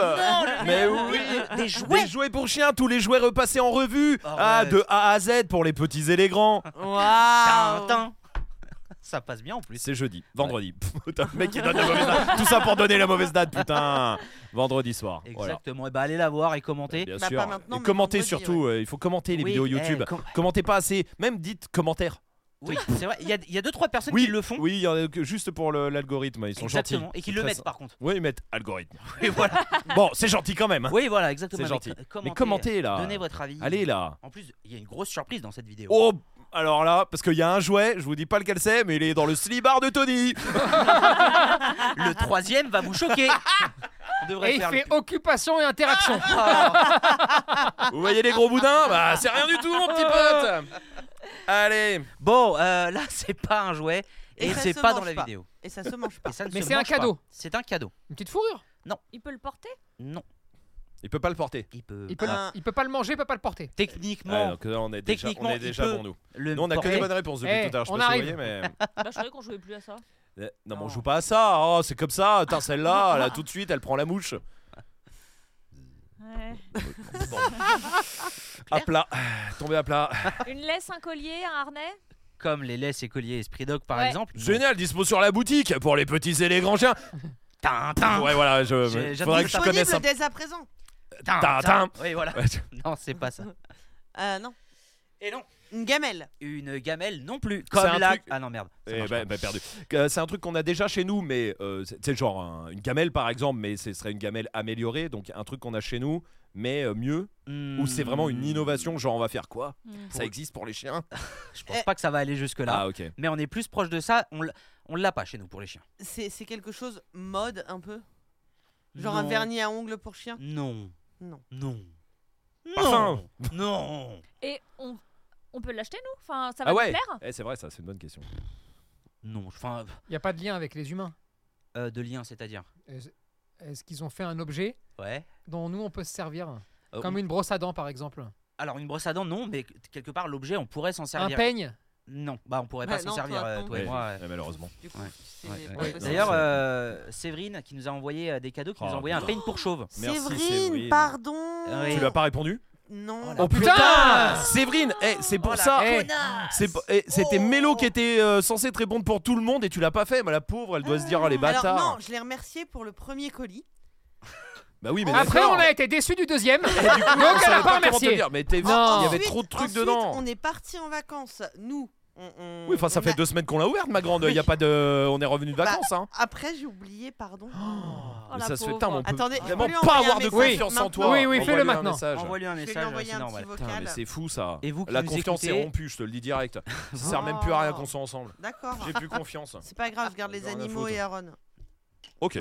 Speaker 1: Mais oui.
Speaker 2: Des
Speaker 1: Des
Speaker 2: jouets.
Speaker 1: jouets pour chiens, tous les jouets repassés en revue.
Speaker 2: Ah
Speaker 1: ah,
Speaker 2: ouais.
Speaker 1: de A à Z pour les petits et les grands.
Speaker 3: Waouh
Speaker 2: Tintin. Ça passe bien en plus.
Speaker 1: C'est jeudi, vendredi. Pff, putain, le mec qui donne la mauvaise date. Tout ça pour donner la mauvaise date, putain. Vendredi soir. Voilà.
Speaker 2: Exactement. Et bah allez la voir et commenter.
Speaker 1: Bien
Speaker 3: Bah,
Speaker 1: sûr.
Speaker 3: pas maintenant,
Speaker 1: et
Speaker 3: mais
Speaker 1: commentez
Speaker 3: vendredi,
Speaker 1: surtout, euh, il faut commenter les
Speaker 2: Oui,
Speaker 1: vidéos
Speaker 2: eh,
Speaker 1: YouTube.
Speaker 2: com-
Speaker 1: Commentez pas assez, même dites commentaire.
Speaker 2: Oui, c'est vrai. Il y, a- il y a deux trois personnes
Speaker 1: oui,
Speaker 2: qui le font.
Speaker 1: Oui, il y en a que- juste pour le- l'algorithme, ils sont
Speaker 2: exactement.
Speaker 1: gentils.
Speaker 2: Et qui
Speaker 1: C'est
Speaker 2: le
Speaker 1: très
Speaker 2: mettent
Speaker 1: sy-
Speaker 2: par contre.
Speaker 1: Oui, ils mettent algorithme.
Speaker 2: Oui, voilà.
Speaker 1: Bon, c'est gentil quand même. hein.
Speaker 2: Oui, voilà, exactement.
Speaker 1: C'est
Speaker 2: Mais
Speaker 1: gentil.
Speaker 2: co-
Speaker 1: Mais commentez là.
Speaker 2: Donnez votre avis.
Speaker 1: Allez là.
Speaker 2: En plus, il y a une grosse surprise dans cette vidéo.
Speaker 1: Oh alors là, parce qu'il y a un jouet, je vous dis pas lequel c'est, mais il est dans le slibard de Tony.
Speaker 2: Le troisième va vous choquer. On devrait
Speaker 5: Et il
Speaker 2: faire
Speaker 5: fait
Speaker 2: le- Ah,
Speaker 5: occupation et interaction.
Speaker 1: Vous voyez les gros boudins Bah c'est rien du tout mon petit pote.
Speaker 3: Oh.
Speaker 1: Allez.
Speaker 2: Bon, euh, là, c'est pas un jouet
Speaker 3: Et
Speaker 2: et,
Speaker 3: ça
Speaker 2: c'est
Speaker 3: se
Speaker 2: pas
Speaker 3: mange
Speaker 2: dans la
Speaker 3: pas.
Speaker 2: vidéo.
Speaker 3: Et ça se mange pas.
Speaker 2: Et ça ne
Speaker 5: Mais
Speaker 2: se
Speaker 5: c'est un
Speaker 2: ah, mange pas.
Speaker 5: cadeau.
Speaker 2: C'est un cadeau.
Speaker 5: Une petite fourrure.
Speaker 4: Il peut le porter
Speaker 2: Non,
Speaker 1: Il peut pas le porter.
Speaker 2: il peut.
Speaker 5: Il peut, le-
Speaker 3: Ah.
Speaker 5: il peut pas le manger, il peut pas le porter.
Speaker 1: Ouais,
Speaker 2: Techniquement,
Speaker 1: donc là, on est déjà, on
Speaker 2: Techniquement,
Speaker 1: est
Speaker 2: il
Speaker 1: déjà
Speaker 2: peut.
Speaker 1: bon nous.
Speaker 2: le
Speaker 1: Nous on a que
Speaker 2: porter-
Speaker 1: des bonnes réponses depuis
Speaker 5: Eh,
Speaker 1: tout à l'heure. Je
Speaker 5: on
Speaker 1: sais pas si vous
Speaker 5: arrive.
Speaker 1: voyez, mais
Speaker 4: Bah, je croyais qu'on jouait plus à ça.
Speaker 1: Euh, non, mais on
Speaker 2: Non.
Speaker 1: joue pas à ça. Oh, c'est comme ça. Putain, celle-là, là tout de suite, elle prend la mouche.
Speaker 4: Ouais.
Speaker 1: Bon. à plat, tombé à plat.
Speaker 4: Une laisse, un collier, un harnais
Speaker 2: Comme les laisses écoliers Esprit Dog par
Speaker 4: Ouais.
Speaker 2: exemple.
Speaker 1: Génial, dispo sur la boutique pour les petits et les grands chiens.
Speaker 2: Tin, tin,
Speaker 1: Ouais, voilà, je.
Speaker 2: J'ai- j'adore
Speaker 1: Faudrait que je
Speaker 2: ça.
Speaker 1: connaisse un.
Speaker 3: Disponible dès à présent.
Speaker 2: tin,
Speaker 1: Tin,
Speaker 2: tin.
Speaker 1: tin.
Speaker 2: Oui, voilà.
Speaker 1: Ouais, je-
Speaker 2: Non, c'est pas ça.
Speaker 3: Euh, non.
Speaker 2: Et non.
Speaker 3: Une gamelle.
Speaker 2: Une gamelle non plus.
Speaker 1: C'est un
Speaker 2: Comme la.
Speaker 1: truc-
Speaker 2: Ah non, merde. ça
Speaker 1: Eh
Speaker 2: marche
Speaker 1: ben,
Speaker 2: pas.
Speaker 1: ben, perdu. Euh, C'est un truc qu'on a déjà chez nous, mais euh, c'est c'est genre un- une gamelle par exemple, mais ce serait une gamelle améliorée, donc un truc qu'on a chez nous, mais euh, mieux. Ou c'est vraiment une
Speaker 2: Hmm,
Speaker 1: innovation, genre on va faire quoi
Speaker 4: Hmm.
Speaker 1: Ça existe pour les chiens
Speaker 2: Je pense pas que ça va aller jusque-là.
Speaker 1: Ah ok.
Speaker 2: Mais on est plus proche de ça. On l- on l'a pas chez nous pour les chiens.
Speaker 3: C'est c'est quelque chose mode un peu. Genre un
Speaker 2: Non.
Speaker 3: vernis à ongles pour chien.
Speaker 2: Non.
Speaker 3: Non.
Speaker 2: Non.
Speaker 1: Parfum.
Speaker 2: Non. Non.
Speaker 4: Et on, on peut l'acheter, nous Enfin, ça va
Speaker 1: Ah ouais
Speaker 4: nous plaire
Speaker 1: Eh, C'est vrai, ça, c'est une bonne question.
Speaker 2: Non. Enfin,
Speaker 5: Il y a pas de lien avec les humains.
Speaker 2: euh, de lien, c'est-à-dire.
Speaker 5: Est-ce est-ce qu'ils ont fait un objet
Speaker 2: Ouais.
Speaker 5: dont nous on peut se servir
Speaker 2: Euh,
Speaker 5: Comme
Speaker 2: on-
Speaker 5: une brosse à dents par exemple.
Speaker 2: Alors une brosse à dents, non, mais quelque part l'objet, on pourrait s'en
Speaker 5: Un
Speaker 2: servir.
Speaker 5: peigne
Speaker 2: Non, bah on pourrait
Speaker 3: Bah
Speaker 2: pas s'en
Speaker 3: non,
Speaker 2: servir,
Speaker 3: toi,
Speaker 2: euh,
Speaker 3: non.
Speaker 2: toi et
Speaker 1: Ouais,
Speaker 2: moi. ouais.
Speaker 1: ouais, malheureusement.
Speaker 3: Du coup,
Speaker 2: Ouais.
Speaker 3: c'est
Speaker 2: Ouais,
Speaker 3: pas
Speaker 2: ouais.
Speaker 5: ouais.
Speaker 3: possible.
Speaker 2: D'ailleurs,
Speaker 1: c'est-
Speaker 2: euh, Séverine qui nous a envoyé euh, des cadeaux, qui nous
Speaker 1: Oh,
Speaker 2: a envoyé un peigne pour chauve.
Speaker 1: Merci,
Speaker 3: Séverine,
Speaker 1: Séverine.
Speaker 3: pardon.
Speaker 2: Oui.
Speaker 1: Ah Tu lui as pas répondu
Speaker 3: Non.
Speaker 2: Oh
Speaker 5: putain
Speaker 1: Séverine, eh, c'est pour
Speaker 2: Oh la
Speaker 1: ça.
Speaker 5: Eh,
Speaker 1: C'est p- eh, C'était Mélo qui était euh, censé être bon pour tout le monde et tu l'as pas fait. Mais la pauvre, elle doit se dire ah, les
Speaker 3: Alors
Speaker 1: bâtards.
Speaker 3: non, je l'ai remercié pour le premier colis.
Speaker 1: Bah oui, mais
Speaker 5: Après
Speaker 1: d'accord.
Speaker 5: on a été déçu du deuxième.
Speaker 1: Et du coup,
Speaker 5: Donc,
Speaker 1: on
Speaker 5: elle
Speaker 1: savait
Speaker 5: a pas
Speaker 1: comment te
Speaker 5: remercié.
Speaker 1: le dire, Mais t'es-
Speaker 5: Non.
Speaker 1: il y avait
Speaker 3: Ensuite-
Speaker 1: trop de trucs
Speaker 3: ensuite,
Speaker 1: dedans.
Speaker 3: On est parti en vacances, nous. On, on-
Speaker 1: Oui, enfin, ça
Speaker 3: on
Speaker 1: fait
Speaker 3: a-
Speaker 1: deux semaines qu'on l'a ouverte, ma grande. Il y a pas de, on est revenu de
Speaker 3: Bah,
Speaker 1: vacances, hein.
Speaker 3: Après, j'ai oublié, pardon.
Speaker 4: Oh,
Speaker 1: Mais
Speaker 4: la
Speaker 1: ça se fait,
Speaker 4: pauvre.
Speaker 1: putain, mais on peut
Speaker 3: Attendez, je
Speaker 1: vraiment
Speaker 3: peux lui
Speaker 1: pas
Speaker 3: envoyer un
Speaker 1: avoir de
Speaker 3: message
Speaker 1: confiance en
Speaker 3: maintenant.
Speaker 1: toi.
Speaker 5: Oui, oui,
Speaker 1: Envoie-lui
Speaker 5: fais-le
Speaker 1: un
Speaker 5: maintenant.
Speaker 1: message.
Speaker 2: Envoie-lui un
Speaker 3: Je vais
Speaker 2: message, euh,
Speaker 3: lui envoyer
Speaker 2: c'est
Speaker 3: un petit
Speaker 2: normal.
Speaker 1: Putain,
Speaker 3: vocal.
Speaker 1: mais c'est fou ça.
Speaker 2: Et vous qui
Speaker 1: La
Speaker 2: nous
Speaker 1: confiance est
Speaker 2: écoutez
Speaker 1: rompue, je te le dis direct. Ça sert même plus à rien qu'on soit ensemble.
Speaker 3: D'accord.
Speaker 1: J'ai plus confiance.
Speaker 3: C'est pas grave, je garde les
Speaker 1: Rien à
Speaker 3: animaux
Speaker 1: foutre.
Speaker 3: et Aaron.
Speaker 1: Ok.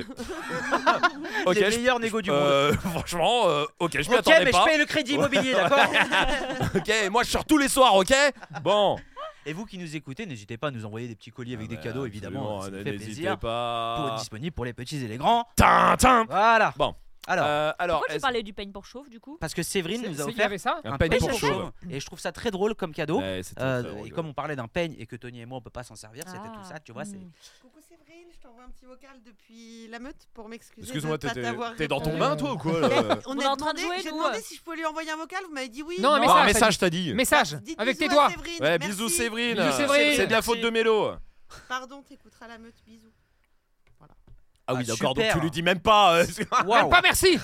Speaker 1: ok.
Speaker 2: Les
Speaker 1: je-
Speaker 2: meilleurs négos du monde.
Speaker 1: euh, franchement, euh, ok, je m'y
Speaker 2: Ok,
Speaker 1: attendais
Speaker 2: mais
Speaker 1: pas.
Speaker 2: je paye le crédit immobilier, d'accord
Speaker 1: Ok, moi je sors tous les soirs, ok Bon.
Speaker 2: Et vous qui nous écoutez, n'hésitez pas à nous envoyer des petits colis avec
Speaker 1: Ah
Speaker 2: des
Speaker 1: bah,
Speaker 2: cadeaux, évidemment.
Speaker 1: absolument,
Speaker 2: Ça nous fait
Speaker 1: N'hésitez
Speaker 2: plaisir. Pour,
Speaker 1: pas.
Speaker 2: disponible pour les petits et les grands.
Speaker 1: Tintin.
Speaker 2: Voilà.
Speaker 1: Bon.
Speaker 2: Alors,
Speaker 1: Euh, alors,
Speaker 4: Pourquoi tu
Speaker 1: est-ce-
Speaker 4: parlais du peigne pour chauve, du coup
Speaker 2: parce que Séverine
Speaker 5: C'est-
Speaker 2: nous a
Speaker 5: c'est- Il y
Speaker 2: offert
Speaker 5: avait ça
Speaker 1: un
Speaker 2: un
Speaker 1: peigne
Speaker 2: peigne
Speaker 1: pour
Speaker 2: pour
Speaker 1: chauve.
Speaker 2: chauve. Et je trouve ça très drôle comme cadeau.
Speaker 1: Ouais, c'était
Speaker 2: Euh,
Speaker 1: très
Speaker 2: et
Speaker 1: drôle.
Speaker 2: comme on parlait d'un peigne et que Tony et moi on peut pas s'en servir, c'était
Speaker 4: Ah.
Speaker 2: tout ça, tu vois. c'est
Speaker 4: Hmm.
Speaker 3: Coucou Séverine, je t'envoie un petit vocal depuis la meute pour m'excuser. de
Speaker 1: Excuse-moi,
Speaker 3: pas
Speaker 1: t'es- t'es
Speaker 3: t'avoir
Speaker 1: t'es dans ton
Speaker 3: répondu.
Speaker 1: bain, euh. toi, ou quoi là
Speaker 3: Eh, On,
Speaker 4: On
Speaker 3: a
Speaker 4: est en train de
Speaker 3: demandé-
Speaker 4: jouer,
Speaker 3: J'ai
Speaker 4: nous.
Speaker 3: demandé si je pouvais lui envoyer un vocal, vous m'avez dit oui.
Speaker 5: Non, mais
Speaker 1: Bon,
Speaker 5: ça,
Speaker 1: un message, t'as dit.
Speaker 5: Message
Speaker 3: Dites
Speaker 5: avec tes
Speaker 3: bisous à
Speaker 5: doigts.
Speaker 3: Séverine,
Speaker 1: Ouais,
Speaker 3: merci.
Speaker 1: bisous Séverine.
Speaker 5: Bisous, Séverine.
Speaker 1: C'est de la
Speaker 2: Merci.
Speaker 1: faute de Mélo.
Speaker 3: Pardon, t'écouteras la meute, bisous.
Speaker 1: Ah oui,
Speaker 2: Ah,
Speaker 1: d'accord, donc
Speaker 2: super.
Speaker 1: tu lui dis même pas. euh,
Speaker 3: Ah,
Speaker 2: Waouh.
Speaker 5: Même Eh, pas merci.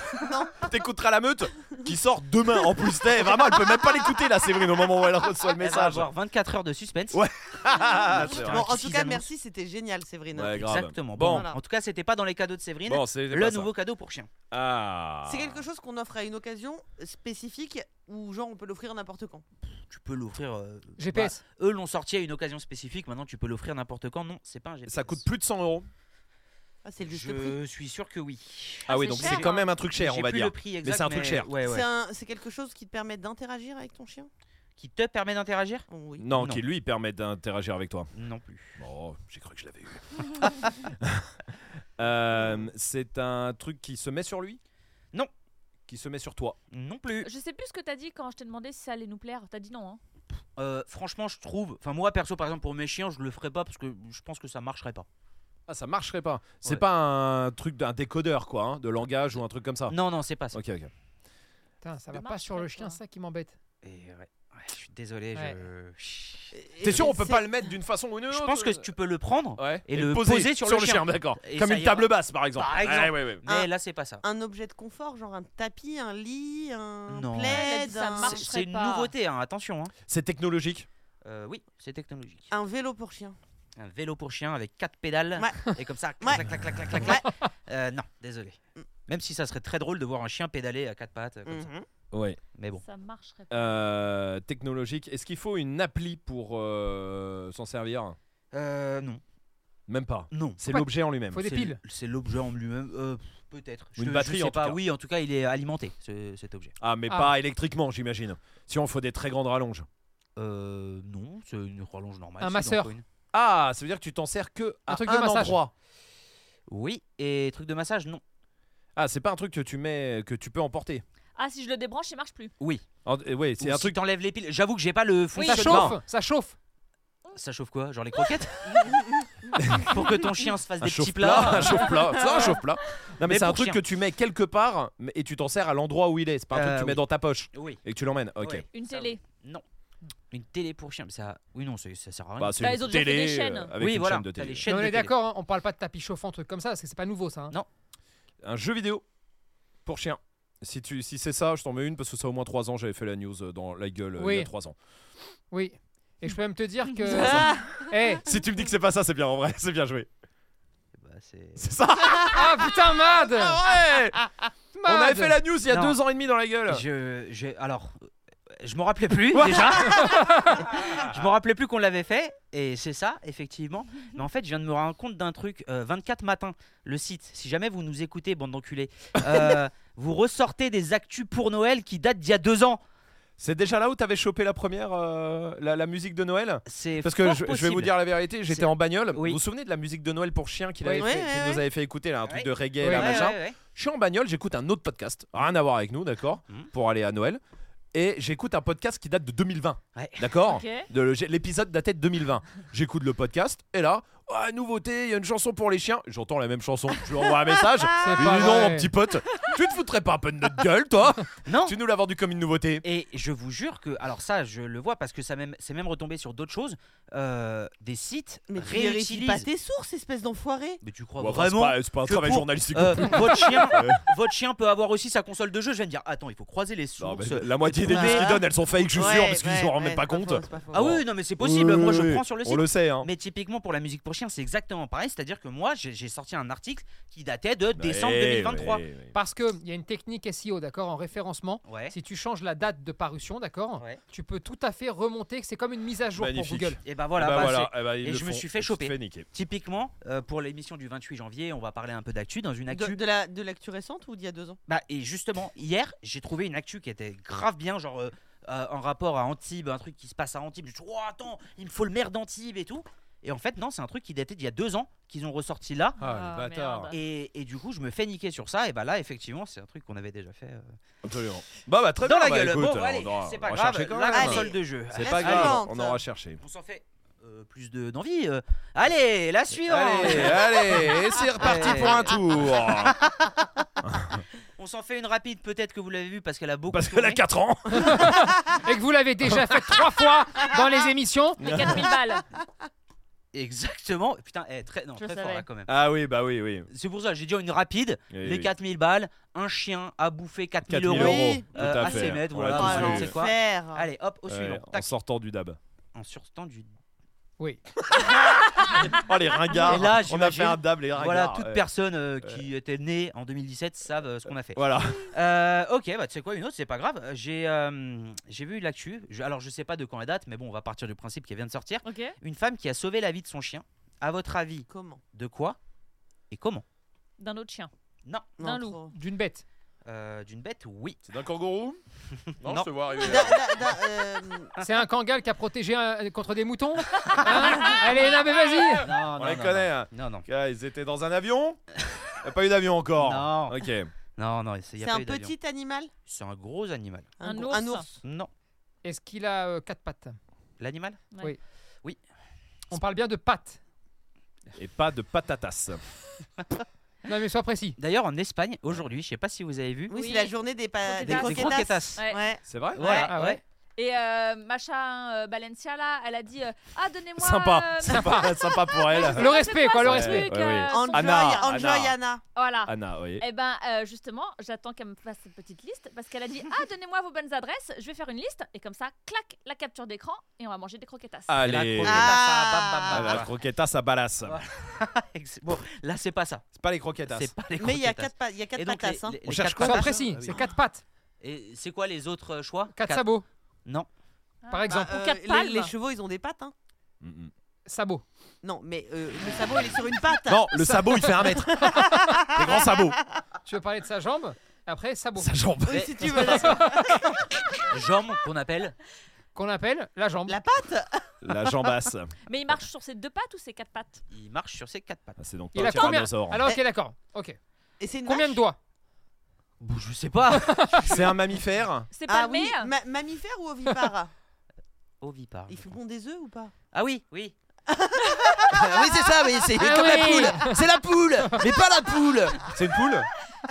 Speaker 1: T'écouteras la meute qui sort demain en plus. t'es- Vraiment, elle peut même pas l'écouter là, Séverine, au moment où elle reçoit le
Speaker 2: Elle va
Speaker 1: message.
Speaker 2: avoir 24 heures de suspense.
Speaker 1: Ouais, Ah, C'est
Speaker 3: Bon,
Speaker 1: vrai.
Speaker 3: en
Speaker 2: qu'ils
Speaker 3: tout cas,
Speaker 2: annoncent.
Speaker 3: merci, c'était génial, Séverine.
Speaker 1: Ouais, grave.
Speaker 2: Exactement.
Speaker 1: Bon,
Speaker 2: Bon,
Speaker 3: Voilà.
Speaker 2: en tout cas, c'était pas dans les cadeaux de Séverine.
Speaker 1: bon c'est
Speaker 2: le nouveau cadeau pour chien.
Speaker 1: Ah.
Speaker 3: C'est quelque chose qu'on offre à une occasion spécifique ou genre on peut l'offrir n'importe quand.
Speaker 2: Tu peux l'offrir. euh,
Speaker 5: GPS.
Speaker 2: bah, eux l'ont sorti à une occasion spécifique. Maintenant, tu peux l'offrir n'importe quand. Non, c'est pas un GPS.
Speaker 1: Ça coûte plus de 100 euros.
Speaker 3: Ah, c'est le juste
Speaker 2: Je
Speaker 3: prix.
Speaker 2: suis sûr que oui.
Speaker 1: Ah oui,
Speaker 4: c'est
Speaker 1: donc
Speaker 4: cher,
Speaker 1: c'est quand
Speaker 4: hein.
Speaker 1: même un truc cher,
Speaker 2: J'ai
Speaker 1: on va
Speaker 2: plus
Speaker 1: dire.
Speaker 2: le prix exact,
Speaker 1: c'est un truc cher.
Speaker 2: Ouais, ouais.
Speaker 3: C'est un- C'est quelque chose qui te permet d'interagir avec ton chien
Speaker 2: Qui te permet d'interagir
Speaker 3: Oh, Oui.
Speaker 1: Non,
Speaker 2: Non.
Speaker 1: qui lui permet d'interagir avec toi.
Speaker 2: Non plus.
Speaker 1: Oh, j'ai cru que je l'avais eu. Euh, c'est un truc qui se met sur lui
Speaker 2: Non.
Speaker 1: Qui se met sur toi
Speaker 2: Non plus.
Speaker 4: Je sais plus ce que t'as dit quand je t'ai demandé si ça allait nous plaire. T'as dit non, hein
Speaker 2: Euh, franchement, je trouve. Enfin, moi perso, par exemple, pour mes chiens, je le ferais pas parce que je pense que ça marcherait pas.
Speaker 1: Ah, ça marcherait pas. C'est
Speaker 2: Ouais.
Speaker 1: pas un truc d'un décodeur, quoi, hein, de langage ou un truc comme ça.
Speaker 2: Non, non, c'est pas ça.
Speaker 1: Ok, ok.
Speaker 5: Putain, ça va
Speaker 4: Le
Speaker 5: pas sur le
Speaker 4: marche-pied,
Speaker 5: chien,
Speaker 4: quoi.
Speaker 5: c'est ça qui m'embête.
Speaker 2: Et ouais. Ouais, je suis désolé.
Speaker 5: Ouais.
Speaker 2: Je...
Speaker 1: T'es sûr, on peut
Speaker 3: C'est-
Speaker 1: pas le mettre d'une façon ou d'une autre
Speaker 2: je pense que tu peux le prendre.
Speaker 1: Ouais.
Speaker 2: et le poser sur le chien.
Speaker 1: d'accord.
Speaker 2: Et
Speaker 1: Comme
Speaker 2: ça
Speaker 1: une
Speaker 2: ira.
Speaker 1: table basse, par exemple.
Speaker 2: Par exemple.
Speaker 1: Ouais, ouais, ouais.
Speaker 2: Mais
Speaker 3: Ah.
Speaker 2: là, c'est pas ça.
Speaker 3: un objet de confort, genre un tapis, un lit, un
Speaker 2: Non.
Speaker 4: Elle a
Speaker 3: plaid,
Speaker 4: dit ça
Speaker 3: un-
Speaker 4: marche.
Speaker 5: Ah.
Speaker 2: C'est- C'est une
Speaker 4: pas.
Speaker 2: nouveauté, hein, attention. hein.
Speaker 1: C'est technologique.
Speaker 2: Euh, oui, c'est technologique.
Speaker 3: Un vélo pour chien.
Speaker 2: Un vélo pour chien avec quatre pédales.
Speaker 3: Ouais.
Speaker 2: Et comme ça,
Speaker 3: Ouais.
Speaker 2: clac, clac, clac, clac, clac, clac. Euh, non, désolé. Même si ça serait très drôle de voir un chien pédaler à quatre pattes.
Speaker 1: Bah,
Speaker 2: euh, Comme
Speaker 5: Mm.
Speaker 2: ça.
Speaker 3: Mhm.
Speaker 1: Ouais.
Speaker 2: Mais bon.
Speaker 4: Ça marcherait pas.
Speaker 1: Euh, technologique. Est-ce qu'il faut une appli pour euh, s'en servir
Speaker 2: Euh, non.
Speaker 1: Même pas.
Speaker 2: Non.
Speaker 1: C'est
Speaker 5: Pas-
Speaker 1: l'objet en lui-même.
Speaker 5: Faut des
Speaker 2: C'est-
Speaker 5: piles.
Speaker 2: C'est l'objet en lui-même. euh, Peut-être.
Speaker 1: Ou une
Speaker 2: je,
Speaker 1: batterie,
Speaker 2: je sais
Speaker 1: en tout
Speaker 2: pas.
Speaker 1: cas.
Speaker 2: Oui, en tout cas, il est alimenté, ce- cet objet.
Speaker 1: Ah, mais
Speaker 5: Ah.
Speaker 1: pas électriquement, j'imagine. Si on faut des très grandes rallonges.
Speaker 2: Euh, non, c'est une rallonge normale.
Speaker 5: Un
Speaker 2: si,
Speaker 5: masseur.
Speaker 2: donc, une-
Speaker 1: Ah, ça veut dire que tu t'en sers que à
Speaker 5: Un
Speaker 1: un,
Speaker 5: truc de massage.
Speaker 1: endroit.
Speaker 2: Oui, et truc de massage, non.
Speaker 1: Ah, c'est pas un truc que tu mets, que tu peux emporter.
Speaker 4: Ah, si je le débranche, il marche plus.
Speaker 2: Oui.
Speaker 1: En- euh, ouais, c'est
Speaker 2: Ou
Speaker 1: un
Speaker 2: si
Speaker 1: truc.
Speaker 2: t'enlèves les piles. J'avoue que j'ai pas le
Speaker 5: Ça
Speaker 2: fonctionnement.
Speaker 5: chauffe, ça chauffe.
Speaker 2: Ça chauffe quoi Genre les croquettes Pour que ton chien se fasse
Speaker 1: Un
Speaker 2: des petits
Speaker 1: chauffe-plat,
Speaker 2: plats.
Speaker 1: un chauffe-plat, c'est un chauffe-plat. Non, mais,
Speaker 2: Mais
Speaker 1: c'est un
Speaker 2: pour
Speaker 1: truc
Speaker 2: chien.
Speaker 1: que tu mets quelque part mais- et tu t'en sers à l'endroit où il est. C'est pas un truc
Speaker 2: Euh,
Speaker 1: que tu mets
Speaker 2: oui.
Speaker 1: dans ta poche
Speaker 2: Oui.
Speaker 1: et que tu l'emmènes. Ok.
Speaker 2: ouais.
Speaker 4: Une
Speaker 2: Ça,
Speaker 4: télé.
Speaker 2: Une télé pour chien. mais Ça... Oui, non, ça, ça sert à rien.
Speaker 1: Bah, c'est
Speaker 4: Bah,
Speaker 1: une
Speaker 4: ils ont déjà fait
Speaker 1: télé
Speaker 4: des chaînes.
Speaker 1: euh, avec
Speaker 2: oui,
Speaker 1: une
Speaker 2: voilà.
Speaker 1: chaîne de
Speaker 2: t'as
Speaker 1: télé.
Speaker 2: les
Speaker 5: Mais
Speaker 2: chaînes
Speaker 5: on
Speaker 2: de
Speaker 5: est
Speaker 2: télé.
Speaker 5: d'accord, hein, on parle pas de tapis chauffant, truc comme ça, parce que c'est pas nouveau ça. hein.
Speaker 2: Non.
Speaker 1: Un jeu vidéo pour chien. Si, tu, si c'est ça, je t'en mets une parce que ça a au moins 3 ans, j'avais fait la news euh, dans la gueule euh, il y
Speaker 5: Oui.
Speaker 1: a 3 ans.
Speaker 5: Oui. Et je peux même te dire que.
Speaker 3: Ah
Speaker 5: Eh,
Speaker 1: Si tu me dis que c'est pas ça, c'est bien en vrai, c'est bien joué.
Speaker 2: Bah, c'est-
Speaker 1: C'est ça
Speaker 5: Ah putain, Mad
Speaker 1: Ah ouais On
Speaker 5: Mad
Speaker 1: avait fait la news il y a
Speaker 2: Non.
Speaker 1: 2 ans et demi dans la gueule.
Speaker 2: Je, j'ai- alors, euh, je m'en rappelais plus déjà. je m'en rappelais plus qu'on l'avait fait et c'est ça effectivement. Mais en fait, je viens de me rendre compte d'un truc. euh, 24 matin, le site. Si jamais vous nous écoutez, bande d'enculés, euh, vous ressortez des actus pour Noël qui datent d'il y a deux ans.
Speaker 1: C'est déjà là où t'avais chopé la première, euh, la, la musique de Noël
Speaker 2: C'est
Speaker 1: Parce que
Speaker 2: fort
Speaker 1: je, je vais
Speaker 2: possible.
Speaker 1: vous dire la vérité, j'étais
Speaker 2: C'est-
Speaker 1: en bagnole.
Speaker 2: Oui.
Speaker 1: Vous vous souvenez de la musique de Noël pour chien qu'il
Speaker 5: Oui.
Speaker 1: avait
Speaker 3: Ouais,
Speaker 1: fait, qu'il
Speaker 3: ouais,
Speaker 1: nous avait fait écouter là, un truc
Speaker 2: Ouais.
Speaker 1: de reggae
Speaker 5: Ouais,
Speaker 1: là,
Speaker 5: ouais,
Speaker 1: machin.
Speaker 2: ouais, ouais.
Speaker 1: Je suis en bagnole, j'écoute un autre podcast, rien à voir avec nous, d'accord,
Speaker 2: Mhm.
Speaker 1: pour aller à Noël. Et j'écoute un podcast qui date de 2020,
Speaker 2: Ouais.
Speaker 1: d'accord
Speaker 4: Ok.
Speaker 1: De- le- j'ai- L'épisode datait de 2020. J'écoute le podcast et là, Ah, nouveauté, il y a une chanson pour les chiens. J'entends la même chanson. Je lui envoie un message.
Speaker 5: C'est
Speaker 1: Il
Speaker 5: pas
Speaker 1: dit non,
Speaker 5: vrai.
Speaker 1: mon petit pote, tu te foutrais pas un peu de notre gueule, toi
Speaker 2: Non.
Speaker 1: Tu nous l'as vendu comme une nouveauté.
Speaker 2: Et je vous jure que, alors ça, je le vois parce que ça même, c'est même retombé sur d'autres choses. euh, des sites
Speaker 3: Mais tu vérifies
Speaker 2: réutilisent.
Speaker 3: pas tes sources, espèce d'enfoiré.
Speaker 2: Mais tu crois
Speaker 1: Bon, enfin, c'est
Speaker 2: vraiment
Speaker 1: pas- C'est pas, un
Speaker 2: que
Speaker 1: travail
Speaker 2: pour-
Speaker 1: journalistique.
Speaker 2: Euh, votre, chien,
Speaker 1: Ouais.
Speaker 2: votre chien peut avoir aussi sa console de jeu. Je viens de dire, attends, il faut croiser les
Speaker 1: Non, mais
Speaker 2: sources.
Speaker 1: la moitié des
Speaker 3: Ouais.
Speaker 1: news qu'ils donnent, elles sont fake, je suis sûr, parce qu'ils
Speaker 3: ne
Speaker 1: s'en rendent même pas compte.
Speaker 2: Ah oui, oui, non, mais c'est possible. Moi, je
Speaker 1: Oui,
Speaker 2: prends sur le
Speaker 1: On
Speaker 2: site.
Speaker 1: le sait, hein.
Speaker 2: Mais typiquement pour la musique pour chien, c'est exactement pareil. C'est-à-dire que moi, j'ai j'ai sorti un article qui datait de décembre
Speaker 1: Bah Ouais,
Speaker 2: 2023.
Speaker 1: ouais, ouais.
Speaker 5: Parce qu'il y a une technique SEO, d'accord, en référencement.
Speaker 2: Ouais.
Speaker 5: Si tu changes la date de parution, d'accord,
Speaker 2: Ouais.
Speaker 5: tu peux tout à fait remonter que c'est comme une mise à jour
Speaker 1: Magnifique.
Speaker 5: pour Google.
Speaker 2: Et ben voilà.
Speaker 1: Eh ben
Speaker 2: bah,
Speaker 1: voilà,
Speaker 2: c'est-
Speaker 1: eh ben, ils
Speaker 2: et
Speaker 1: le
Speaker 2: je me
Speaker 1: font.
Speaker 2: suis fait
Speaker 1: Et tu te
Speaker 2: choper.
Speaker 1: fais niquer.
Speaker 2: Typiquement, euh, pour l'émission du 28 janvier, on va parler un peu d'actu dans une actu.
Speaker 3: De, de la- de l'actu récente ou d'il y a deux ans
Speaker 2: Bah, et justement, hier, j'ai trouvé une actu qui était grave bien, genre euh, euh, en rapport à Antibes, un truc qui se passe à Antibes. Je me suis dit, oh, attends, il me faut le maire d'Antibes et tout. Et en fait, non, c'est un truc qui datait d'il y a deux ans, qu'ils ont ressorti là.
Speaker 1: Ah, le
Speaker 4: Ah,
Speaker 1: bâtard.
Speaker 4: merde.
Speaker 2: Et, et du coup, je me fais niquer sur ça. Et bah là, effectivement, c'est un truc qu'on avait déjà fait. euh,
Speaker 1: Absolument. Bah, bah, très
Speaker 2: dans
Speaker 1: bien.
Speaker 2: la
Speaker 1: bah,
Speaker 2: gueule.
Speaker 1: écoute,
Speaker 2: bon,
Speaker 1: on
Speaker 2: allez,
Speaker 1: aura-
Speaker 2: c'est
Speaker 1: on
Speaker 2: pas
Speaker 1: aura
Speaker 2: grave.
Speaker 1: cherché quand
Speaker 2: La
Speaker 1: même.
Speaker 2: console de jeu.
Speaker 1: C'est
Speaker 3: La
Speaker 1: pas grave,
Speaker 3: suivante.
Speaker 1: on aura cherché.
Speaker 2: On s'en fait euh, plus de d'envie. euh. Allez, la suivante.
Speaker 1: Allez, allez, et c'est reparti
Speaker 2: Allez.
Speaker 1: pour un tour.
Speaker 2: On s'en fait une rapide. Peut-être que vous l'avez vue parce qu'elle a beaucoup.
Speaker 1: Parce qu'elle a
Speaker 2: tourné.
Speaker 1: 4 ans.
Speaker 5: Et que vous l'avez déjà fait trois fois dans les émissions.
Speaker 4: Les 4000 balles.
Speaker 2: Exactement. Putain, eh, très, non,
Speaker 4: Je
Speaker 2: très fort
Speaker 4: savais.
Speaker 2: là quand même.
Speaker 1: Ah oui, bah oui, oui.
Speaker 2: C'est pour ça, j'ai dit une rapide.
Speaker 1: Eh Oui,
Speaker 2: les
Speaker 1: oui.
Speaker 2: 4000 balles, un chien a bouffé 4000
Speaker 1: 4000
Speaker 2: euros.
Speaker 1: euros.
Speaker 3: Oui.
Speaker 1: Tout
Speaker 2: Euh,
Speaker 1: à
Speaker 2: à
Speaker 1: fait.
Speaker 2: ses mètres,
Speaker 1: On
Speaker 2: voilà,
Speaker 1: l'a
Speaker 2: Ah,
Speaker 1: tous
Speaker 2: non,
Speaker 1: eu.
Speaker 2: c'est quoi
Speaker 3: L'enfer.
Speaker 2: Allez, hop, au
Speaker 1: Ouais,
Speaker 2: suivant.
Speaker 1: en
Speaker 2: Tac.
Speaker 1: sortant du dab.
Speaker 2: En sortant du.
Speaker 5: Oui.
Speaker 1: Oh les ringards
Speaker 2: Et là,
Speaker 1: On a
Speaker 2: j'imagine-
Speaker 1: fait un dab les ringards.
Speaker 2: Voilà, toute
Speaker 1: ouais.
Speaker 2: personne euh, qui était née en 2017 savent euh, ce qu'on a fait.
Speaker 1: Voilà.
Speaker 2: Euh, ok, bah tu sais quoi, une autre, c'est pas grave. Euh, J'ai euh, j'ai vu l'actu. Je- Alors je sais pas de quand la date, mais bon, on va partir du principe qu'elle vient de sortir.
Speaker 4: Ok.
Speaker 2: Une femme qui a sauvé la vie de son chien. À votre avis,
Speaker 3: Comment
Speaker 2: de quoi et comment
Speaker 4: D'un autre chien.
Speaker 2: Non.
Speaker 4: D'un
Speaker 3: trop.
Speaker 5: D'une bête.
Speaker 2: Euh, D'une bête, oui.
Speaker 1: C'est d'un kangourou
Speaker 2: Non.
Speaker 1: te vois arriver.
Speaker 3: Da- da- da- euh,
Speaker 5: C'est un kangal qui a protégé un- contre des moutons. Hein Allez, non, mais vas-y.
Speaker 2: Non, non,
Speaker 1: On les
Speaker 2: non,
Speaker 1: connaît. hein.
Speaker 2: Non, non.
Speaker 1: Ok, Ils étaient dans un avion Il a pas eu d'avion encore.
Speaker 2: Non.
Speaker 1: Ok.
Speaker 2: Non, non, il y
Speaker 3: C'est
Speaker 2: a pas
Speaker 3: un
Speaker 2: eu d'avion.
Speaker 3: petit animal
Speaker 2: C'est un gros animal.
Speaker 4: Un
Speaker 3: gros-
Speaker 4: ours.
Speaker 3: Un ours.
Speaker 2: Non.
Speaker 5: Est-ce qu'il a euh, quatre pattes
Speaker 2: L'animal
Speaker 5: On parle bien de pattes.
Speaker 1: Et pas de patatas.
Speaker 5: Non, mais sois précis.
Speaker 2: D'ailleurs, en Espagne, aujourd'hui, je sais pas si vous avez vu.
Speaker 3: Oui,
Speaker 4: Oui.
Speaker 3: c'est la journée des, pa-
Speaker 4: Croquetas.
Speaker 3: des
Speaker 2: Des
Speaker 3: croquetas.
Speaker 2: croquetas.
Speaker 4: Ouais.
Speaker 3: Ouais.
Speaker 1: C'est vrai
Speaker 2: Voilà,
Speaker 5: Ah
Speaker 2: ouais.
Speaker 5: ouais
Speaker 4: Et euh, Macha euh, Balencia, là, elle a dit euh, Ah, donnez-moi.
Speaker 1: Sympa,
Speaker 4: euh,
Speaker 1: sympa, sympa pour elle.
Speaker 5: Le respect, quoi, le
Speaker 1: Ouais,
Speaker 5: respect.
Speaker 4: truc,
Speaker 1: ouais,
Speaker 4: euh,
Speaker 1: ouais.
Speaker 4: son-
Speaker 3: Enjoy,
Speaker 1: Anna,
Speaker 3: enjoy,
Speaker 1: Anna.
Speaker 3: Anna.
Speaker 4: Voilà.
Speaker 1: Anna, oui.
Speaker 4: Et ben euh, justement, j'attends qu'elle me fasse cette petite liste parce qu'elle a dit Ah, donnez-moi vos bonnes adresses, je vais faire une liste. Et comme ça, clac, la capture d'écran et on va manger des croquetas.
Speaker 1: Allez.
Speaker 2: La
Speaker 3: Ah.
Speaker 1: Ah,
Speaker 2: croquetta, ça, bam, bam, bam,
Speaker 1: la
Speaker 2: voilà.
Speaker 1: croquetta, ça balasse.
Speaker 2: Ouais. Bon, là, c'est pas ça.
Speaker 1: C'est pas les hein. croquetas.
Speaker 2: C'est pas les
Speaker 3: Mais il y a
Speaker 2: croquetas.
Speaker 3: quatre pa- il y a quatre
Speaker 2: Et donc,
Speaker 3: patates.
Speaker 2: les-
Speaker 3: hein.
Speaker 2: les-
Speaker 1: On
Speaker 2: les
Speaker 1: cherche
Speaker 2: quatre
Speaker 1: quoi
Speaker 5: Sois
Speaker 2: patates-
Speaker 5: précis, c'est quatre pattes,
Speaker 2: Et c'est quoi les autres euh, choix
Speaker 5: quatre
Speaker 2: Quatre-
Speaker 5: sabots,
Speaker 2: Non.
Speaker 5: par exemple.
Speaker 3: Bah, euh,
Speaker 4: quatre
Speaker 3: les-
Speaker 4: palmes.
Speaker 3: les, chevaux, ils ont des pattes. Hein.
Speaker 1: Mm, mm.
Speaker 5: Sabots.
Speaker 3: Non, mais euh, le sabot, il est sur une patte.
Speaker 1: Non, le sabot, il fait un mètre. Les grands sabots.
Speaker 5: Tu veux parler de sa jambe Après, sabots.
Speaker 1: Sa jambe.
Speaker 3: Oui, si tu veux. La,
Speaker 2: Jambes qu'on appelle.
Speaker 5: Qu'on appelle la jambe.
Speaker 3: la patte
Speaker 1: La jambasse.
Speaker 4: Mais il marche sur ses deux pattes ou ses quatre pattes
Speaker 2: Il marche sur ses quatre pattes.
Speaker 1: Ah, C'est donc pas
Speaker 5: Il
Speaker 1: un
Speaker 5: a combien
Speaker 1: tyrannosaure.
Speaker 5: Alors, Ah, ok, d'accord. Ok.
Speaker 3: Et c'est une
Speaker 5: Combien de
Speaker 3: vache
Speaker 5: doigts
Speaker 2: Bon, je sais pas.
Speaker 1: C'est un mammifère.
Speaker 4: C'est pas
Speaker 3: Ah
Speaker 4: le
Speaker 3: oui,
Speaker 4: meilleur.
Speaker 3: ma- mammifère ou ovipare
Speaker 2: Ovipare.
Speaker 3: Ils font des œufs ou pas
Speaker 2: Ah oui, oui. oui, c'est ça, mais c'est
Speaker 5: Ah
Speaker 2: comme
Speaker 5: oui.
Speaker 2: la poule. C'est la poule, mais pas la poule.
Speaker 1: C'est une poule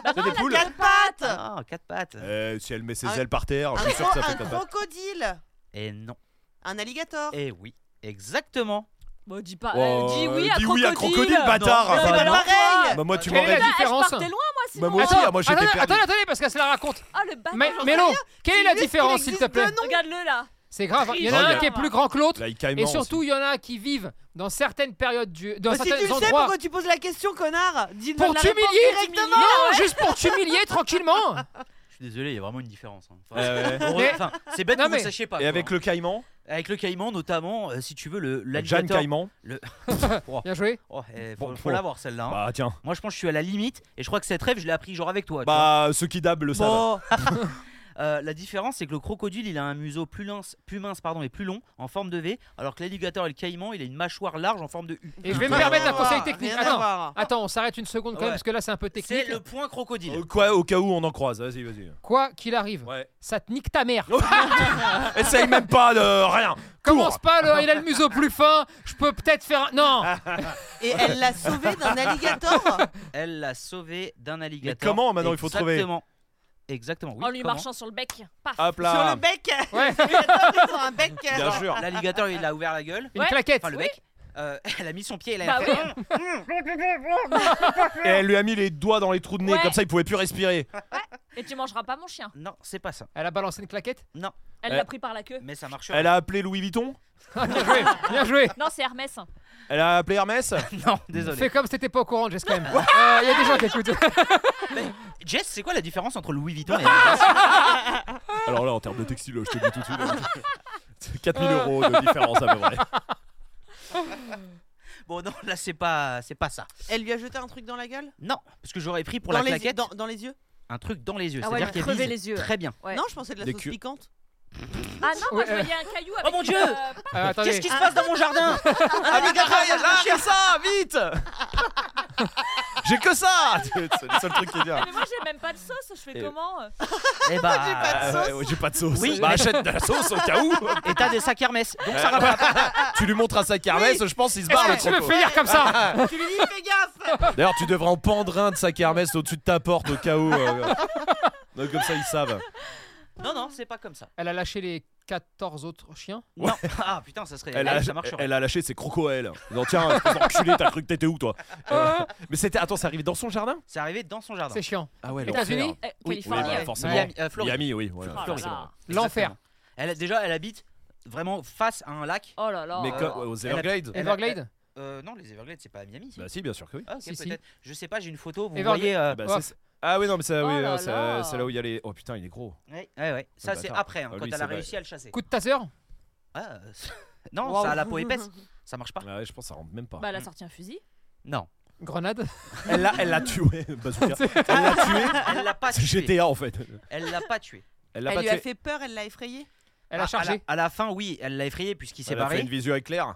Speaker 1: C'est des poules
Speaker 3: Quatre pattes
Speaker 2: Ah, quatre pattes.
Speaker 1: Euh, Si elle met ses
Speaker 3: Un-
Speaker 1: ailes par terre, Ah, je
Speaker 3: Un,
Speaker 1: suis sûr que ça
Speaker 3: cro-
Speaker 1: fait
Speaker 3: un
Speaker 1: comme ça.
Speaker 3: crocodile
Speaker 2: Et non.
Speaker 3: Un alligator
Speaker 2: Et oui. Exactement.
Speaker 4: Bon, dis pas.
Speaker 1: Oh,
Speaker 4: euh, dis oui à
Speaker 1: dis oui
Speaker 4: crocodile.
Speaker 1: à crocodile, bâtard.
Speaker 4: Mais
Speaker 1: Ah,
Speaker 4: c'est
Speaker 1: bah
Speaker 4: pas
Speaker 1: non.
Speaker 3: pareil
Speaker 1: Bah, moi, tu
Speaker 5: Quelle est
Speaker 1: m'aurais
Speaker 5: la
Speaker 1: dit.
Speaker 4: Ah, je
Speaker 5: différence
Speaker 4: partais loin, moi, sinon.
Speaker 1: Bah, moi aussi,
Speaker 5: Attends,
Speaker 1: ah, moi j'étais
Speaker 5: attendez,
Speaker 1: perdu.
Speaker 5: attendez, attendez, parce qu'elle la raconte.
Speaker 4: Oh, le bâtard. Ah,
Speaker 5: Mais, mais non, quelle est la différence, s'il te plaît
Speaker 4: Regarde-le là.
Speaker 5: C'est grave, hein. il y en a
Speaker 1: Non, il y
Speaker 5: un
Speaker 1: a-
Speaker 5: qui est plus grand que l'autre.
Speaker 1: Là, il caïman
Speaker 5: Et surtout, il y en a qui vivent dans certaines périodes du. dans
Speaker 3: Bah, Si tu le
Speaker 5: certains
Speaker 3: sais,
Speaker 5: endroits.
Speaker 3: pourquoi tu poses la question, connard Dis-nous
Speaker 5: Pour
Speaker 3: la
Speaker 5: t'humilier
Speaker 3: réponse
Speaker 5: Non, juste pour t'humilier tranquillement
Speaker 2: Je suis désolé, il y a vraiment une différence. hein. Enfin,
Speaker 1: aussi. Ouais, ouais.
Speaker 2: on re-
Speaker 5: Mais-
Speaker 2: enfin, c'est bête
Speaker 5: Non,
Speaker 2: que vous
Speaker 5: mais-
Speaker 2: ne sachiez pas.
Speaker 1: Et
Speaker 2: quoi,
Speaker 1: Euh, avec
Speaker 2: hein.
Speaker 1: le caïman
Speaker 2: Avec le caïman, notamment, euh, si tu veux, le
Speaker 1: Jeanne
Speaker 2: l'alligator.
Speaker 1: Caïman
Speaker 5: Bien joué.
Speaker 2: Oh, eh, faut,
Speaker 1: Bon,
Speaker 2: faut
Speaker 1: bon.
Speaker 2: l'avoir celle-là. hein.
Speaker 1: Bah tiens.
Speaker 2: Moi, je pense que je suis à la limite, et je crois que cette rêve, je l'ai appris genre avec toi. tu vois.
Speaker 1: Bah ceux qui dabent le savent.
Speaker 3: Bon,
Speaker 2: Euh, la différence, c'est que le crocodile, il a un museau plus mince, plus mince pardon, et plus long, en forme de V, alors que l'alligator et le caïman, il a une mâchoire large en forme de U.
Speaker 5: Et je vais me
Speaker 3: rien
Speaker 5: permettre
Speaker 3: à
Speaker 5: un
Speaker 3: voir,
Speaker 5: conseil technique. Ah,
Speaker 3: rien à
Speaker 5: Attends,
Speaker 3: voir.
Speaker 5: attends, on s'arrête une seconde quand
Speaker 2: Ouais.
Speaker 5: même, parce que là, c'est un peu
Speaker 2: C'est
Speaker 5: technique.
Speaker 2: le point crocodile.
Speaker 1: Euh, Quoi, au cas où on en croise, vas-y, vas-y.
Speaker 5: Quoi qu'il arrive,
Speaker 1: Ouais.
Speaker 5: ça te nique ta mère.
Speaker 1: Essaye même pas de rien.
Speaker 5: Commence
Speaker 1: Cours.
Speaker 5: pas, le- euh, il a le museau plus fin, je peux peut-être faire un... Non
Speaker 2: Ah.
Speaker 3: Et elle l'a sauvé d'un alligator
Speaker 2: Elle l'a sauvé d'un alligator.
Speaker 1: Mais comment, maintenant, il faut trouver
Speaker 2: Exactement. Exactement. oui,
Speaker 4: en lui
Speaker 2: comment
Speaker 4: marchant sur le bec. Paf.
Speaker 1: Hop
Speaker 3: Sur le Ah,
Speaker 1: là.
Speaker 3: bec
Speaker 5: Ouais.
Speaker 3: Alligator, Ils ont un bec euh,
Speaker 1: Bien
Speaker 3: genre.
Speaker 1: sûr.
Speaker 2: L'alligator, il a ouvert la gueule.
Speaker 5: Une
Speaker 4: Ouais.
Speaker 5: claquette.
Speaker 1: bah,
Speaker 2: Enfin, le bec. Euh, elle a mis son pied, elle a
Speaker 4: Bah
Speaker 2: fait-
Speaker 4: oui.
Speaker 1: Et elle lui a mis les doigts dans les trous de nez,
Speaker 4: Ouais.
Speaker 1: comme ça il pouvait plus respirer.
Speaker 4: Et tu mangeras pas mon chien.
Speaker 2: Non, c'est pas ça.
Speaker 5: Elle a balancé une claquette.
Speaker 4: Elle
Speaker 1: Euh.
Speaker 4: l'a pris par la queue.
Speaker 2: Mais ça marche.
Speaker 1: Elle a appelé Louis Vuitton
Speaker 5: Bien joué, bien joué.
Speaker 4: Non, c'est
Speaker 1: Ah
Speaker 4: Hermès.
Speaker 1: Elle a appelé Hermès
Speaker 2: Non, désolé.
Speaker 5: Fais comme si t'étais pas au courant, Jess, quand même. Euh, Il y a des gens qui écoutent.
Speaker 2: Jess, c'est quoi la différence entre Louis Vuitton et
Speaker 1: Alors là, en termes de textile, je te dis tout de suite. hein. C'est 4000 euros de différence à peu près.
Speaker 2: Bon, non, là, c'est pas, c'est pas ça.
Speaker 3: Elle lui a jeté un truc dans la gueule
Speaker 2: Non, parce que j'aurais pris pour
Speaker 3: dans
Speaker 2: la
Speaker 3: les,
Speaker 2: claquette
Speaker 3: dans, dans les yeux
Speaker 2: un truc dans les yeux.
Speaker 4: Ah ouais,
Speaker 2: C'est-à-dire qu'elle
Speaker 4: crever
Speaker 2: vise
Speaker 4: les yeux.
Speaker 2: Très bien.
Speaker 4: Ouais.
Speaker 3: Non, je pensais de la
Speaker 1: Des
Speaker 3: sauce
Speaker 1: cu-
Speaker 3: piquante.
Speaker 4: Ah non, moi
Speaker 5: Ouais,
Speaker 4: je
Speaker 5: euh.
Speaker 4: voyais un caillou avec.
Speaker 2: mon
Speaker 4: une,
Speaker 2: Dieu
Speaker 4: euh,
Speaker 5: Euh, attendez.
Speaker 2: Qu'est-ce qui se passe dans mon jardin Ah, Alligator, il y a de la chair.
Speaker 1: ça, vite J'ai que ça C'est le seul truc qui est bien.
Speaker 4: Mais moi j'ai même pas de sauce, je fais
Speaker 1: Et-
Speaker 4: comment euh
Speaker 2: Eh
Speaker 3: pas
Speaker 2: bah.
Speaker 3: de sauce.
Speaker 1: Euh, ouais, J'ai pas de sauce.
Speaker 2: Oui,
Speaker 1: bah
Speaker 2: mais-
Speaker 1: achète de la sauce au cas où.
Speaker 2: Et t'as des sacs Hermès. Donc ça
Speaker 1: Euh, tu lui montres un sac Hermès, je pense il se barre
Speaker 5: Est-ce
Speaker 1: le
Speaker 5: que tu me
Speaker 1: croco.
Speaker 5: fais lire comme
Speaker 2: Ah.
Speaker 5: ça
Speaker 3: tu lui dis, fais gaffe
Speaker 1: D'ailleurs, tu devrais en pendre un de sac Hermès au-dessus de ta porte au cas où. euh, Donc comme ça ils savent.
Speaker 2: Non, non, c'est pas comme ça.
Speaker 5: Elle a lâché les 14 autres chiens.
Speaker 2: Non. Ah putain, ça serait.
Speaker 1: Elle,
Speaker 2: là,
Speaker 1: a,
Speaker 2: ça marcherait.
Speaker 1: elle a lâché ses crocos à elle. Non tiens, espèce d'enculé, t'as cru que t'étais où toi Euh, Mais c'était attends, c'est arrivé dans son jardin
Speaker 2: C'est arrivé dans son jardin.
Speaker 5: C'est chiant.
Speaker 1: Ah ouais,
Speaker 5: États-Unis
Speaker 1: l'enfer.
Speaker 4: euh,
Speaker 2: Oui,
Speaker 1: Oui,
Speaker 4: Californie.
Speaker 1: bah,
Speaker 4: euh.
Speaker 1: forcément.
Speaker 2: Miami, euh, Floride.
Speaker 1: Miami, oui. voilà.
Speaker 4: Oh là
Speaker 2: Floride.
Speaker 4: là.
Speaker 5: L'enfer.
Speaker 2: Elle, déjà, elle habite vraiment face à un lac.
Speaker 4: Oh là là.
Speaker 1: Mais comme- euh, aux
Speaker 2: Elle a-
Speaker 1: Everglades
Speaker 2: Elle-
Speaker 5: Everglade
Speaker 2: Euh, non, les Everglades, c'est pas à Miami. si.
Speaker 1: Bah si, bien sûr que oui.
Speaker 2: Ah, ok,
Speaker 5: Si, si.
Speaker 2: peut-être. Je sais pas, j'ai une photo. Vous
Speaker 5: Everglades.
Speaker 2: voyez. euh,
Speaker 1: Bah,
Speaker 5: Oh.
Speaker 1: ça, c'est- ah oui, non, mais ça,
Speaker 4: Oh
Speaker 1: oui,
Speaker 4: là
Speaker 1: euh, ça-
Speaker 4: là.
Speaker 1: c'est là où il y a les. Oh putain, il est gros.
Speaker 2: Ouais, ouais, ouais. Ça,
Speaker 1: Le
Speaker 2: c'est
Speaker 1: bâtard.
Speaker 2: après, hein,
Speaker 1: Ah,
Speaker 2: quand
Speaker 1: lui,
Speaker 2: elle a
Speaker 1: c'est
Speaker 2: réussi à le chasser.
Speaker 5: Coup de ta sœur
Speaker 2: Ah, euh, non,
Speaker 3: Wow.
Speaker 2: ça a la peau épaisse. Ça marche pas.
Speaker 1: Ah ouais, je pense que ça rentre même pas.
Speaker 4: Bah elle a sorti un fusil.
Speaker 2: Non.
Speaker 5: Grenade
Speaker 1: Elle l'a, elle l'a tué. Bazooka. Elle l'a tué.
Speaker 2: Elle l'a pas
Speaker 1: C'est
Speaker 2: tué.
Speaker 1: GTA en fait.
Speaker 2: Elle l'a pas tué.
Speaker 1: Elle l'a
Speaker 3: Elle
Speaker 1: pas
Speaker 3: lui
Speaker 1: tué.
Speaker 3: a fait peur, elle l'a effrayé.
Speaker 2: Ah, À
Speaker 5: Elle a
Speaker 2: la,
Speaker 5: chargé.
Speaker 2: à la fin, oui, elle l'a effrayé puisqu'il s'est
Speaker 1: Elle a fait
Speaker 2: barré.
Speaker 1: une visio éclair.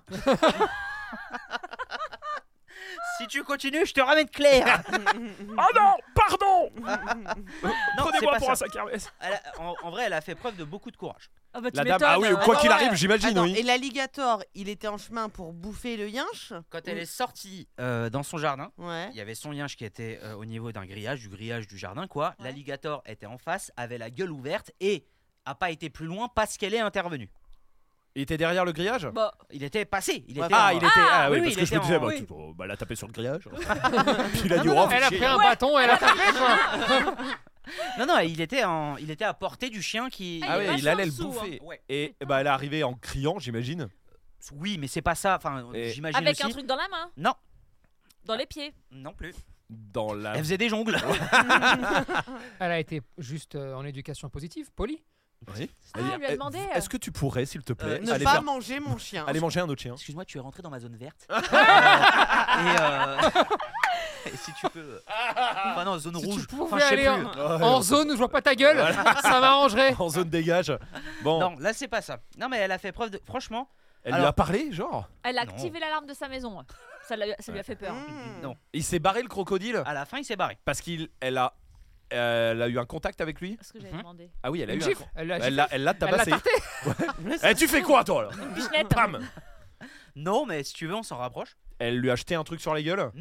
Speaker 2: Si tu continues, je te ramène Claire.
Speaker 1: Oh non, pardon.
Speaker 2: non, c'est pas ça.
Speaker 1: sac Hermès.
Speaker 2: Elle a- en, en vrai, elle a fait preuve de beaucoup de courage.
Speaker 4: Ah bah tu
Speaker 1: La dame.
Speaker 4: m'étonnes.
Speaker 1: Ah oui,
Speaker 4: euh.
Speaker 1: quoi
Speaker 3: Ah
Speaker 1: qu'il
Speaker 3: ouais.
Speaker 1: arrive, j'imagine.
Speaker 3: Attends,
Speaker 1: Oui.
Speaker 3: et l'alligator, il était en chemin pour bouffer le yinche
Speaker 2: Quand elle est sortie euh, dans son jardin,
Speaker 3: Ouais.
Speaker 2: il y avait son linge qui était euh, au niveau d'un grillage, du grillage du jardin, quoi.
Speaker 3: Ouais.
Speaker 2: L'alligator était en face, avait la gueule ouverte et a pas été plus loin parce qu'elle est intervenue.
Speaker 1: Il était derrière le grillage
Speaker 4: Bah,
Speaker 2: Il était passé. Il était
Speaker 1: Ah,
Speaker 2: en-
Speaker 1: il était. Ah, oui,
Speaker 2: oui,
Speaker 1: parce
Speaker 2: il
Speaker 1: que je
Speaker 2: était
Speaker 1: me disais,
Speaker 2: en-
Speaker 1: bah,
Speaker 2: oui.
Speaker 1: tu- oh, bah, elle a tapé sur le grillage. Puis il a dit, oh,
Speaker 5: Elle a
Speaker 1: chier.
Speaker 5: pris un bâton, elle a tapé. quoi.
Speaker 2: Non, non, il était, en... il était à portée du chien qui.
Speaker 4: Ah,
Speaker 1: Ah,
Speaker 4: il est
Speaker 1: ouais, il
Speaker 4: vachement
Speaker 1: allait le
Speaker 4: dessous, hein.
Speaker 1: bouffer.
Speaker 2: Ouais.
Speaker 1: Et bah, elle est arrivée en criant, j'imagine.
Speaker 2: Oui, mais c'est pas ça. Enfin,
Speaker 1: Et-
Speaker 2: j'imagine
Speaker 4: avec
Speaker 2: aussi.
Speaker 4: un truc dans la main
Speaker 2: Non.
Speaker 4: Dans les pieds
Speaker 2: Non plus.
Speaker 1: Dans la.
Speaker 2: Elle faisait des jongles.
Speaker 5: Elle a été juste euh, en éducation positive, polie.
Speaker 1: Oui.
Speaker 4: Ah,
Speaker 1: Elle dit,
Speaker 4: elle lui a
Speaker 1: eh,
Speaker 4: demandé.
Speaker 1: Est-ce que tu pourrais, s'il te plaît,
Speaker 3: Ne
Speaker 1: aller,
Speaker 3: pas
Speaker 1: faire-
Speaker 3: manger mon chien.
Speaker 1: aller manger un autre chien
Speaker 2: Excuse-moi, tu es rentré dans ma zone verte. Euh, et, euh, et si tu peux. euh,
Speaker 1: Ah
Speaker 2: Enfin, non, zone
Speaker 5: Si
Speaker 2: rouge.
Speaker 5: tu pouvais
Speaker 2: Enfin, je sais
Speaker 5: aller
Speaker 2: plus.
Speaker 5: en, en zone où je vois pas ta gueule, ça m'arrangerait.
Speaker 1: En zone dégage. Bon,
Speaker 2: Non, là, c'est pas ça. Non, mais elle a fait preuve de. Franchement,
Speaker 1: elle lui
Speaker 2: alors-
Speaker 1: a parlé, genre
Speaker 4: Elle a
Speaker 2: Non.
Speaker 4: activé l'alarme de sa maison. Ça, l'a- ça lui a fait peur.
Speaker 5: Hmm.
Speaker 3: Mmh.
Speaker 2: non.
Speaker 1: Il s'est barré le crocodile
Speaker 2: À la fin, il s'est barré.
Speaker 1: parce qu'il elle a, elle a eu un contact avec lui.
Speaker 4: Ce que j'avais
Speaker 2: Mhm.
Speaker 4: demandé.
Speaker 1: Ah oui, elle a
Speaker 5: Une
Speaker 1: eu
Speaker 5: gifle.
Speaker 1: un. con-
Speaker 5: Elle l'a
Speaker 1: Elle
Speaker 5: giflé.
Speaker 1: l'a, elle l'a
Speaker 5: Elle l'a
Speaker 1: tabassé.
Speaker 5: tarté.
Speaker 1: Eh, tu fais quoi toi alors
Speaker 4: Bichenette.
Speaker 1: Bam
Speaker 2: Non, mais si tu veux, on s'en rapproche.
Speaker 1: Elle lui a jeté un truc sur la gueule.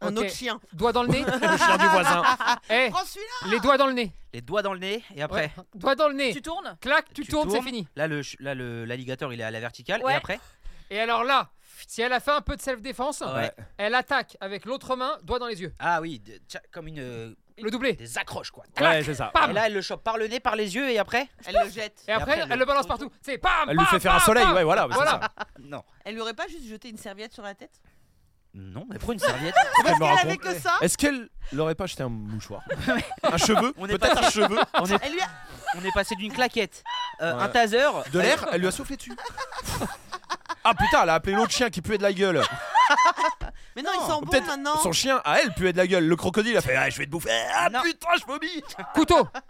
Speaker 3: Un
Speaker 5: Ok.
Speaker 3: autre chien.
Speaker 5: Doigt dans le nez.
Speaker 1: Le chien du voisin.
Speaker 5: Eh,
Speaker 3: Prends celui-là.
Speaker 5: les doigts dans le nez.
Speaker 2: Les doigts dans le nez, et après.
Speaker 5: Ouais. Doigt dans le nez.
Speaker 4: Tu tournes
Speaker 5: Clac, tu, tournes, c'est fini.
Speaker 2: Là, le ch- là, le- l'alligator, il est à la verticale.
Speaker 4: Ouais.
Speaker 2: Et après,
Speaker 5: Et alors là, si elle a fait un peu de self-défense,
Speaker 2: Ouais.
Speaker 5: elle attaque avec l'autre main, doigt dans les yeux.
Speaker 2: ah oui, de- tcha- comme une euh,
Speaker 5: Le doublé.
Speaker 2: des accroches quoi.
Speaker 1: Ouais, c'est ça.
Speaker 5: Pam
Speaker 2: Et là, elle le chope par le nez, par les yeux, et après,
Speaker 3: Elle le jette.
Speaker 5: Et après,
Speaker 2: après,
Speaker 5: elle,
Speaker 2: le-
Speaker 5: le balance partout. C'est pam
Speaker 1: Elle lui
Speaker 5: pam,
Speaker 1: fait faire un
Speaker 5: pam,
Speaker 1: soleil,
Speaker 5: pam.
Speaker 1: ouais, voilà. bah, c'est
Speaker 5: Voilà.
Speaker 1: ça.
Speaker 2: non,
Speaker 3: Elle lui aurait pas juste jeté une serviette sur la tête
Speaker 2: non, mais prends une serviette.
Speaker 1: Qu'elle me
Speaker 3: Elle avait
Speaker 1: raconte.
Speaker 3: que ça
Speaker 1: Est-ce qu'elle l'aurait pas jeté un mouchoir Un cheveu
Speaker 2: On est
Speaker 1: Peut-être un cheveu
Speaker 2: on, est,
Speaker 3: Elle lui a-
Speaker 2: on est passé d'une claquette, euh,
Speaker 1: Ouais.
Speaker 2: un taser,
Speaker 1: De l'air Elle lui a soufflé dessus. Ah putain, elle a appelé l'autre chien qui puait de la gueule.
Speaker 3: Mais non,
Speaker 1: Non,
Speaker 3: ils sont bons
Speaker 1: peut-être
Speaker 3: maintenant.
Speaker 1: Son chien à elle puait de la gueule. Le crocodile a fait Ah, je vais te bouffer. Ah
Speaker 2: Non.
Speaker 1: putain, je vomis.
Speaker 5: Couteau.
Speaker 1: Ah,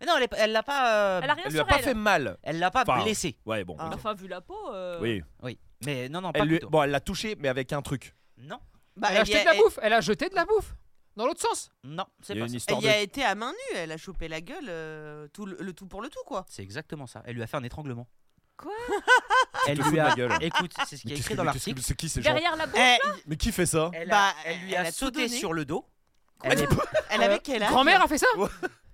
Speaker 2: Mais non, elle est- elle l'a pas. euh,
Speaker 4: Elle a rien
Speaker 1: Elle lui
Speaker 4: sur
Speaker 1: a pas
Speaker 4: elle.
Speaker 1: fait mal.
Speaker 2: elle l'a pas
Speaker 1: Enfin,
Speaker 2: blessé.
Speaker 1: Ouais, bon.
Speaker 3: Ah.
Speaker 1: ok.
Speaker 4: Enfin, vu la peau. euh,
Speaker 1: Oui.
Speaker 2: Oui. Mais non, non, ah, pas
Speaker 1: Elle lui...
Speaker 2: plutôt.
Speaker 1: Bon, elle l'a touché, mais avec un truc.
Speaker 2: Non,
Speaker 3: Bah,
Speaker 5: Elle a
Speaker 3: y
Speaker 5: jeté
Speaker 3: a-
Speaker 5: de la bouffe. Elle a jeté de la bouffe. Dans l'autre sens.
Speaker 2: non, c'est
Speaker 1: Il y a
Speaker 2: pas
Speaker 1: une
Speaker 2: ça.
Speaker 1: histoire
Speaker 3: Elle
Speaker 1: de.
Speaker 3: y a été à main nue. Elle a chopé la gueule. euh, tout le, le tout pour le tout, quoi.
Speaker 2: C'est exactement ça. Elle lui a fait un étranglement.
Speaker 4: Quoi
Speaker 2: Elle
Speaker 1: te fous de
Speaker 2: lui
Speaker 1: ma
Speaker 2: a.
Speaker 1: gueule.
Speaker 2: Écoute, c'est ce qui
Speaker 1: Mais
Speaker 2: est
Speaker 1: qu'est-ce
Speaker 2: écrit
Speaker 1: que-
Speaker 2: dans
Speaker 1: mais qu'est-ce que-
Speaker 2: l'article.
Speaker 1: C'est qui ces gens
Speaker 4: Derrière la bouche.
Speaker 3: Eh,
Speaker 1: Mais qui fait ça
Speaker 2: Elle,
Speaker 3: Bah,
Speaker 2: a- elle lui
Speaker 3: elle
Speaker 2: a,
Speaker 3: a tout
Speaker 2: sauté
Speaker 3: donné.
Speaker 2: sur le dos.
Speaker 1: Elle dit
Speaker 2: Elle-
Speaker 1: pas-
Speaker 3: elle avait quel âge
Speaker 5: Grand-mère a fait ça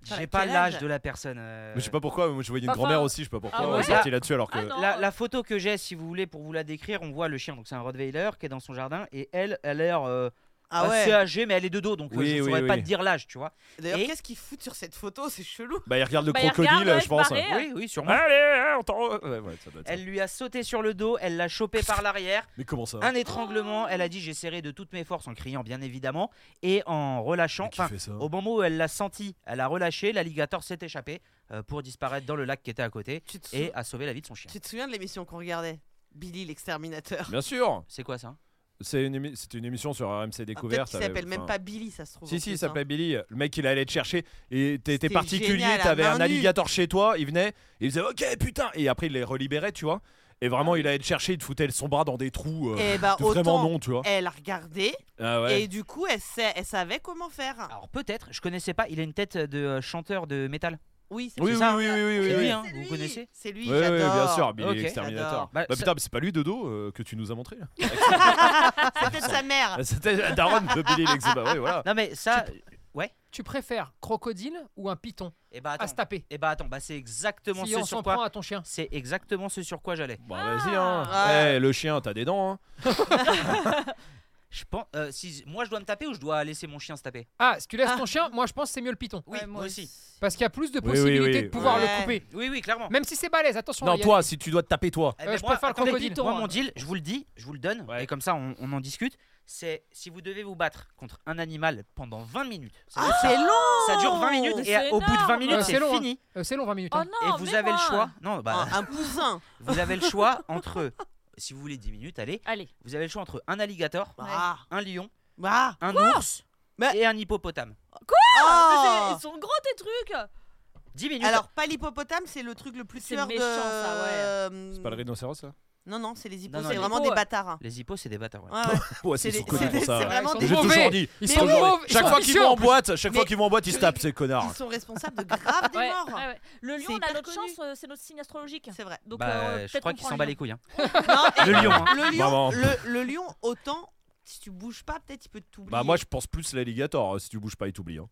Speaker 2: J'ai
Speaker 3: Quel
Speaker 2: pas
Speaker 3: âge
Speaker 2: l'âge de la personne. euh,
Speaker 1: Mais je sais pas pourquoi, moi je voyais une
Speaker 4: Enfin,
Speaker 1: grand-mère aussi, je sais pas pourquoi
Speaker 4: ah
Speaker 1: on
Speaker 4: ouais
Speaker 1: est sorti là-dessus alors que.
Speaker 4: Ah non.
Speaker 2: La, la photo que j'ai, si vous voulez, pour vous la décrire, on voit le chien. Donc c'est un Rottweiler qui est dans son jardin et elle, elle a l'air euh,
Speaker 3: Ah
Speaker 2: assez
Speaker 3: ouais.
Speaker 2: âgée, mais elle est de dos, donc euh,
Speaker 1: Oui,
Speaker 2: je ne
Speaker 1: oui,
Speaker 2: saurais pas
Speaker 1: oui.
Speaker 2: te dire l'âge, tu vois.
Speaker 3: D'ailleurs,
Speaker 2: Et-
Speaker 3: qu'est-ce qu'ils foutent sur cette photo C'est chelou.
Speaker 1: Bah, il regarde le
Speaker 4: Bah, il regarde,
Speaker 1: crocodile,
Speaker 4: ouais,
Speaker 1: je pense.
Speaker 4: barré.
Speaker 2: Oui, oui, sûrement.
Speaker 1: Ah. Allez, on t'en. Ouais, ouais, ça doit être ça.
Speaker 2: Elle lui a sauté sur le dos, elle l'a chopé par l'arrière,
Speaker 1: Mais comment ça
Speaker 2: un étranglement. Elle a dit j'ai serré de toutes mes forces en criant, bien évidemment, et en relâchant.
Speaker 1: Mais qui
Speaker 2: Enfin,
Speaker 1: fait ça
Speaker 2: au moment où elle l'a senti, elle a relâché, l'alligator s'est échappé euh, pour disparaître dans le lac qui était à côté
Speaker 3: Tu te, sou-
Speaker 2: et a sauvé la vie de son chien.
Speaker 3: tu te souviens de l'émission qu'on regardait Billy l'exterminateur.
Speaker 1: Bien sûr
Speaker 2: C'est quoi ça hein
Speaker 1: C'est une émi- C'était une émission sur RMC
Speaker 3: Ah, Peut-être
Speaker 1: Découverte.
Speaker 3: qu'il
Speaker 1: avec-
Speaker 3: s'appelle même
Speaker 1: enfin,
Speaker 3: pas Billy, ça se trouve. en
Speaker 1: Si, si,
Speaker 3: plus,
Speaker 1: il
Speaker 3: hein.
Speaker 1: s'appelait Billy. Le mec, il allait te chercher. Et t'étais
Speaker 3: C'était
Speaker 1: particulier,
Speaker 3: génial, à
Speaker 1: t'avais
Speaker 3: main
Speaker 1: un
Speaker 3: nue.
Speaker 1: alligator chez toi. Il venait, il faisait Ok, putain Et après, il les relibérait, tu vois. Et vraiment, il allait te chercher, il te foutait son bras dans des trous. euh,
Speaker 3: Eh bah,
Speaker 1: de vraiment
Speaker 3: autant.
Speaker 1: non, tu vois.
Speaker 3: Elle a regardé
Speaker 1: Ah hein. ouais.
Speaker 3: et du coup, elle, sa- elle savait comment faire.
Speaker 2: Alors peut-être, je connaissais pas, il a une tête de euh, chanteur de métal.
Speaker 3: Oui, c'est
Speaker 1: Oui, oui,
Speaker 2: c'est ça
Speaker 1: oui, oui, oui, oui,
Speaker 2: C'est
Speaker 1: oui.
Speaker 2: lui, hein,
Speaker 3: C'est
Speaker 2: vous
Speaker 3: lui.
Speaker 2: connaissez
Speaker 3: C'est lui,
Speaker 1: Ouais, ouais,
Speaker 3: j'adore.
Speaker 1: bien sûr, Billy
Speaker 2: Ok.
Speaker 1: l'exterminateur.
Speaker 3: J'adore.
Speaker 1: Bah,
Speaker 2: Bah, ça-
Speaker 1: putain, mais c'est pas lui Dodo euh, que tu nous as montré.
Speaker 3: C'est peut-être sa mère.
Speaker 1: Ah, C'était la daronne de Billy l'exterminateur. Ouais, voilà.
Speaker 5: Ah.
Speaker 2: Non mais ça,
Speaker 5: Tu préfères crocodile ou un python
Speaker 2: et bah
Speaker 5: à se
Speaker 2: attends,
Speaker 5: taper
Speaker 2: et bah attends, bah c'est exactement
Speaker 5: Si
Speaker 2: ce
Speaker 5: on
Speaker 2: sur
Speaker 5: s'en
Speaker 2: quoi,
Speaker 5: prend à ton chien.
Speaker 2: c'est exactement ce sur quoi j'allais.
Speaker 1: Bah vas-y hein.
Speaker 3: Ah.
Speaker 1: Eh, le chien, t'as des dents hein.
Speaker 2: Je pense, euh, si moi je dois me taper ou je dois laisser mon chien se taper
Speaker 5: Ah, si tu laisses
Speaker 3: Ah.
Speaker 5: ton chien, moi je pense que c'est mieux le python.
Speaker 2: Oui,
Speaker 3: Ouais,
Speaker 2: moi aussi.
Speaker 5: Parce qu'il y a plus de
Speaker 1: Oui, oui,
Speaker 5: possibilités
Speaker 1: oui.
Speaker 5: de pouvoir
Speaker 3: Ouais.
Speaker 5: le couper.
Speaker 2: Oui, oui, clairement.
Speaker 5: Même si c'est balèze,
Speaker 3: Oh,
Speaker 5: attention.
Speaker 1: Non,
Speaker 5: il y a-
Speaker 1: toi, si tu dois te taper toi.
Speaker 2: Eh
Speaker 5: Euh,
Speaker 2: ben,
Speaker 5: je
Speaker 2: moi,
Speaker 5: préfère le
Speaker 2: attendez,
Speaker 5: crocodile. hein.
Speaker 2: Moi,
Speaker 5: Python,
Speaker 2: mon deal, je vous le dis, je vous le donne,
Speaker 1: Ouais.
Speaker 2: et comme ça, on, on en discute. C'est si vous devez vous battre contre un animal pendant 20 minutes. Ça,
Speaker 3: Ah, c'est long
Speaker 2: ça dure 20 minutes,
Speaker 4: Mais
Speaker 2: et
Speaker 4: c'est
Speaker 2: au bout de 20
Speaker 4: énorme.
Speaker 2: minutes,
Speaker 5: Euh,
Speaker 2: c'est
Speaker 5: c'est long, hein.
Speaker 2: fini.
Speaker 5: Euh, c'est long 20 minutes.
Speaker 4: Oh
Speaker 5: hein.
Speaker 4: non,
Speaker 2: et vous
Speaker 4: mais
Speaker 2: avez le
Speaker 4: moi.
Speaker 2: choix. Non, bah,
Speaker 3: Un- Un poussin.
Speaker 2: vous avez le choix entre, si vous voulez 10 minutes, allez,
Speaker 4: Allez.
Speaker 2: vous avez le choix entre un alligator,
Speaker 3: Ah,
Speaker 2: un lion,
Speaker 3: bah,
Speaker 2: un ours
Speaker 3: Mais-
Speaker 2: et un hippopotame.
Speaker 4: Ah, mais
Speaker 3: oh
Speaker 4: c'est- Ils sont gros tes trucs
Speaker 2: 10 minutes.
Speaker 3: Alors, pas l'hippopotame, c'est le truc le plus
Speaker 4: C'est
Speaker 3: tueur
Speaker 4: méchant,
Speaker 3: de.
Speaker 4: ça, ouais.
Speaker 3: euh,
Speaker 1: C'est pas le rhinocéros là
Speaker 3: Non, non, c'est les hippos,
Speaker 2: Non, non,
Speaker 3: c'est
Speaker 2: les
Speaker 3: vraiment
Speaker 4: hippos,
Speaker 3: des
Speaker 4: ouais.
Speaker 3: bâtards. hein.
Speaker 2: les hippos, c'est des bâtards. ouais.
Speaker 3: Ouais, ouais.
Speaker 1: Ouais, c'est
Speaker 3: C'est
Speaker 1: ils sont
Speaker 3: des-
Speaker 1: connus
Speaker 3: c'est
Speaker 1: pour
Speaker 3: des- c'est
Speaker 1: ça.
Speaker 3: vraiment
Speaker 5: Ils
Speaker 1: J'ai
Speaker 3: des
Speaker 5: sont
Speaker 1: toujours
Speaker 5: mauvais.
Speaker 1: dit,
Speaker 5: Ils
Speaker 1: ils
Speaker 5: sont
Speaker 1: sont
Speaker 5: mauvais. Ils
Speaker 1: Chaque
Speaker 5: sont
Speaker 1: fois qu'ils
Speaker 5: vicieux,
Speaker 1: vont
Speaker 5: en
Speaker 1: en
Speaker 5: plus.
Speaker 1: boîte, chaque
Speaker 3: Mais-
Speaker 1: fois qu'ils vont en boîte, ils se tapent, ces connards.
Speaker 3: Ils sont responsables de graves des
Speaker 4: Ouais,
Speaker 3: morts.
Speaker 4: ouais, ouais. Le lion,
Speaker 3: C'est
Speaker 4: on a
Speaker 3: hyper
Speaker 4: notre
Speaker 3: connu.
Speaker 4: chance, euh, c'est notre signe astrologique.
Speaker 3: C'est vrai.
Speaker 4: Donc,
Speaker 2: Bah,
Speaker 4: euh,
Speaker 2: je
Speaker 4: peut-être
Speaker 2: crois
Speaker 4: qu'on
Speaker 2: qu'ils
Speaker 4: prend
Speaker 2: s'en
Speaker 4: le
Speaker 2: bat
Speaker 4: lion.
Speaker 2: les couilles. hein.
Speaker 3: Non,
Speaker 1: Le
Speaker 3: et-
Speaker 1: lion, hein.
Speaker 3: Le
Speaker 1: Vraiment.
Speaker 3: lion, le, le lion, autant, si tu bouges pas, peut-être il peut t'oublier.
Speaker 1: Bah moi je pense plus l'alligator, hein, si tu bouges pas il t'oublie hein.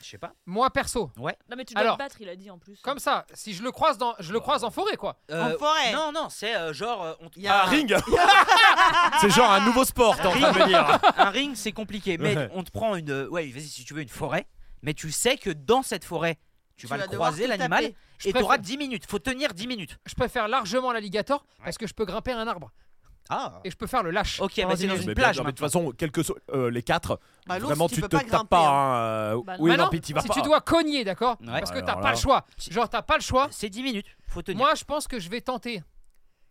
Speaker 2: Je sais pas.
Speaker 5: Moi perso,
Speaker 4: Non, mais tu dois
Speaker 5: Alors,
Speaker 4: te battre, il a dit en plus.
Speaker 5: comme ça, si je le croise dans, je le croise en forêt quoi.
Speaker 2: Euh,
Speaker 3: En forêt.
Speaker 2: Non, non, c'est euh, genre. euh, on te-
Speaker 3: Il y a-
Speaker 1: Ah, ring C'est genre un nouveau sport, t'es en train de me dire.
Speaker 2: un ring, c'est compliqué. Mais
Speaker 1: Ouais.
Speaker 2: on te prend une. euh, Ouais, vas-y, si tu veux, une forêt. Mais tu sais que dans cette forêt, tu, vas,
Speaker 3: vas
Speaker 2: le
Speaker 3: devoir
Speaker 2: croiser,
Speaker 3: tout
Speaker 2: l'animal,
Speaker 3: taper.
Speaker 5: Je
Speaker 2: et tu auras
Speaker 5: préfère,
Speaker 2: 10 minutes. Faut tenir 10 minutes.
Speaker 5: je préfère largement l'alligator parce que je peux grimper un arbre
Speaker 2: Ah.
Speaker 5: et je peux faire le lâche.
Speaker 2: Ok,
Speaker 5: pendant
Speaker 2: bah,
Speaker 5: 10
Speaker 2: c'est dans
Speaker 5: Oh, minutes.
Speaker 2: une
Speaker 1: Mais bien
Speaker 2: plage.
Speaker 1: sûr, mais de toute
Speaker 2: maintenant.
Speaker 1: façon, quel que soit euh, les quatre,
Speaker 3: Bah, l'ours,
Speaker 1: vraiment
Speaker 3: tu
Speaker 1: tu
Speaker 3: peux
Speaker 1: te
Speaker 3: pas
Speaker 1: tapes
Speaker 3: grimper,
Speaker 1: pas. hein, euh,
Speaker 4: Bah non.
Speaker 1: oui,
Speaker 5: Bah
Speaker 1: non,
Speaker 5: non,
Speaker 1: puis t'y vas
Speaker 5: si
Speaker 1: pas.
Speaker 5: tu dois cogner, d'accord
Speaker 2: Ouais.
Speaker 5: Parce que
Speaker 1: Alors
Speaker 5: t'as
Speaker 1: là.
Speaker 5: pas le choix. Genre t'as pas le choix.
Speaker 2: C'est 10 minutes. Faut tenir.
Speaker 5: Moi, je pense que je vais tenter.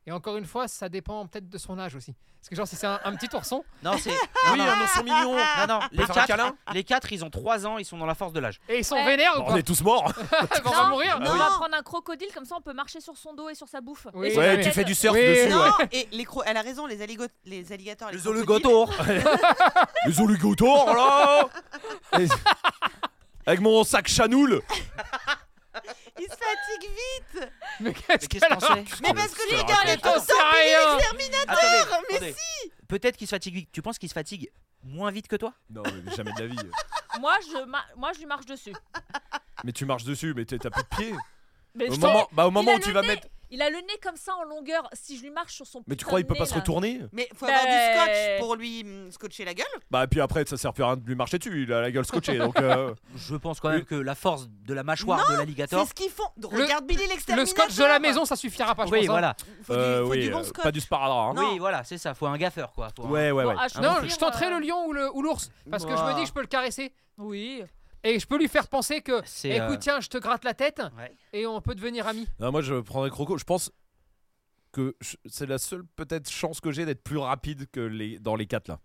Speaker 5: Et encore une fois, ça dépend peut-être de son âge aussi. Parce que genre si c'est un, un petit ourson,
Speaker 2: Non, c'est.
Speaker 1: Oui,
Speaker 2: non,
Speaker 1: un ourson mignon.
Speaker 2: non, non, non, les
Speaker 1: faire un
Speaker 2: quatre,
Speaker 1: câlin
Speaker 2: les quatre, ils ont 3 ans, ils sont dans la force de l'âge.
Speaker 5: et ils sont
Speaker 4: Ouais.
Speaker 5: vénères ou
Speaker 1: Bon, Bah, on
Speaker 5: quoi
Speaker 1: est tous morts.
Speaker 5: Ils vont
Speaker 4: Non,
Speaker 5: mourir.
Speaker 4: On
Speaker 3: Non.
Speaker 4: va prendre un crocodile, comme ça on peut marcher sur son dos et sur sa bouffe.
Speaker 5: Oui.
Speaker 4: Et sur
Speaker 1: Ouais,
Speaker 4: sa
Speaker 1: tu
Speaker 4: tête.
Speaker 1: fais du surf
Speaker 5: Oui.
Speaker 1: dessus.
Speaker 5: Non.
Speaker 1: hein. ouais.
Speaker 3: Non, et les cro- elle a raison, les, alligo- les alligators. Les crocodiles,
Speaker 1: Les oligotaures, là Les- Avec mon sac chanoule
Speaker 3: Ils se fatiguent vite.
Speaker 5: Mais
Speaker 2: Mais
Speaker 5: qu'est-ce
Speaker 2: qu'est-ce
Speaker 5: qu'elle
Speaker 2: qu'on
Speaker 5: a
Speaker 2: sait
Speaker 3: Mais parce que
Speaker 1: C'est
Speaker 3: les
Speaker 1: la
Speaker 3: gars, les
Speaker 5: T'en
Speaker 3: temps
Speaker 5: sais rien
Speaker 3: Terminator, mais
Speaker 2: attendez. Peut-être qu'ils se fatiguent vite. Tu penses qu'ils se fatiguent moins vite que toi
Speaker 1: Non, mais jamais de la vie.
Speaker 4: Moi, je, ma- moi, je lui marche dessus.
Speaker 1: Mais tu marches dessus, mais t'es- t'as plus de pied.
Speaker 4: Mais
Speaker 1: Au
Speaker 4: je-
Speaker 1: moment, bah, au moment
Speaker 4: a
Speaker 1: où tu
Speaker 4: le
Speaker 1: vas
Speaker 4: nez.
Speaker 1: mettre.
Speaker 4: Il a le nez comme ça en longueur. Si je lui marche sur son
Speaker 1: Mais tu
Speaker 4: putain
Speaker 1: crois il
Speaker 4: de
Speaker 1: peut pas
Speaker 4: nez,
Speaker 1: se
Speaker 4: là.
Speaker 1: retourner
Speaker 3: Mais faut avoir
Speaker 4: Ben-
Speaker 3: du scotch pour lui hum, scotcher la gueule.
Speaker 1: Bah, et puis après, ça sert plus à rien de lui marcher dessus. Il a la gueule scotchée. donc, euh,
Speaker 2: Je pense quand même que la force de la mâchoire de l'alligator.
Speaker 3: C'est ce qu'ils font.
Speaker 5: Le-
Speaker 3: Regarde Billy l'exterminateur.
Speaker 5: Le scotch de la maison, ça suffira pas, je
Speaker 2: Oui,
Speaker 5: pense, hein.
Speaker 2: voilà.
Speaker 3: Faut
Speaker 1: euh,
Speaker 3: du, faut
Speaker 1: oui,
Speaker 3: du bon
Speaker 1: euh,
Speaker 3: scotch.
Speaker 1: pas du sparadrap. hein.
Speaker 3: Non.
Speaker 2: Oui, voilà, c'est ça. Faut un gaffeur, quoi. Faut un-
Speaker 1: Ouais, ouais,
Speaker 4: Bon,
Speaker 1: ouais.
Speaker 4: ah, je
Speaker 5: Non,
Speaker 4: peux
Speaker 5: je
Speaker 4: dire,
Speaker 5: tenterai
Speaker 4: euh,
Speaker 5: le lion ou le- ou l'ours. Parce que je me dis que je peux le caresser.
Speaker 4: Oui.
Speaker 5: Et je peux lui faire penser que, eh,
Speaker 2: C'est. euh,
Speaker 5: écoute, tiens, je te gratte la tête
Speaker 2: ouais.
Speaker 5: et on peut devenir amis.
Speaker 1: Non, moi, je prendrais Croco. Je pense que je- c'est la seule peut-être chance que j'ai d'être plus rapide que les... dans les quatre là.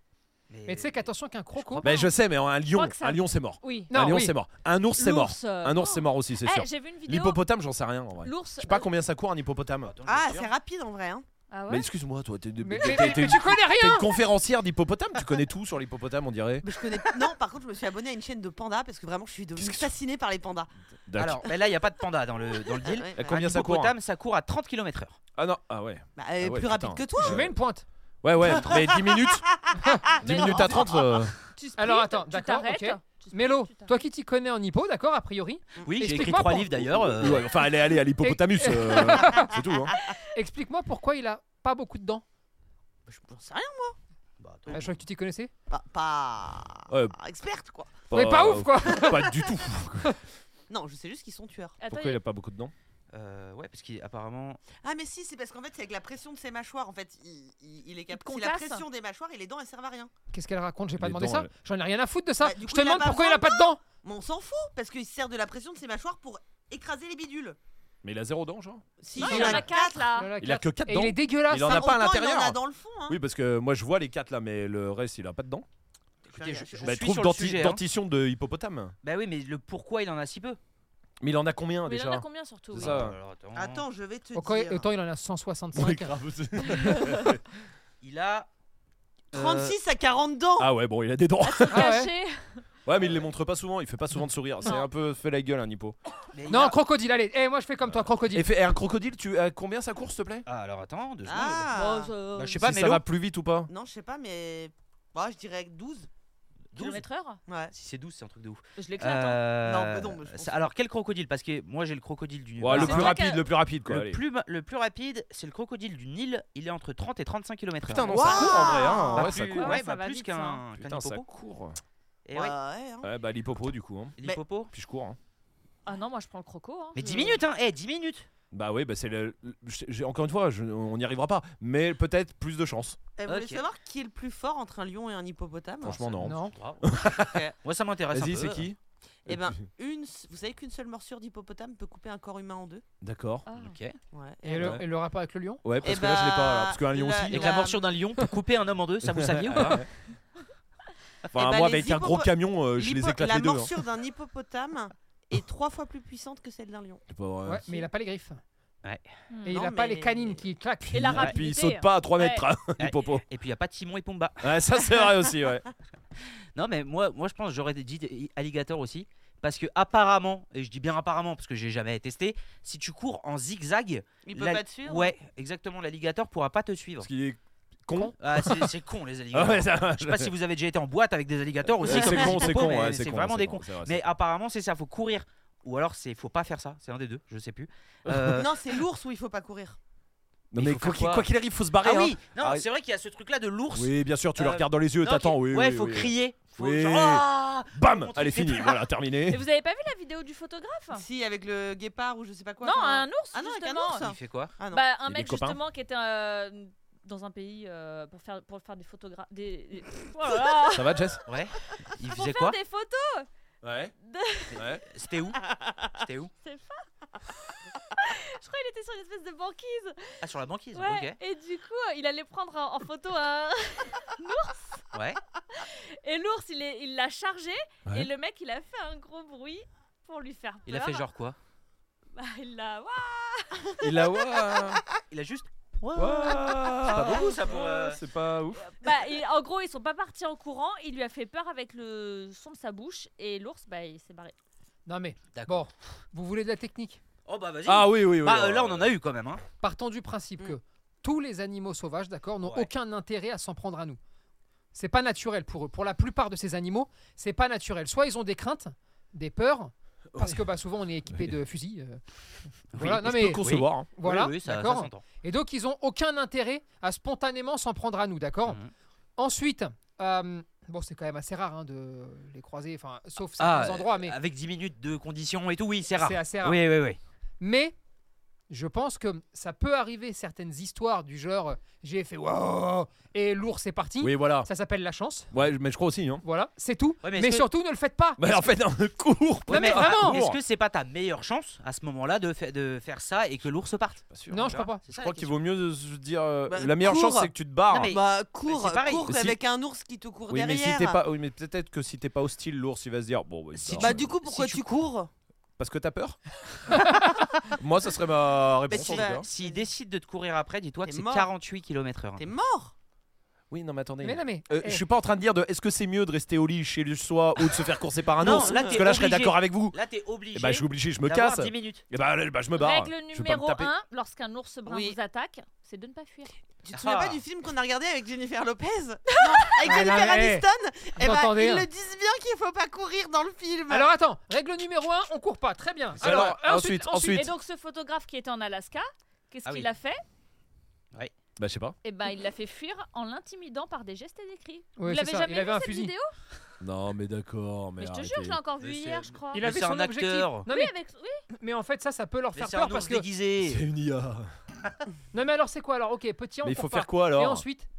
Speaker 5: Mais tu sais qu'attention qu'un croco.
Speaker 1: Mais Bah, je sais, mais un lion,
Speaker 4: crois que ça-
Speaker 1: un lion c'est mort.
Speaker 4: Oui.
Speaker 5: Non,
Speaker 1: un lion
Speaker 5: oui.
Speaker 1: c'est mort. Un ours c'est mort.
Speaker 4: L'ours, euh,
Speaker 1: Un ours
Speaker 4: oh.
Speaker 1: c'est mort aussi, c'est
Speaker 4: Eh,
Speaker 1: sûr.
Speaker 4: J'ai vu une vidéo.
Speaker 1: L'hippopotame, j'en sais rien en vrai.
Speaker 4: L'ours.
Speaker 1: Je sais pas
Speaker 4: euh,
Speaker 1: combien ça court un
Speaker 2: Bah,
Speaker 1: hippopotame.
Speaker 3: Ah, c'est rapide en vrai. hein.
Speaker 4: Ah
Speaker 1: Mais
Speaker 4: ouais.
Speaker 1: excuse-moi, toi, t'es
Speaker 5: Mais,
Speaker 1: t'es-
Speaker 5: mais-
Speaker 1: t'es-
Speaker 5: mais
Speaker 1: t'es-
Speaker 5: tu connais
Speaker 1: t'es
Speaker 5: rien
Speaker 1: une conférencière d'hippopotame, tu connais tout sur l'hippopotame, on dirait.
Speaker 3: Mais je connais. Non, par contre, je me suis abonné à une chaîne de pandas parce que vraiment, je suis devenue
Speaker 1: Qu'est-ce que tu-
Speaker 3: fascinée par les pandas.
Speaker 1: D'accord.
Speaker 2: Alors, mais là, il n'y a pas de panda dans le, dans le deal.
Speaker 3: Ouais,
Speaker 1: À
Speaker 3: ouais.
Speaker 1: combien
Speaker 2: Un
Speaker 1: ça court hein
Speaker 2: hippopotame, ça court à 30 km/h.
Speaker 1: Ah non, ah ouais.
Speaker 3: Bah, euh,
Speaker 1: Ah ouais,
Speaker 3: plus rapide
Speaker 1: putain.
Speaker 3: que toi.
Speaker 5: Je mets une pointe.
Speaker 1: Ouais, ouais, mais 10 minutes, 10
Speaker 4: Mais
Speaker 1: minutes à 30. euh,
Speaker 4: Tu splites,
Speaker 5: Alors, attends,
Speaker 4: tu
Speaker 5: d'accord,
Speaker 4: t'arrêtes,
Speaker 5: ok.
Speaker 4: tu splites,
Speaker 5: Mélo,
Speaker 4: tu t'arrêtes.
Speaker 5: toi qui t'y connais en hippo, d'accord, a priori,
Speaker 2: Oui, j'ai écrit
Speaker 5: Explique-moi
Speaker 2: trois
Speaker 5: pour-
Speaker 2: livres d'ailleurs. euh,
Speaker 1: ouais, enfin, allez, allez, à l'hippopotamus, euh, c'est tout. Hein.
Speaker 5: explique-moi pourquoi il a pas beaucoup de dents.
Speaker 3: Je j'en sais rien.
Speaker 2: bah, attends.
Speaker 5: Euh, Je crois que tu t'y connaissais.
Speaker 3: Pas, pas...
Speaker 1: Ouais.
Speaker 3: experte quoi.
Speaker 5: Mais pas ouf quoi
Speaker 1: Pas du tout.
Speaker 3: Non, je sais juste qu'ils sont tueurs.
Speaker 4: Attends,
Speaker 1: Pourquoi il a pas beaucoup de dents
Speaker 2: Euh, ouais, parce qu'apparemment.
Speaker 3: Ah mais si, c'est parce qu'en fait, c'est avec la pression de ses mâchoires. En fait, il, il- il est capable. C'est la
Speaker 4: concasse.
Speaker 3: pression des mâchoires et les dents, elles servent à rien.
Speaker 5: Qu'est-ce qu'elle raconte J'ai pas
Speaker 1: Les
Speaker 5: demandé
Speaker 1: dents, euh.
Speaker 5: ça.
Speaker 1: ouais.
Speaker 5: J'en ai rien à foutre de ça.
Speaker 3: Bah, du
Speaker 5: je
Speaker 3: coup,
Speaker 5: te
Speaker 3: il a
Speaker 5: demande
Speaker 3: pas
Speaker 5: pourquoi il
Speaker 3: besoin
Speaker 5: a pas de dents.
Speaker 3: Mais on s'en fout parce qu'il se sert de la pression de ses mâchoires pour écraser les bidules.
Speaker 1: Mais il a zéro dents, genre
Speaker 3: Si
Speaker 4: Non,
Speaker 5: il
Speaker 4: il en
Speaker 5: a
Speaker 4: a 4 là.
Speaker 5: Voilà,
Speaker 1: Il a
Speaker 5: quatre.
Speaker 1: que 4
Speaker 5: Et
Speaker 1: dents.
Speaker 5: il est dégueulasse.
Speaker 1: Il en a
Speaker 5: hein.
Speaker 1: pas à l'intérieur.
Speaker 3: Il en a dans le fond. Hein.
Speaker 1: Oui, parce que moi je vois les 4 là, mais le reste il a pas de dents.
Speaker 2: Écoutez, je, je
Speaker 1: Bah,
Speaker 2: suis
Speaker 1: trouve
Speaker 2: sur le
Speaker 1: denti-
Speaker 2: sujet. hein.
Speaker 1: dentition de hippopotame.
Speaker 2: Bah oui, mais le pourquoi il en a si peu
Speaker 1: Mais il en a combien
Speaker 4: Mais il en
Speaker 1: déjà
Speaker 4: a combien surtout
Speaker 1: C'est
Speaker 4: oui.
Speaker 1: ça.
Speaker 2: Alors, attends.
Speaker 3: Attends, je vais te
Speaker 5: Au co-
Speaker 3: dire.
Speaker 5: Autant il en a
Speaker 1: Ouais,
Speaker 5: 165.
Speaker 1: grave.
Speaker 2: Il a. euh,
Speaker 3: 36 à 40 dents.
Speaker 1: Ah ouais, bon, il a des dents.
Speaker 5: Ah ouais.
Speaker 4: Caché.
Speaker 1: Ouais, mais il les montre pas souvent, il fait pas souvent de sourire. C'est
Speaker 4: Non.
Speaker 1: un peu fait la gueule, un hippo.
Speaker 2: mais il
Speaker 5: Non,
Speaker 2: a-
Speaker 5: crocodile, allez. Eh, moi je fais comme toi, crocodile.
Speaker 1: Et, fait- et un crocodile, tu as combien sa course, s'il te plaît
Speaker 2: Ah, alors attends, deux secondes.
Speaker 3: Ah.
Speaker 4: Bon, euh, ça-
Speaker 2: Bah, je sais pas,
Speaker 1: Si
Speaker 2: mais
Speaker 1: ça va plus vite ou pas
Speaker 3: Non, je sais pas, mais bah, je dirais 12.
Speaker 2: 12
Speaker 4: Kilomètre heure
Speaker 3: Ouais.
Speaker 2: Si c'est 12, c'est un truc de ouf.
Speaker 4: Je l'éclate. hein.
Speaker 2: Euh,
Speaker 3: Non, mais non, mais je pense
Speaker 2: ça- Alors, quel crocodile Parce que moi j'ai le crocodile du.
Speaker 1: Ouais,
Speaker 2: Nil.
Speaker 1: le
Speaker 4: c'est
Speaker 1: plus
Speaker 4: vrai que-
Speaker 1: rapide, le plus rapide quoi.
Speaker 2: le
Speaker 1: allez.
Speaker 2: plus, ma- le plus rapide, c'est le crocodile du Nil. Il est entre 30 et 35 km/h.
Speaker 1: Putain, non, ça
Speaker 3: Waouh
Speaker 1: court en vrai. Hein. En
Speaker 2: Bah,
Speaker 1: vrai,
Speaker 2: plus-
Speaker 1: ça court.
Speaker 2: ouais,
Speaker 4: Ouais, ça
Speaker 2: bah,
Speaker 4: va
Speaker 2: plus
Speaker 4: vite,
Speaker 2: qu'un qu'un
Speaker 1: Putain, ça
Speaker 2: hippopo.
Speaker 1: court.
Speaker 2: Et
Speaker 3: hein. Ouais,
Speaker 2: ouais,
Speaker 3: ouais, hein.
Speaker 1: Ouais, bah l'hippopo du coup. hein.
Speaker 2: l'hippopo.
Speaker 1: Puis je cours. hein.
Speaker 4: Ah non, moi je prends le croco. hein.
Speaker 2: Mais
Speaker 4: Je-
Speaker 2: 10 minutes, hein Eh, 10 minutes
Speaker 1: Bah ouais, bah c'est le. le- j'ai- j'ai- Encore une fois, je- on n'y arrivera pas. Mais peut-être plus de chance.
Speaker 3: Eh, Vous voulez
Speaker 2: Ok.
Speaker 3: savoir qui est le plus fort entre un lion et un hippopotame
Speaker 1: Franchement, non.
Speaker 5: Non.
Speaker 2: Bravo. Moi, ça m'intéresse. un
Speaker 1: Hein Vas-y,
Speaker 2: peu.
Speaker 1: c'est qui
Speaker 3: Eh ben, une, s- vous savez qu'une seule morsure d'hippopotame peut couper un corps humain en deux
Speaker 1: D'accord.
Speaker 4: Ah.
Speaker 2: Ok.
Speaker 3: Ouais.
Speaker 5: Et le,
Speaker 1: Ouais.
Speaker 5: et le rapport avec le lion
Speaker 1: Ouais, parce
Speaker 3: Eh
Speaker 1: que là je l'ai pas.
Speaker 3: bah,
Speaker 1: là, parce qu'un lion
Speaker 3: la-
Speaker 1: aussi.
Speaker 2: Avec
Speaker 3: Il
Speaker 2: la
Speaker 3: a-
Speaker 2: morsure d'un lion pour couper un homme en deux, ça vous saviez ou pas
Speaker 1: Enfin,
Speaker 3: Eh bah,
Speaker 1: moi
Speaker 3: les
Speaker 1: avec un
Speaker 3: hippopo-
Speaker 1: gros camion, euh, je les
Speaker 3: L'hippo-
Speaker 1: éclate
Speaker 3: la
Speaker 1: les deux. hein.
Speaker 3: morsure d'un hippopotame est trois fois plus puissante que celle d'un lion.
Speaker 1: C'est pas vrai.
Speaker 5: Ouais, mais il a pas les griffes.
Speaker 4: Hmm.
Speaker 5: Et il
Speaker 3: Non,
Speaker 5: a pas
Speaker 3: mais-
Speaker 5: les canines qui claquent.
Speaker 4: Et la
Speaker 1: Et puis il
Speaker 4: rapidité.
Speaker 1: saute pas à 3
Speaker 4: Ouais.
Speaker 1: mètres, hein, l'hippopo.
Speaker 2: Et puis il y a pas Timon et Pumba.
Speaker 1: Ouais, ça c'est vrai aussi, ouais.
Speaker 2: Non, mais moi, moi je pense que j'aurais dit euh, alligator aussi. Parce que apparemment, et je dis bien apparemment parce que j'ai jamais testé, si tu cours en zigzag,
Speaker 3: Il
Speaker 2: la-
Speaker 3: peut pas te suivre
Speaker 2: ouais, exactement, l'alligator pourra pas te suivre.
Speaker 1: Parce qu'il est con.
Speaker 2: Ah, c'est- c'est con, les
Speaker 1: Ah
Speaker 2: alligators.
Speaker 1: ouais, ça-
Speaker 2: Je sais pas si vous avez déjà été en boîte avec des alligators aussi.
Speaker 1: Ouais,
Speaker 2: comme
Speaker 1: c'est
Speaker 2: les
Speaker 1: con,
Speaker 2: petits
Speaker 1: c'est
Speaker 2: popos,
Speaker 1: con,
Speaker 2: mais
Speaker 1: ouais,
Speaker 2: C'est vraiment
Speaker 1: con,
Speaker 2: des
Speaker 1: con,
Speaker 2: cons.
Speaker 1: c'est vrai, c'est
Speaker 2: Mais apparemment, c'est ça, faut courir. Ou alors, c'est faut pas faire ça. C'est un des deux, je sais plus. Euh,
Speaker 3: Non, c'est l'ours où il faut pas courir.
Speaker 1: Non,
Speaker 2: Il
Speaker 1: mais quoi
Speaker 2: faut faire
Speaker 1: qu'il
Speaker 2: quoi
Speaker 1: quoi qu'il arrive, faut se barrer.
Speaker 2: ah oui, non,
Speaker 1: Ah,
Speaker 2: c'est vrai qu'il y a ce truc-là de
Speaker 1: hein.
Speaker 2: l'ours.
Speaker 1: Oui, bien sûr, tu le
Speaker 2: Euh,
Speaker 1: regardes dans les yeux,
Speaker 2: Non,
Speaker 1: t'attends.
Speaker 2: qui-
Speaker 1: Oui,
Speaker 2: ouais,
Speaker 1: oui,
Speaker 2: faut
Speaker 1: oui.
Speaker 2: crier. Faut
Speaker 1: Oui.
Speaker 2: genre, Ah
Speaker 1: Bam
Speaker 2: Montre
Speaker 1: Allez,
Speaker 2: une tête.
Speaker 1: fini, voilà,
Speaker 4: Et
Speaker 1: terminé.
Speaker 4: vous avez pas vu la vidéo du photographe
Speaker 3: Si, avec le guépard ou je sais pas quoi.
Speaker 4: Non,
Speaker 3: enfin,
Speaker 4: un ours.
Speaker 3: Ah non, avec un
Speaker 4: justement.
Speaker 3: ours.
Speaker 2: Il fait quoi
Speaker 3: Ah non.
Speaker 4: Bah, un
Speaker 1: Et
Speaker 4: mec
Speaker 1: des copains
Speaker 4: justement qui était euh, dans un pays euh, pour faire pour faire des photographes des, des- Oh là là
Speaker 1: Ça va, Jess
Speaker 2: Ouais. Il
Speaker 4: pour
Speaker 2: faisait
Speaker 4: faire
Speaker 2: quoi
Speaker 4: des photos
Speaker 1: Ouais.
Speaker 4: de...
Speaker 1: Ouais.
Speaker 2: C'était où C'était où
Speaker 4: je crois qu'il était sur une espèce de banquise
Speaker 2: Ah, sur la banquise.
Speaker 4: ouais
Speaker 2: Ok.
Speaker 4: et du coup il allait prendre en, en photo un
Speaker 2: Ouais.
Speaker 4: et l'ours il est- il l'a chargé
Speaker 1: Ouais.
Speaker 4: et le mec il a fait un gros bruit pour lui faire peur
Speaker 2: Il a fait genre quoi
Speaker 4: Bah, il l'a Ouah,
Speaker 1: Et là, ouah,
Speaker 2: Il a juste.
Speaker 1: ouah.
Speaker 2: C'est pas beaucoup ça pour. euh,
Speaker 1: C'est pas ouf.
Speaker 4: bah, il- en gros ils sont pas partis en courant il lui a fait peur avec le son de sa bouche et l'ours bah il s'est barré
Speaker 5: Non mais
Speaker 2: D'accord.
Speaker 5: bon, vous voulez de la technique
Speaker 2: Oh bah vas-y.
Speaker 1: Ah oui, oui, oui.
Speaker 2: Bah, euh,
Speaker 1: ouais.
Speaker 2: là, on en a eu quand même. Hein.
Speaker 5: Partons du principe
Speaker 3: Mm.
Speaker 5: que tous les animaux sauvages, d'accord, n'ont
Speaker 2: Ouais.
Speaker 5: aucun intérêt à s'en prendre à nous. C'est pas naturel pour eux. Pour la plupart de ces animaux, c'est pas naturel. Soit ils ont des craintes, des peurs, parce que bah, souvent on est équipé de fusils. euh, voilà, non
Speaker 1: Je
Speaker 5: mais
Speaker 1: peux concevoir. hein.
Speaker 5: voilà,
Speaker 2: Oui, oui, ça, ça
Speaker 5: d'accord.
Speaker 2: s'entend.
Speaker 5: Et donc ils ont aucun intérêt à spontanément s'en prendre à nous, d'accord.
Speaker 2: Mhm.
Speaker 5: Ensuite, euh, bon, c'est quand même assez rare hein, de les croiser, enfin, sauf
Speaker 2: Ah,
Speaker 5: certains endroits, mais
Speaker 2: Avec 10 minutes de conditions et tout, oui, c'est rare.
Speaker 5: c'est assez rare.
Speaker 2: Oui, oui, oui.
Speaker 5: Mais je pense que ça peut arriver certaines histoires du genre euh, j'ai fait waouh et l'ours est parti.
Speaker 1: Oui, voilà.
Speaker 5: Ça s'appelle la chance.
Speaker 1: Ouais, mais je crois aussi, hein.
Speaker 5: Voilà, c'est tout.
Speaker 2: Ouais, mais
Speaker 5: mais
Speaker 2: est-ce que-
Speaker 5: surtout, ne le faites
Speaker 2: Bah,
Speaker 5: pas.
Speaker 1: Mais en fait, on court.
Speaker 5: Non, mais vraiment
Speaker 2: Est-ce que c'est pas ta meilleure chance à ce moment-là de, fa- de faire ça et que l'ours parte
Speaker 5: Non, je crois pas.
Speaker 2: C'est
Speaker 1: Je
Speaker 2: ça,
Speaker 1: crois
Speaker 2: la
Speaker 1: qu'il
Speaker 2: question.
Speaker 1: vaut mieux de se dire euh,
Speaker 3: Bah,
Speaker 1: la meilleure chance
Speaker 3: cours.
Speaker 1: c'est que tu te barres.
Speaker 2: Non, mais-
Speaker 3: Bah,
Speaker 2: Mais
Speaker 3: cours,
Speaker 2: c'est pareil.
Speaker 3: cours
Speaker 1: Ah. Si-
Speaker 3: avec un ours qui te court
Speaker 1: oui, mais si
Speaker 3: derrière.
Speaker 1: t'es pas, oui, mais peut-être que si t'es pas hostile, l'ours il va se dire bon, bah, il
Speaker 2: Si
Speaker 1: part,
Speaker 3: Bah,
Speaker 1: euh,
Speaker 3: du coup, pourquoi
Speaker 2: tu
Speaker 3: tu cours
Speaker 1: parce que t'as peur. Moi, ça serait
Speaker 2: Bah,
Speaker 1: ma réponse.
Speaker 3: tu
Speaker 1: en tout
Speaker 3: vas-
Speaker 1: cas.
Speaker 2: S'il décide de te courir après, dis-toi que
Speaker 3: T'es
Speaker 2: c'est
Speaker 3: mort.
Speaker 2: 48 km/h.
Speaker 3: T'es mort
Speaker 1: Oui, non, mais attendez.
Speaker 5: Mais non, mais.
Speaker 1: Euh,
Speaker 5: eh,
Speaker 1: Je suis pas en train de dire de est-ce que c'est mieux de rester au lit chez lui soi ou de se faire courser par un
Speaker 2: Ah Non,
Speaker 1: ours
Speaker 2: là,
Speaker 1: Parce
Speaker 2: t'es
Speaker 1: que là, je serais
Speaker 2: obligé.
Speaker 1: d'accord avec vous.
Speaker 2: Là, t'es obligé.
Speaker 1: Et bah, je suis obligé, je me
Speaker 2: d'avoir
Speaker 1: casse.
Speaker 2: 10 minutes.
Speaker 1: Et bah, là, bah, je me barre.
Speaker 4: Règle
Speaker 1: je vais pas me
Speaker 4: numéro
Speaker 1: taper.
Speaker 4: 1, lorsqu'un ours brun
Speaker 3: Oui.
Speaker 4: vous attaque, c'est de ne pas fuir.
Speaker 3: Tu te souviens
Speaker 2: Ah.
Speaker 3: pas du film qu'on a regardé avec Jennifer Lopez Non, Avec
Speaker 5: Ah,
Speaker 3: Jennifer
Speaker 5: non, mais-
Speaker 3: Aniston Eh
Speaker 5: Vous
Speaker 3: bah,
Speaker 5: entendez,
Speaker 3: ils
Speaker 5: hein.
Speaker 3: le disent bien qu'il faut pas courir dans le film
Speaker 5: Alors attends, règle numéro 1, on court pas. Très bien.
Speaker 1: eh. C'est alors, ensuite,
Speaker 4: Et
Speaker 1: ensuite.
Speaker 4: donc ce photographe qui était en Alaska, qu'est-ce
Speaker 2: Ah
Speaker 4: qu'il
Speaker 2: oui.
Speaker 4: a fait
Speaker 1: Bah, je sais pas.
Speaker 4: Eh ben, il l'a fait fuir en l'intimidant par des gestes et des cris.
Speaker 5: Ouais,
Speaker 4: vous
Speaker 5: c'est
Speaker 4: l'avez
Speaker 5: ça,
Speaker 4: jamais
Speaker 5: il
Speaker 4: vu
Speaker 5: avait un
Speaker 4: cette
Speaker 5: fusil.
Speaker 4: vidéo
Speaker 1: Non, mais d'accord. Mais,
Speaker 4: Mais je te
Speaker 1: arrêtez.
Speaker 4: jure, je l'ai encore vu
Speaker 2: Mais
Speaker 4: hier,
Speaker 2: c'est-
Speaker 4: je crois.
Speaker 5: Il
Speaker 2: Mais
Speaker 5: avait
Speaker 2: c'est
Speaker 5: son
Speaker 2: un
Speaker 5: objectif.
Speaker 2: acteur.
Speaker 5: Non,
Speaker 4: Oui,
Speaker 5: mais,
Speaker 4: avec. Oui,
Speaker 5: mais en fait, ça, ça peut leur
Speaker 2: Mais
Speaker 5: faire
Speaker 2: c'est un
Speaker 5: peur
Speaker 2: ours
Speaker 5: parce que.
Speaker 1: C'est
Speaker 2: déguisé.
Speaker 1: une IA.
Speaker 5: Non, mais alors, c'est quoi alors Ok, petit, on
Speaker 1: Mais il
Speaker 5: court
Speaker 1: faut
Speaker 5: pas.
Speaker 1: faire quoi
Speaker 5: Et
Speaker 1: alors
Speaker 5: ensuite,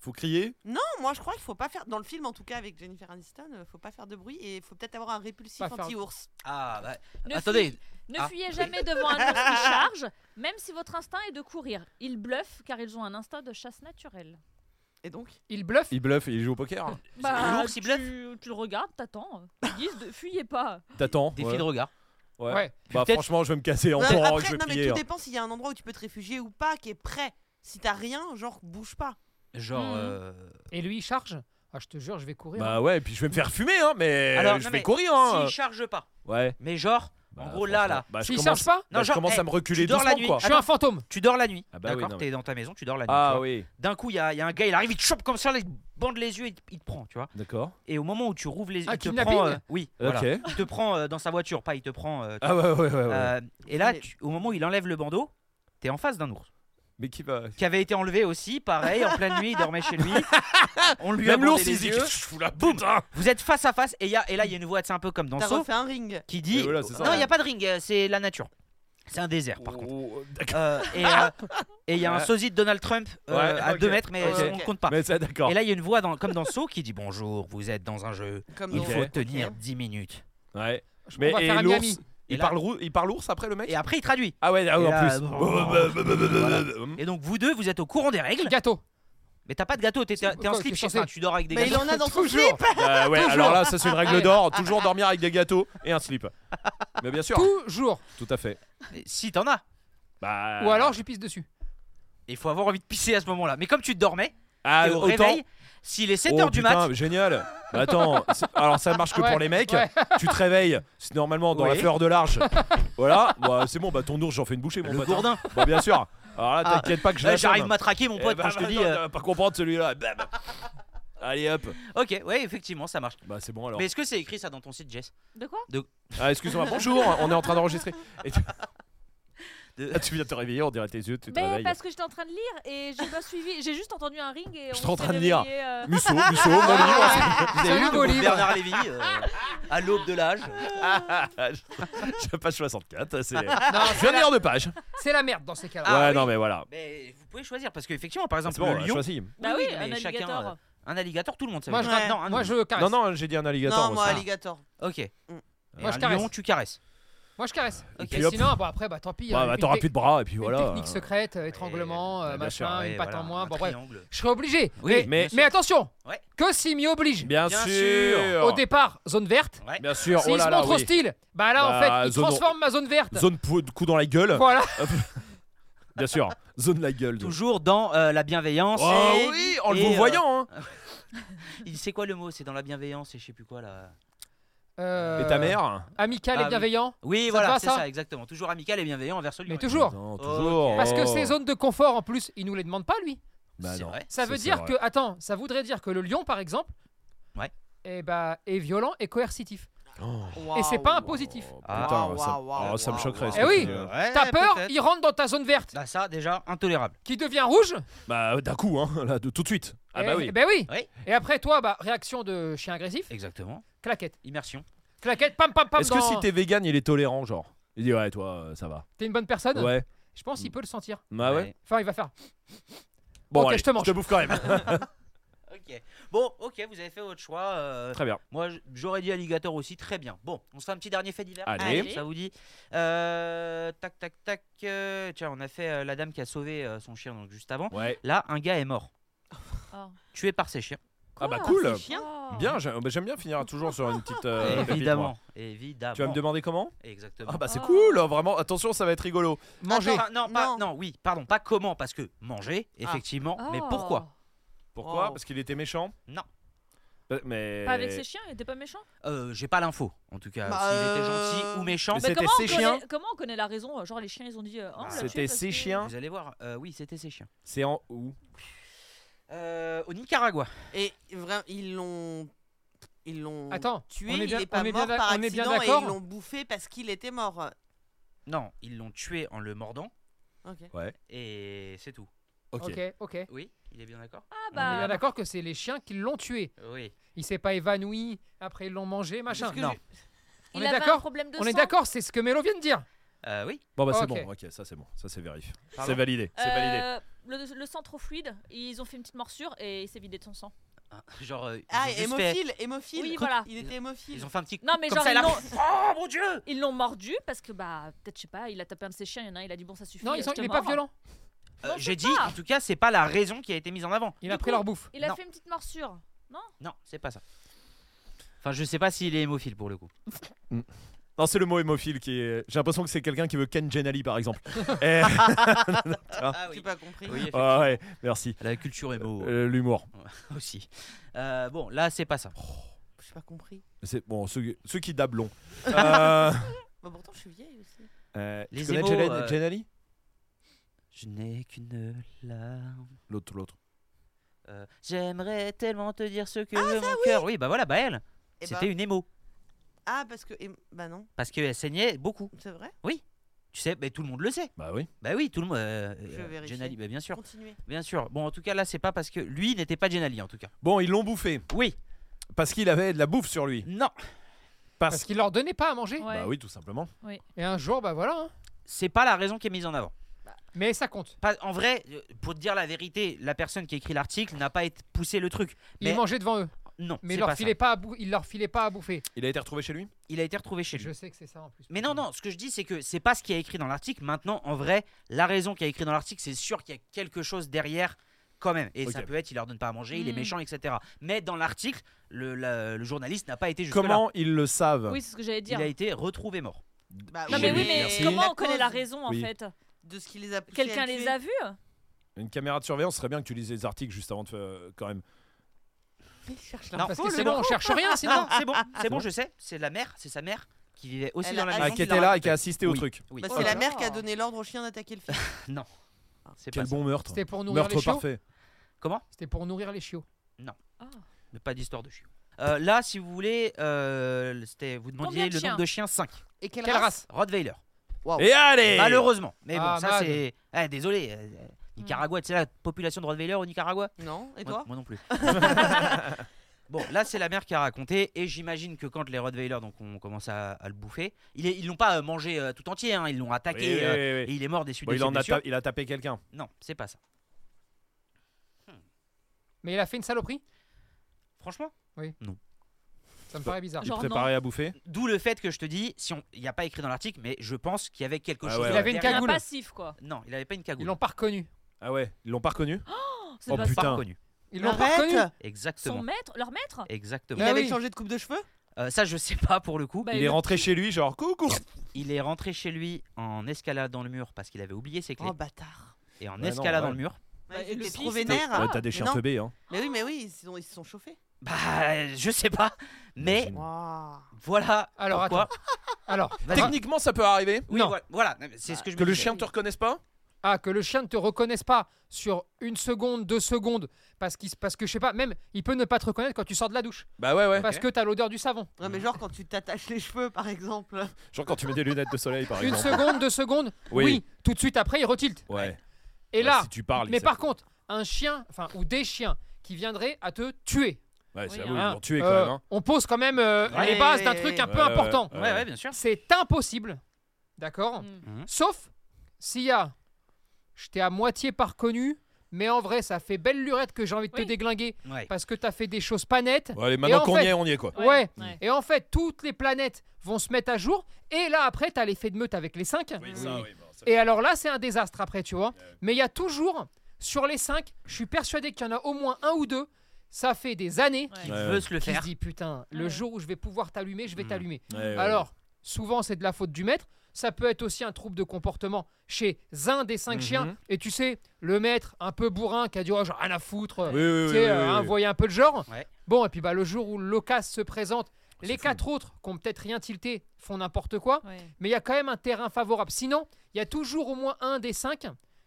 Speaker 1: Faut crier
Speaker 3: Non, moi je crois qu'il faut pas faire. Dans le film en tout cas avec Jennifer Aniston, euh, faut pas faire de bruit et faut peut-être avoir un répulsif
Speaker 5: Pas faire-
Speaker 3: anti-ours.
Speaker 2: Ah, bah.
Speaker 4: Ne
Speaker 2: Attendez.
Speaker 4: fuyez- ne
Speaker 2: Ah.
Speaker 4: fuyez jamais devant un ours qui charge, même si votre instinct est de courir. Ils bluffent car ils ont un instinct de chasse naturelle.
Speaker 3: Et donc
Speaker 5: il bluffe.
Speaker 1: Il bluffe et il joue au poker.
Speaker 4: Bah,
Speaker 2: l'ours, il
Speaker 4: tu,
Speaker 2: bluffe
Speaker 4: tu le regardes, t'attends. Ils disent de fuyez pas.
Speaker 1: T'attends.
Speaker 2: Défi
Speaker 1: ouais.
Speaker 2: de regard.
Speaker 1: Ouais.
Speaker 5: Ouais.
Speaker 1: Bah
Speaker 2: Peut-être-
Speaker 1: franchement, je vais me casser en
Speaker 3: Non,
Speaker 1: courant,
Speaker 3: après,
Speaker 1: je vais hein.
Speaker 3: non, mais
Speaker 1: plier.
Speaker 3: tout dépend s'il y a un endroit où tu peux te réfugier ou pas qui est prêt. Si t'as rien, genre bouge pas.
Speaker 2: Genre.
Speaker 4: Mhm.
Speaker 2: euh,
Speaker 5: Et lui, il charge. Ah, je te jure, je vais courir.
Speaker 1: Bah ouais, et puis je vais me faire fumer hein, mais
Speaker 2: Alors,
Speaker 1: je
Speaker 2: non,
Speaker 1: vais
Speaker 2: mais
Speaker 1: courir hein.
Speaker 2: S'il charge pas.
Speaker 1: Ouais.
Speaker 2: Mais genre,
Speaker 1: Bah,
Speaker 2: en gros, là,
Speaker 1: franchement,
Speaker 2: là.
Speaker 1: Bah, je
Speaker 5: S'il
Speaker 1: commence,
Speaker 5: charge pas,
Speaker 1: bah,
Speaker 2: Non,
Speaker 1: je
Speaker 2: genre,
Speaker 1: commence
Speaker 2: eh,
Speaker 1: à me reculer
Speaker 2: tu dors la
Speaker 1: doucement,
Speaker 2: nuit.
Speaker 1: quoi.
Speaker 5: je suis un fantôme.
Speaker 2: tu dors la nuit.
Speaker 1: Ah bah oui,
Speaker 2: D'accord,
Speaker 1: non,
Speaker 2: t'es dans ta maison, tu dors la nuit. tu
Speaker 1: Ah
Speaker 2: vois.
Speaker 1: oui,
Speaker 2: D'un coup, il y, a il y a un gars, il arrive, il te chope comme ça, là, il te bande les yeux, il, te- il te prend, tu vois.
Speaker 1: d'accord.
Speaker 2: Et au moment où tu rouvres les yeux,
Speaker 5: Un
Speaker 2: il te
Speaker 5: kidnapping
Speaker 2: prend. euh, oui, voilà.
Speaker 1: Ah, OK.
Speaker 2: Il te prend euh, dans sa voiture, pas il te prend. euh,
Speaker 1: Ah ouais ouais ouais, ouais.
Speaker 2: euh, et là,
Speaker 3: Mais-
Speaker 2: tu- au moment où il enlève le bandeau, t'es en face d'un ours
Speaker 1: Mais qui va
Speaker 2: qui avait été enlevé aussi, pareil, en pleine nuit, il dormait chez lui. On lui
Speaker 1: Même
Speaker 2: a bandé
Speaker 1: l'ours il
Speaker 2: les
Speaker 1: se dit
Speaker 2: yeux.
Speaker 1: je fous la boum.
Speaker 2: Vous êtes face à face, et, il y a, et là, il y a une voix, c'est un peu comme dans
Speaker 3: T'as
Speaker 2: Sauf,
Speaker 3: refait un ring.
Speaker 2: qui dit
Speaker 1: Et voilà, c'est ça.
Speaker 2: Non, il n'y a pas de ring, euh, c'est la nature. C'est un
Speaker 1: Oh,
Speaker 2: désert, par contre. Euh, et euh, et il y a un
Speaker 1: Ouais.
Speaker 2: sosie de Donald Trump euh,
Speaker 1: Ouais,
Speaker 2: à
Speaker 1: ok.
Speaker 2: 2 mètres, mais euh,
Speaker 3: Ok.
Speaker 2: on ne compte pas.
Speaker 1: Ah, Mais ça d'accord.
Speaker 2: Et là, il y a une voix dans- comme dans Saut qui dit Bonjour, vous êtes dans un jeu.
Speaker 3: Comme
Speaker 2: Il
Speaker 3: dans-
Speaker 1: Ok.
Speaker 2: faut tenir 10 minutes.
Speaker 1: Ouais.
Speaker 5: Je-
Speaker 1: Mais
Speaker 5: on va
Speaker 1: et
Speaker 5: faire un Miami.
Speaker 1: l'ours,
Speaker 2: Et
Speaker 1: il
Speaker 2: là-
Speaker 1: parle rou- il parle ours après le mec
Speaker 2: Et après, il traduit.
Speaker 1: Ah ouais, ah ouais,
Speaker 2: Et là,
Speaker 1: bah, en plus.
Speaker 2: Et donc, vous deux, vous êtes au courant des règles.
Speaker 5: Gâteau.
Speaker 2: Mais t'as pas de gâteau, t'es
Speaker 5: C'est-
Speaker 2: t'es en
Speaker 5: quoi,
Speaker 2: slip
Speaker 5: qu'est-ce
Speaker 2: chez
Speaker 5: que
Speaker 2: toi, hein,
Speaker 5: c'est
Speaker 2: tu dors avec des
Speaker 3: Mais il
Speaker 2: gâteaux.
Speaker 3: en a dans son
Speaker 5: Toujours.
Speaker 3: slip
Speaker 1: Bah ouais,
Speaker 5: Toujours.
Speaker 1: alors là, ça c'est une règle
Speaker 5: Allez.
Speaker 1: d'or, toujours dormir avec des gâteaux et un slip. Mais bien sûr,
Speaker 5: Toujours.
Speaker 1: tout à fait.
Speaker 2: Mais Si t'en as,
Speaker 1: Bah
Speaker 5: Ou alors, j'y pisse dessus.
Speaker 2: il faut avoir envie de pisser à ce moment-là. Mais comme tu dormais,
Speaker 1: ah,
Speaker 2: t'es au
Speaker 1: autant-
Speaker 2: réveil, s'il est 7h
Speaker 1: Oh,
Speaker 2: du
Speaker 1: putain,
Speaker 2: mat,
Speaker 1: Génial. Bah, attends, c'est- alors ça marche que
Speaker 5: Ouais,
Speaker 1: pour les mecs.
Speaker 5: ouais.
Speaker 1: Tu te réveilles, c'est normalement dans la
Speaker 2: Oui.
Speaker 1: fleur de large. voilà, bah, c'est bon, bah ton ours, j'en fais une bouchée, mon
Speaker 2: le
Speaker 1: pote. hein.
Speaker 2: gourdin.
Speaker 1: Bah, bien sûr. Alors là,
Speaker 2: Ah.
Speaker 1: t'inquiète pas que je
Speaker 2: Ouais,
Speaker 1: l'assomme.
Speaker 2: J'arrive matraquer mon
Speaker 1: Eh
Speaker 2: pote
Speaker 1: bah,
Speaker 2: quand je te
Speaker 1: bah,
Speaker 2: dis.
Speaker 1: attends,
Speaker 2: euh,
Speaker 1: t'as pas comprendre celui-là. Bam. Allez hop.
Speaker 2: Ok, ouais, effectivement, ça marche.
Speaker 1: Bah c'est bon alors.
Speaker 2: Mais est-ce que c'est écrit ça dans ton site, Jess
Speaker 4: De quoi
Speaker 1: Ah, excuse-moi. Bonjour. On est en train d'enregistrer. Et tu...
Speaker 2: De-
Speaker 1: Ah, tu viens de te réveiller, on dirait tes yeux, tu te
Speaker 4: Mais
Speaker 1: réveilles.
Speaker 4: parce que j'étais en train de lire et j'ai pas suivi. J'ai juste entendu un ring et. on
Speaker 1: J'étais en
Speaker 4: s'est
Speaker 1: train de lire.
Speaker 4: réveillés, euh,
Speaker 1: Musso, Musso, mon livre.
Speaker 2: Vous
Speaker 5: C'est
Speaker 2: avez vu
Speaker 5: le beau
Speaker 2: mon
Speaker 5: livre.
Speaker 2: Ah, Bernard Lévy euh, à l'aube de l'âge.
Speaker 1: Je- Page 64, c'est.
Speaker 5: Non,
Speaker 1: Je
Speaker 5: c'est
Speaker 1: viens de
Speaker 5: la,
Speaker 1: lire deux pages.
Speaker 5: c'est la merde dans ces cas-là.
Speaker 2: Ah,
Speaker 1: ouais,
Speaker 2: oui.
Speaker 1: non mais voilà.
Speaker 2: Mais vous pouvez choisir parce qu'effectivement, par exemple,
Speaker 1: C'est bon,
Speaker 2: le
Speaker 1: on a
Speaker 2: lion,
Speaker 1: choisi.
Speaker 4: Bah
Speaker 2: Oui,
Speaker 4: oui,
Speaker 2: oui,
Speaker 4: un
Speaker 2: mais chacun,
Speaker 4: alligator.
Speaker 2: euh, un alligator, tout le monde. Ça
Speaker 5: Moi,
Speaker 2: veut
Speaker 5: je,
Speaker 2: dire.
Speaker 3: Ouais.
Speaker 2: Non, Ah, un
Speaker 5: moi,
Speaker 2: non.
Speaker 5: je caresse.
Speaker 1: Non, non, j'ai dit un alligator.
Speaker 3: Non, moi,
Speaker 1: ça.
Speaker 3: alligator.
Speaker 2: Ok. Et
Speaker 5: Moi,
Speaker 2: un
Speaker 5: je caresse.
Speaker 2: lion, tu caresses.
Speaker 5: Moi, je caresse.
Speaker 2: Ok.
Speaker 1: Puis
Speaker 5: Et
Speaker 1: hop.
Speaker 5: sinon, bon, après, bah tant pis.
Speaker 1: Bah,
Speaker 5: hein,
Speaker 1: bah,
Speaker 5: une
Speaker 1: t'auras
Speaker 5: tec-
Speaker 1: plus de bras et puis
Speaker 5: une
Speaker 1: voilà.
Speaker 5: technique secrète, euh, étranglement, euh,
Speaker 1: Ouais, bien sûr,
Speaker 5: machin, une
Speaker 2: Ouais,
Speaker 5: patte
Speaker 2: voilà,
Speaker 5: en moins.
Speaker 2: un
Speaker 5: Bon, bref,
Speaker 2: triangle.
Speaker 5: je serais obligé.
Speaker 2: Oui,
Speaker 5: mais,
Speaker 1: mais-
Speaker 2: bien sûr.
Speaker 5: mais attention,
Speaker 2: Ouais.
Speaker 5: que s'il m'y oblige.
Speaker 1: Bien,
Speaker 2: Bien
Speaker 1: sûr.
Speaker 5: Au départ, zone verte.
Speaker 2: Ouais.
Speaker 1: Bien sûr.
Speaker 5: S'il
Speaker 1: Oh là
Speaker 5: se
Speaker 1: là,
Speaker 5: montre
Speaker 1: oui.
Speaker 5: hostile, bah là,
Speaker 1: Bah,
Speaker 5: en fait, il
Speaker 1: zone-
Speaker 5: transforme ma zone verte.
Speaker 1: Zone pou- de coup dans la gueule.
Speaker 5: Voilà.
Speaker 1: Bien sûr. Zone la gueule. donc.
Speaker 2: Toujours dans euh, la bienveillance.
Speaker 1: Oh
Speaker 2: et-
Speaker 1: oui, en le
Speaker 2: et,
Speaker 1: vous
Speaker 2: euh,
Speaker 1: voyant. hein.
Speaker 2: Il c'est quoi le mot C'est dans la bienveillance et je sais plus quoi là.
Speaker 5: Euh,
Speaker 1: Et ta mère
Speaker 5: Amical
Speaker 2: Ah
Speaker 5: et
Speaker 2: oui.
Speaker 5: bienveillant.
Speaker 2: Oui,
Speaker 5: Ça te va,
Speaker 2: voilà, c'est
Speaker 5: ça
Speaker 2: ça, exactement. Toujours amical et bienveillant envers celui.
Speaker 5: Mais
Speaker 2: ouais.
Speaker 5: toujours.
Speaker 1: Non,
Speaker 2: Ok.
Speaker 1: toujours.
Speaker 5: Parce que
Speaker 1: oh.
Speaker 5: ces zones de confort, en plus, il nous les demande pas, lui.
Speaker 1: Bah
Speaker 2: C'est
Speaker 1: non.
Speaker 2: vrai.
Speaker 5: Ça
Speaker 1: Ça,
Speaker 5: veut
Speaker 1: c'est
Speaker 5: dire
Speaker 1: vrai.
Speaker 5: que, attends, ça voudrait dire que le lion, par exemple,
Speaker 2: Ouais.
Speaker 5: eh bah, est violent et coercitif.
Speaker 1: Oh,
Speaker 5: et c'est pas un positif.
Speaker 1: oh,
Speaker 2: Ah,
Speaker 1: putain, ça,
Speaker 3: waouh, waouh,
Speaker 1: oh, ça me
Speaker 3: waouh,
Speaker 1: choquerait.
Speaker 3: waouh.
Speaker 1: ce
Speaker 5: Eh
Speaker 1: que
Speaker 5: oui.
Speaker 1: tu dis, hein.
Speaker 2: Ouais,
Speaker 5: T'as peur,
Speaker 2: peut-être.
Speaker 5: il rentre dans ta zone verte,
Speaker 2: Bah ça, déjà intolérable.
Speaker 5: qui devient rouge.
Speaker 1: Bah euh, d'un coup, hein, là, de, tout de suite. Ah
Speaker 5: Eh,
Speaker 1: bah oui.
Speaker 5: eh ben oui.
Speaker 2: Oui.
Speaker 5: Et après toi, bah, réaction de chien agressif,
Speaker 2: Exactement.
Speaker 5: claquette.
Speaker 2: Immersion.
Speaker 5: Claquette, pam pam pam.
Speaker 1: Est-ce que
Speaker 5: dans-
Speaker 1: si t'es vegan, il est tolérant, genre Il dit ouais, toi, euh, ça va.
Speaker 5: T'es une bonne personne
Speaker 1: Ouais.
Speaker 5: Je pense qu'il peut le sentir.
Speaker 1: Bah ouais.
Speaker 5: Enfin, il va faire.
Speaker 1: Bon,
Speaker 5: Ok,
Speaker 1: allez,
Speaker 5: je te mange.
Speaker 1: bouffe quand même.
Speaker 2: Ok. Bon, ok, vous avez fait votre choix. euh,
Speaker 1: Très bien.
Speaker 2: Moi, j- j'aurais dit alligator aussi, très bien. Bon, on se fait un petit dernier fait divers.
Speaker 1: Allez.
Speaker 4: Allez.
Speaker 2: Ça vous dit Euh, Tac, tac, tac. euh, Tiens, on a fait euh, la dame qui a sauvé euh, son chien donc juste avant.
Speaker 1: Ouais.
Speaker 2: Là, un gars est mort,
Speaker 4: Oh.
Speaker 2: tué par ses chiens.
Speaker 1: Ah bah
Speaker 4: Quoi
Speaker 1: cool.
Speaker 4: C'est chiant.
Speaker 1: Bien, j'ai- bah, j'aime bien finir toujours sur une petite. euh, pépite, moi.
Speaker 2: évidemment, Ah, évidemment.
Speaker 1: Tu vas me demander comment
Speaker 2: Exactement.
Speaker 1: Ah bah c'est
Speaker 4: Oh.
Speaker 1: cool, hein, vraiment. Attention, ça va être rigolo.
Speaker 5: Manger.
Speaker 2: Enfin, non, pas-
Speaker 3: Non. Ah.
Speaker 2: non, oui, pardon, pas comment, parce que manger, effectivement, mais
Speaker 4: Oh.
Speaker 2: pourquoi
Speaker 1: Pourquoi
Speaker 3: Oh.
Speaker 1: Parce qu'il était méchant
Speaker 2: Non.
Speaker 1: Euh, Mais.
Speaker 4: Pas avec ses chiens, il était pas méchant.
Speaker 2: Euh, J'ai pas l'info, en tout cas,
Speaker 3: Bah,
Speaker 2: s'il était
Speaker 3: euh,
Speaker 2: gentil ou méchant.
Speaker 1: Mais
Speaker 4: Mais
Speaker 1: C'était
Speaker 4: comment on
Speaker 1: ses chiens.
Speaker 4: connaît- Comment on connaît la raison Genre les chiens ils ont dit. euh, Oh, on l'a tué
Speaker 1: C'était
Speaker 4: parce
Speaker 1: ses
Speaker 4: que-
Speaker 1: chiens.
Speaker 2: Vous allez voir, euh, oui, c'était ses chiens.
Speaker 1: C'est en où
Speaker 2: Euh, au Nicaragua.
Speaker 3: Et vraiment, ils l'ont. Ils l'ont
Speaker 5: Attends,
Speaker 3: tué,
Speaker 5: on est bien-
Speaker 3: il est pas
Speaker 5: on est bien
Speaker 3: mort
Speaker 5: d'ac-
Speaker 3: par
Speaker 5: on est bien
Speaker 3: accident et
Speaker 5: d'accord
Speaker 3: ils l'ont bouffé parce qu'il était mort.
Speaker 2: Non, ils l'ont tué en le mordant
Speaker 3: Ok.
Speaker 2: et c'est tout.
Speaker 1: Ok.
Speaker 5: Ok, ok.
Speaker 2: Oui, il est bien d'accord.
Speaker 4: Ah
Speaker 5: On est bien
Speaker 4: bah.
Speaker 5: d'accord que c'est les chiens qui l'ont tué.
Speaker 2: Oui.
Speaker 5: Il s'est pas évanoui. Après, ils l'ont mangé, machin.
Speaker 2: Parce que Non.
Speaker 5: On
Speaker 4: il
Speaker 5: est
Speaker 4: avait un
Speaker 5: d'accord
Speaker 4: problème de
Speaker 5: On est
Speaker 4: sang.
Speaker 5: d'accord, c'est ce que Mélo vient de dire.
Speaker 2: Euh, oui.
Speaker 1: Bon bah c'est
Speaker 5: Ok.
Speaker 1: bon, ok, ça c'est bon, ça c'est vérif.
Speaker 2: Pardon
Speaker 1: C'est validé, c'est validé.
Speaker 4: Euh, le, le sang trop fluide, ils ont fait une petite morsure et il s'est vidé de son sang.
Speaker 2: Ah, Genre. euh, ils
Speaker 3: Ah,
Speaker 2: ont juste fait-
Speaker 3: hémophile, hémophile.
Speaker 4: Oui, voilà.
Speaker 3: Il était hémophile.
Speaker 2: Ils ont fait un petit.
Speaker 4: Non, mais
Speaker 2: Comme
Speaker 4: genre,
Speaker 2: ça, elle
Speaker 4: ils
Speaker 2: a-
Speaker 4: l'ont-
Speaker 2: Oh mon dieu
Speaker 4: Ils l'ont mordu parce que, bah, peut-être, je sais pas, il a tapé un de ses chiens, il y en a un, il a dit bon, ça suffit.
Speaker 5: Non,
Speaker 4: euh,
Speaker 5: ils sont,
Speaker 4: je te
Speaker 5: il est pas
Speaker 4: mords.
Speaker 5: violent.
Speaker 2: Euh,
Speaker 4: je
Speaker 2: J'ai
Speaker 4: sais
Speaker 2: dit,
Speaker 4: pas.
Speaker 2: en tout cas, c'est pas la raison qui a été mise en avant.
Speaker 5: Il
Speaker 4: Du
Speaker 5: a pris
Speaker 4: coup,
Speaker 5: leur bouffe.
Speaker 4: Il a
Speaker 2: Non.
Speaker 4: fait une petite morsure.
Speaker 2: Non, c'est pas ça. Enfin, je sais pas s'il est hémophile pour le coup.
Speaker 1: Non, c'est le mot hémophile qui est. J'ai l'impression que c'est quelqu'un qui veut Ken Jenali par exemple. Eh,
Speaker 2: Ah
Speaker 3: J'ai pas compris.
Speaker 2: Oui, effectivement.
Speaker 1: ah ouais, merci.
Speaker 2: La culture hémo
Speaker 1: Euh, L'humour.
Speaker 2: aussi. Euh, bon, là, c'est pas ça.
Speaker 3: J'ai pas compris.
Speaker 1: C'est bon, ceux, ceux qui dabent long. euh,
Speaker 3: Bah, pourtant, je suis vieille aussi.
Speaker 1: euh, tu
Speaker 2: Les
Speaker 1: connais
Speaker 2: émos,
Speaker 1: Jelen-
Speaker 2: euh,
Speaker 1: Jenali
Speaker 2: Je n'ai qu'une larme.
Speaker 1: L'autre, l'autre.
Speaker 2: Euh, J'aimerais tellement te dire ce que veut mon cœur. Oui, bah voilà, bah elle.
Speaker 3: Eh
Speaker 2: C'était
Speaker 3: ben,
Speaker 2: une émo.
Speaker 3: Ah, parce que. hém- Bah non,
Speaker 2: Parce qu'elle saignait beaucoup.
Speaker 3: c'est vrai.
Speaker 2: Tu sais, mais tout le monde le sait.
Speaker 1: Bah oui.
Speaker 2: Bah oui, tout le monde. euh,
Speaker 3: vais
Speaker 2: euh,
Speaker 3: vérifier.
Speaker 2: Jenali, bah bien sûr.
Speaker 3: Continuez.
Speaker 2: Bien sûr. Bon, en tout cas, là, c'est pas parce que lui n'était pas Jenali, en tout cas.
Speaker 1: Bon, ils l'ont bouffé
Speaker 2: Oui.
Speaker 1: parce qu'il avait de la bouffe sur lui.
Speaker 2: Non.
Speaker 5: Parce qu'il leur donnait pas à manger.
Speaker 4: Ouais.
Speaker 1: Bah oui, tout simplement.
Speaker 5: Et un jour, bah voilà. hein.
Speaker 2: C'est pas la raison qui est mise en avant.
Speaker 5: Mais ça compte.
Speaker 2: Pas, en vrai, euh, pour te dire la vérité, la personne qui écrit l'article n'a pas été poussé le truc.
Speaker 5: Ils
Speaker 2: Mais-
Speaker 5: mangeaient devant eux.
Speaker 2: Non,
Speaker 5: Mais
Speaker 2: c'est
Speaker 5: il leur,
Speaker 2: pas ça.
Speaker 5: filait pas à bou- il leur filait pas à bouffer.
Speaker 1: Il a été retrouvé chez lui
Speaker 2: Il a été retrouvé chez lui.
Speaker 5: Je sais que c'est ça en plus.
Speaker 2: Mais non, non, ce que je dis, c'est que c'est pas ce qui a écrit dans l'article. Maintenant, en vrai, la raison qui a écrit dans l'article, c'est sûr qu'il y a quelque chose derrière quand même. Et ça
Speaker 1: Ok.
Speaker 2: peut être, il leur donne pas à manger, il est
Speaker 4: Mm.
Speaker 2: méchant, etc. Mais dans l'article, le, la- le journaliste n'a pas été jusque
Speaker 1: Comment ils le savent
Speaker 4: Oui, c'est ce que j'allais dire.
Speaker 2: Il a été retrouvé mort.
Speaker 3: Bah,
Speaker 4: Non,
Speaker 1: Chez
Speaker 4: mais
Speaker 1: lui,
Speaker 4: oui, mais
Speaker 1: merci.
Speaker 4: comment on
Speaker 3: La
Speaker 4: connaît la
Speaker 3: cause
Speaker 4: raison en
Speaker 1: Oui.
Speaker 4: fait
Speaker 3: De ce qui les a poussés à
Speaker 4: Quelqu'un
Speaker 3: le
Speaker 4: les
Speaker 3: tuer.
Speaker 4: a vus
Speaker 1: Une caméra de surveillance, ce serait bien que tu lises les articles juste avant de faire- euh, quand même.
Speaker 2: Non,
Speaker 5: Parce
Speaker 2: faut
Speaker 5: que
Speaker 2: le
Speaker 5: c'est bon, on cherche rien sinon.
Speaker 2: Non, c'est bon, c'est bon,
Speaker 1: bon
Speaker 2: je sais. C'est la mère, c'est sa mère qui vivait aussi
Speaker 3: Elle
Speaker 2: dans
Speaker 3: a-
Speaker 2: la
Speaker 3: elle
Speaker 2: maison.
Speaker 1: Ah,
Speaker 3: raison
Speaker 1: qui
Speaker 2: l'a
Speaker 1: était là et qui
Speaker 2: raconté.
Speaker 1: a assisté au
Speaker 2: Oui,
Speaker 1: truc.
Speaker 2: oui.
Speaker 3: Bah, c'est
Speaker 4: Oh
Speaker 3: la
Speaker 4: là
Speaker 3: mère
Speaker 4: là.
Speaker 3: qui a donné l'ordre au chien d'attaquer le fils.
Speaker 2: Non. C'est pas
Speaker 1: Quel
Speaker 2: ça.
Speaker 1: bon meurtre.
Speaker 5: C'était pour nourrir les
Speaker 1: Meurtre
Speaker 5: chiots
Speaker 1: parfait.
Speaker 2: Comment
Speaker 5: C'était pour nourrir les chiots.
Speaker 2: Mais Pas d'histoire de chiot. Euh, là, si vous voulez, euh, c'était- vous
Speaker 4: Combien
Speaker 2: demandiez
Speaker 4: de
Speaker 2: le
Speaker 4: chiens
Speaker 2: nombre de chiens 5.
Speaker 3: Et
Speaker 5: Quelle race
Speaker 2: Rottweiler.
Speaker 1: Et allez
Speaker 2: Malheureusement. Mais bon,
Speaker 5: Ah,
Speaker 2: ça
Speaker 5: man.
Speaker 2: c'est. Eh, désolé. euh, euh, Nicaragua, tu sais la population de Rottweiler au Nicaragua
Speaker 3: Non, et
Speaker 2: moi,
Speaker 3: toi
Speaker 2: moi non plus. bon, là c'est la mère qui a raconté et j'imagine que quand les Rottweiler donc ont commencé à, à le bouffer, il est- ils l'ont pas euh, mangé euh, tout entier, hein, ils l'ont
Speaker 1: Oui,
Speaker 2: attaqué. euh,
Speaker 1: oui, oui,
Speaker 2: Et
Speaker 1: oui.
Speaker 2: il est mort déçu
Speaker 1: Bon,
Speaker 2: de
Speaker 1: il,
Speaker 2: ses
Speaker 1: en a
Speaker 2: blessures.
Speaker 1: ta- il a tapé quelqu'un.
Speaker 2: Non, c'est pas ça.
Speaker 5: Mais il a fait une saloperie
Speaker 2: Franchement,
Speaker 5: Ça me paraît bizarre.
Speaker 1: Il
Speaker 4: Genre
Speaker 1: préparait à bouffer.
Speaker 2: d'où le fait que je te dis, si on, il n'y a pas écrit dans l'article, mais je pense qu'il y avait quelque
Speaker 1: Ah
Speaker 2: chose. euh,
Speaker 1: ouais,
Speaker 5: Il
Speaker 1: ouais.
Speaker 5: avait une
Speaker 4: Il y a
Speaker 5: cagoule.
Speaker 4: un passif, quoi.
Speaker 2: Non, il n'avait pas une
Speaker 5: Ils
Speaker 2: cagoule.
Speaker 5: l'ont pas reconnu.
Speaker 1: Ah ouais, ils l'ont pas reconnu
Speaker 4: C'est
Speaker 1: Oh,
Speaker 4: pas
Speaker 1: putain.
Speaker 2: pas reconnu.
Speaker 5: Ils l'ont pas reconnu.
Speaker 3: Arrête
Speaker 4: Son
Speaker 2: Exactement.
Speaker 4: maître, leur maître
Speaker 3: Il
Speaker 2: Exactement.
Speaker 5: Ah
Speaker 3: avait
Speaker 5: oui.
Speaker 3: changé de coupe de cheveux
Speaker 2: Euh, ça, je sais pas pour le coup.
Speaker 4: Bah,
Speaker 1: Il est rentré chez lui, genre coucou
Speaker 2: Il est rentré chez lui en escalade dans le mur parce qu'il avait oublié ses clés.
Speaker 3: Oh bâtard.
Speaker 2: et en
Speaker 1: Ouais, non,
Speaker 2: escalade
Speaker 1: ouais.
Speaker 2: dans le mur.
Speaker 4: Bah, et
Speaker 3: il
Speaker 4: le
Speaker 3: était
Speaker 4: pire,
Speaker 3: trop
Speaker 4: c'est-
Speaker 3: vénère.
Speaker 4: Ah,
Speaker 1: Ouais, t'as des
Speaker 3: mais
Speaker 1: chiens
Speaker 3: non.
Speaker 1: teubés, hein.
Speaker 3: Mais oui, mais oui, ils se sont, ils se sont chauffés.
Speaker 2: Bah, je sais pas. Mais
Speaker 1: Imagine.
Speaker 2: voilà.
Speaker 5: Alors,
Speaker 2: pourquoi.
Speaker 5: Alors,
Speaker 2: Vas-y.
Speaker 1: Techniquement, ça peut arriver
Speaker 2: Oui,
Speaker 5: Non.
Speaker 2: voilà. voilà, non, mais C'est ce que je
Speaker 1: que
Speaker 2: me
Speaker 1: le
Speaker 2: disais.
Speaker 1: chien ne te reconnaisse pas
Speaker 5: ah, que le chien ne te reconnaisse pas sur une seconde, deux secondes, parce, qu'il, parce que je sais pas, même, il peut ne pas te reconnaître quand tu sors de la douche,
Speaker 1: Bah ouais, ouais.
Speaker 5: parce que t'as l'odeur du savon.
Speaker 3: Non,
Speaker 1: Mmh.
Speaker 3: mais genre quand tu t'attaches les cheveux, par exemple.
Speaker 1: Genre quand tu mets des lunettes de soleil, par
Speaker 5: une
Speaker 1: exemple.
Speaker 5: seconde, deux secondes, oui.
Speaker 1: Oui.
Speaker 5: tout de suite après, il retilte.
Speaker 1: Ouais.
Speaker 5: Et
Speaker 1: Ouais,
Speaker 5: là,
Speaker 1: si tu parles,
Speaker 5: mais
Speaker 1: il
Speaker 5: par
Speaker 1: sait-
Speaker 5: contre, un chien, enfin, ou des chiens qui viendraient à te tuer.
Speaker 1: Ouais,
Speaker 4: Oui,
Speaker 1: c'est à vous, ils
Speaker 5: hein.
Speaker 1: l'ont tué quand
Speaker 5: Euh,
Speaker 1: même. hein.
Speaker 5: On pose quand même euh,
Speaker 3: Ouais,
Speaker 5: les bases d'un
Speaker 3: ouais,
Speaker 5: truc
Speaker 3: ouais.
Speaker 5: un peu
Speaker 1: Ouais, ouais,
Speaker 5: important.
Speaker 1: ouais.
Speaker 2: Ouais, ouais, bien sûr.
Speaker 5: C'est impossible, d'accord
Speaker 4: Mm.
Speaker 5: Sauf s'il y a, je t'ai à moitié pas reconnu, mais en vrai, ça fait belle lurette que j'ai envie de
Speaker 4: Oui.
Speaker 5: te déglinguer
Speaker 2: Ouais.
Speaker 5: parce que t'as fait des choses pas nettes.
Speaker 1: Ouais, allez, maintenant
Speaker 5: en
Speaker 1: qu'on
Speaker 5: fait-
Speaker 1: y est, on y est quoi.
Speaker 5: Ouais.
Speaker 4: Ouais.
Speaker 1: Mm.
Speaker 5: Et en fait, toutes les planètes vont se mettre à jour. Et là, après, t'as l'effet de meute avec les 5. Et alors là, c'est un désastre après, tu vois. Mais il y a toujours, sur les 5, je suis persuadé qu'il y en a au moins un ou deux. Ça fait des années
Speaker 4: Ouais.
Speaker 2: Qui
Speaker 1: Ouais,
Speaker 2: veut
Speaker 1: ouais.
Speaker 2: se le
Speaker 5: qu'il
Speaker 2: faire
Speaker 5: se dit putain, le
Speaker 4: Ouais.
Speaker 5: jour où je vais pouvoir t'allumer, je vais
Speaker 2: Mm.
Speaker 5: t'allumer.
Speaker 1: Ouais, Mmh. ouais, ouais.
Speaker 5: Alors, souvent, c'est de la faute du maître. Ça peut être aussi un trouble de comportement chez un des cinq
Speaker 1: Mhm.
Speaker 5: chiens. Et tu sais, le maître, un peu bourrin, qui a dit Oh, j'en ai rien à foutre.
Speaker 1: Oui, oui,
Speaker 5: Tu
Speaker 1: oui,
Speaker 5: sais,
Speaker 1: oui,
Speaker 5: euh,
Speaker 1: oui,
Speaker 5: hein,
Speaker 1: oui.
Speaker 5: voyez un peu le genre.
Speaker 2: Ouais.
Speaker 5: Bon, et puis bah, le jour où l'occasion se présente, les
Speaker 1: fou.
Speaker 5: quatre autres, qui ont peut-être rien tilté, font n'importe quoi.
Speaker 4: Ouais.
Speaker 5: Mais il y a quand même un terrain favorable. Sinon, il y a toujours au moins un des cinq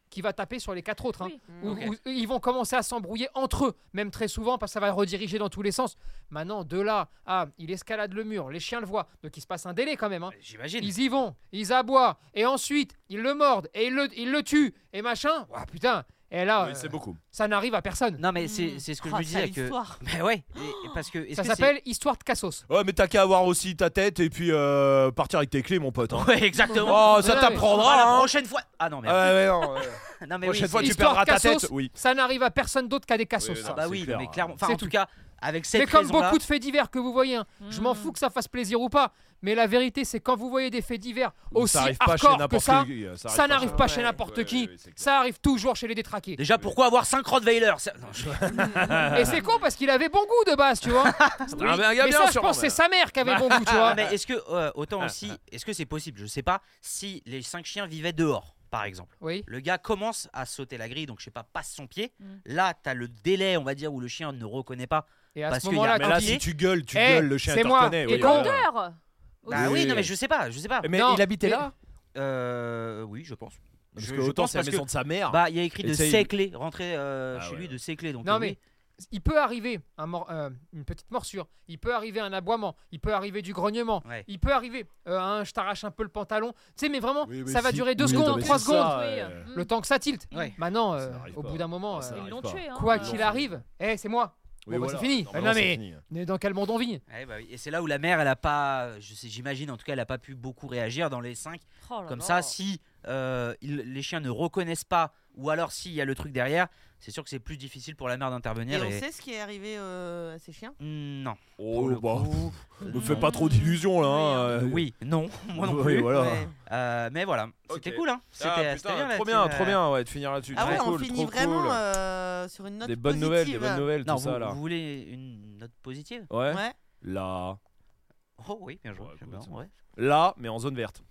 Speaker 5: qui va taper sur les quatre autres. hein.
Speaker 4: Mmh. Oui.
Speaker 5: Ou-
Speaker 2: Ok.
Speaker 5: ou- ils vont commencer à s'embrouiller entre eux, même très souvent, parce que ça va rediriger dans tous les sens. Maintenant, de là à il escalade le mur, les chiens le voient, donc il se passe un délai quand même. hein.
Speaker 2: J'imagine.
Speaker 5: Ils y vont, ils aboient, et ensuite ils le mordent, et ils le, ils le tuent, et machin. Ouah, putain, et là,
Speaker 1: Oui,
Speaker 5: euh,
Speaker 1: c'est beaucoup.
Speaker 5: ça n'arrive à personne.
Speaker 2: Non, mais c'est c'est ce que je
Speaker 3: Oh,
Speaker 2: me
Speaker 3: sale
Speaker 2: disais. Que...
Speaker 3: histoire.
Speaker 2: Mais ouais. et- et parce que, est-ce
Speaker 5: Ça
Speaker 2: que c'est-
Speaker 5: s'appelle histoire de cassos.
Speaker 1: Ouais, mais t'as qu'à avoir aussi ta tête et puis euh, partir avec tes clés, mon pote. hein.
Speaker 2: Ouais, exactement.
Speaker 1: Oh, ça
Speaker 5: Ouais,
Speaker 2: Ah, la
Speaker 1: t'apprendra, hein.
Speaker 2: prochaine fois. Ah non, mais.
Speaker 1: Ah ouais, ouais, non, ouais.
Speaker 2: non, mais oui,
Speaker 1: Prochaine fois,
Speaker 2: c'est-
Speaker 1: tu
Speaker 5: Histoire
Speaker 1: perdras ta
Speaker 5: cassos.
Speaker 1: tête. Oui.
Speaker 5: Ça n'arrive à personne d'autre qu'à des cassos.
Speaker 1: Oui,
Speaker 5: ça.
Speaker 2: Ah bah
Speaker 1: C'est
Speaker 2: oui, non,
Speaker 1: clair.
Speaker 2: mais clairement. Enfin,
Speaker 5: C'est
Speaker 2: en tout
Speaker 5: tout.
Speaker 2: cas, avec cette
Speaker 5: Mais comme
Speaker 2: raison-là-
Speaker 5: beaucoup de faits divers que vous voyez, hein, je m'en fous que ça fasse plaisir ou pas, mais la vérité c'est quand vous voyez des faits divers aussi
Speaker 1: ça arrive pas chez
Speaker 5: hardcore que
Speaker 1: n'importe
Speaker 5: ça,
Speaker 1: qui. euh,
Speaker 5: ça,
Speaker 1: arrive
Speaker 5: n'arrive pas chez n'importe
Speaker 1: Ouais,
Speaker 5: qui.
Speaker 1: ouais, ouais, c'est clair.
Speaker 5: ça arrive toujours chez les détraqués.
Speaker 2: Déjà, pourquoi avoir 5 Rottweiler Ça- non, je-
Speaker 5: Et c'est con parce qu'il avait bon goût de base, tu vois.
Speaker 1: C'était Ah, un gars
Speaker 5: mais
Speaker 1: bien,
Speaker 5: ça, je
Speaker 1: sûrement,
Speaker 5: pense que c'est
Speaker 1: mais-
Speaker 5: sa mère qui avait bon goût, tu
Speaker 2: Ah,
Speaker 5: vois.
Speaker 2: mais est-ce que euh,
Speaker 1: Ah,
Speaker 2: autant aussi, est-ce que c'est possible Je sais pas si les cinq chiens vivaient dehors, par exemple.
Speaker 5: Oui.
Speaker 2: Le gars commence à sauter la grille, donc je sais pas, passe son pied.
Speaker 4: Mm.
Speaker 2: Là, t'as le délai, on va dire, où le chien ne reconnaît pas.
Speaker 5: Et à
Speaker 2: Parce
Speaker 5: ce
Speaker 2: qu'il y a-
Speaker 5: moment-là,
Speaker 1: Mais
Speaker 5: quand
Speaker 1: là,
Speaker 5: il
Speaker 1: si
Speaker 5: est-
Speaker 1: tu gueules, tu
Speaker 5: Eh,
Speaker 1: gueules, le chien
Speaker 5: c'est
Speaker 1: te
Speaker 5: moi,
Speaker 1: reconnaît.
Speaker 5: t'es
Speaker 1: oui, ouais, ouais.
Speaker 5: con.
Speaker 4: Peur
Speaker 2: Bah
Speaker 1: Oui.
Speaker 2: oui, non mais je sais pas, je sais pas.
Speaker 1: Mais
Speaker 5: Non,
Speaker 1: il habitait
Speaker 5: mais-
Speaker 1: là
Speaker 2: Euh, oui, je pense.
Speaker 1: Parce
Speaker 2: Je-
Speaker 1: que
Speaker 2: je
Speaker 1: autant
Speaker 2: pense
Speaker 1: c'est la
Speaker 2: parce que-
Speaker 1: maison de sa mère.
Speaker 2: Bah, il y a écrit de
Speaker 1: Essaye.
Speaker 2: ses clés, rentrer euh,
Speaker 1: Ah
Speaker 2: chez
Speaker 1: ouais,
Speaker 2: lui
Speaker 1: ouais.
Speaker 2: de ses clés. Donc
Speaker 5: Non,
Speaker 2: euh,
Speaker 5: mais-
Speaker 2: oui.
Speaker 5: il peut arriver un mor- euh, une petite morsure, il peut arriver un aboiement, il peut arriver du grognement,
Speaker 2: Ouais.
Speaker 5: il peut arriver euh, un je t'arrache un peu le pantalon. Tu sais, mais vraiment,
Speaker 1: Oui, mais
Speaker 5: ça va
Speaker 1: si-
Speaker 5: durer deux
Speaker 1: oui, non,
Speaker 5: secondes,
Speaker 1: mais
Speaker 5: trois
Speaker 1: c'est
Speaker 5: secondes,
Speaker 1: ça,
Speaker 4: Oui,
Speaker 1: euh,
Speaker 4: euh, mm.
Speaker 5: le temps que ça tilte.
Speaker 2: Ouais.
Speaker 5: Maintenant,
Speaker 1: Ça
Speaker 5: euh,
Speaker 1: n'arrive
Speaker 5: au
Speaker 1: pas.
Speaker 5: bout d'un moment,
Speaker 1: Ça
Speaker 5: euh,
Speaker 1: n'arrive
Speaker 4: Ils l'ont
Speaker 1: pas.
Speaker 4: tué. Hein.
Speaker 5: quoi
Speaker 4: Euh,
Speaker 1: l'ont
Speaker 5: qu'il
Speaker 1: fait.
Speaker 5: arrive, eh, c'est moi.
Speaker 1: Oui,
Speaker 5: Bon, bah,
Speaker 1: voilà.
Speaker 5: c'est fini.
Speaker 1: Normalement,
Speaker 5: Non,
Speaker 1: c'est
Speaker 5: mais-
Speaker 1: fini.
Speaker 5: On est dans quel monde on vit
Speaker 2: Ouais, bah oui. Et c'est là où la mère, elle a pas, je sais, j'imagine en tout cas, elle a pas pu beaucoup réagir dans les cinq.
Speaker 4: oh là
Speaker 2: Comme
Speaker 4: là.
Speaker 2: ça, si euh, il- les chiens ne reconnaissent pas, ou alors s'il y a le truc derrière, c'est sûr que c'est plus difficile pour la mère
Speaker 3: Et
Speaker 2: d'intervenir.
Speaker 3: on
Speaker 1: Mmh.
Speaker 2: et-
Speaker 3: sait ce qui est arrivé euh, à ces chiens
Speaker 2: Mm, Non. Pour
Speaker 1: Oh,
Speaker 2: le
Speaker 1: bah,
Speaker 2: coup,
Speaker 1: me
Speaker 2: euh,
Speaker 1: fais
Speaker 2: non.
Speaker 1: pas trop d'illusions là. hein, euh,
Speaker 2: Oui, non, moi non
Speaker 1: oui,
Speaker 2: plus.
Speaker 1: voilà.
Speaker 3: Ouais.
Speaker 2: Euh, mais voilà, c'était
Speaker 1: Ok.
Speaker 2: cool, hein. C'était
Speaker 1: Ah,
Speaker 2: c'était bien,
Speaker 1: putain,
Speaker 2: là,
Speaker 1: trop
Speaker 2: tu-
Speaker 1: bien,
Speaker 2: euh,
Speaker 1: trop bien, ouais, de finir là-dessus.
Speaker 3: Ah ouais,
Speaker 1: Trop
Speaker 3: on
Speaker 1: cool,
Speaker 3: finit
Speaker 1: trop cool.
Speaker 3: vraiment euh, sur une note
Speaker 1: Des bonnes
Speaker 3: positive.
Speaker 1: nouvelles, des bonnes nouvelles,
Speaker 2: Non,
Speaker 1: tout
Speaker 2: vous,
Speaker 1: ça là.
Speaker 2: vous voulez une note positive
Speaker 1: Ouais.
Speaker 3: Ouais.
Speaker 1: Là.
Speaker 2: Oh oui, bien joué.
Speaker 1: Ouais, bah,
Speaker 2: j'aime
Speaker 1: écoute.
Speaker 2: bien, ouais.
Speaker 1: Là, mais en zone verte.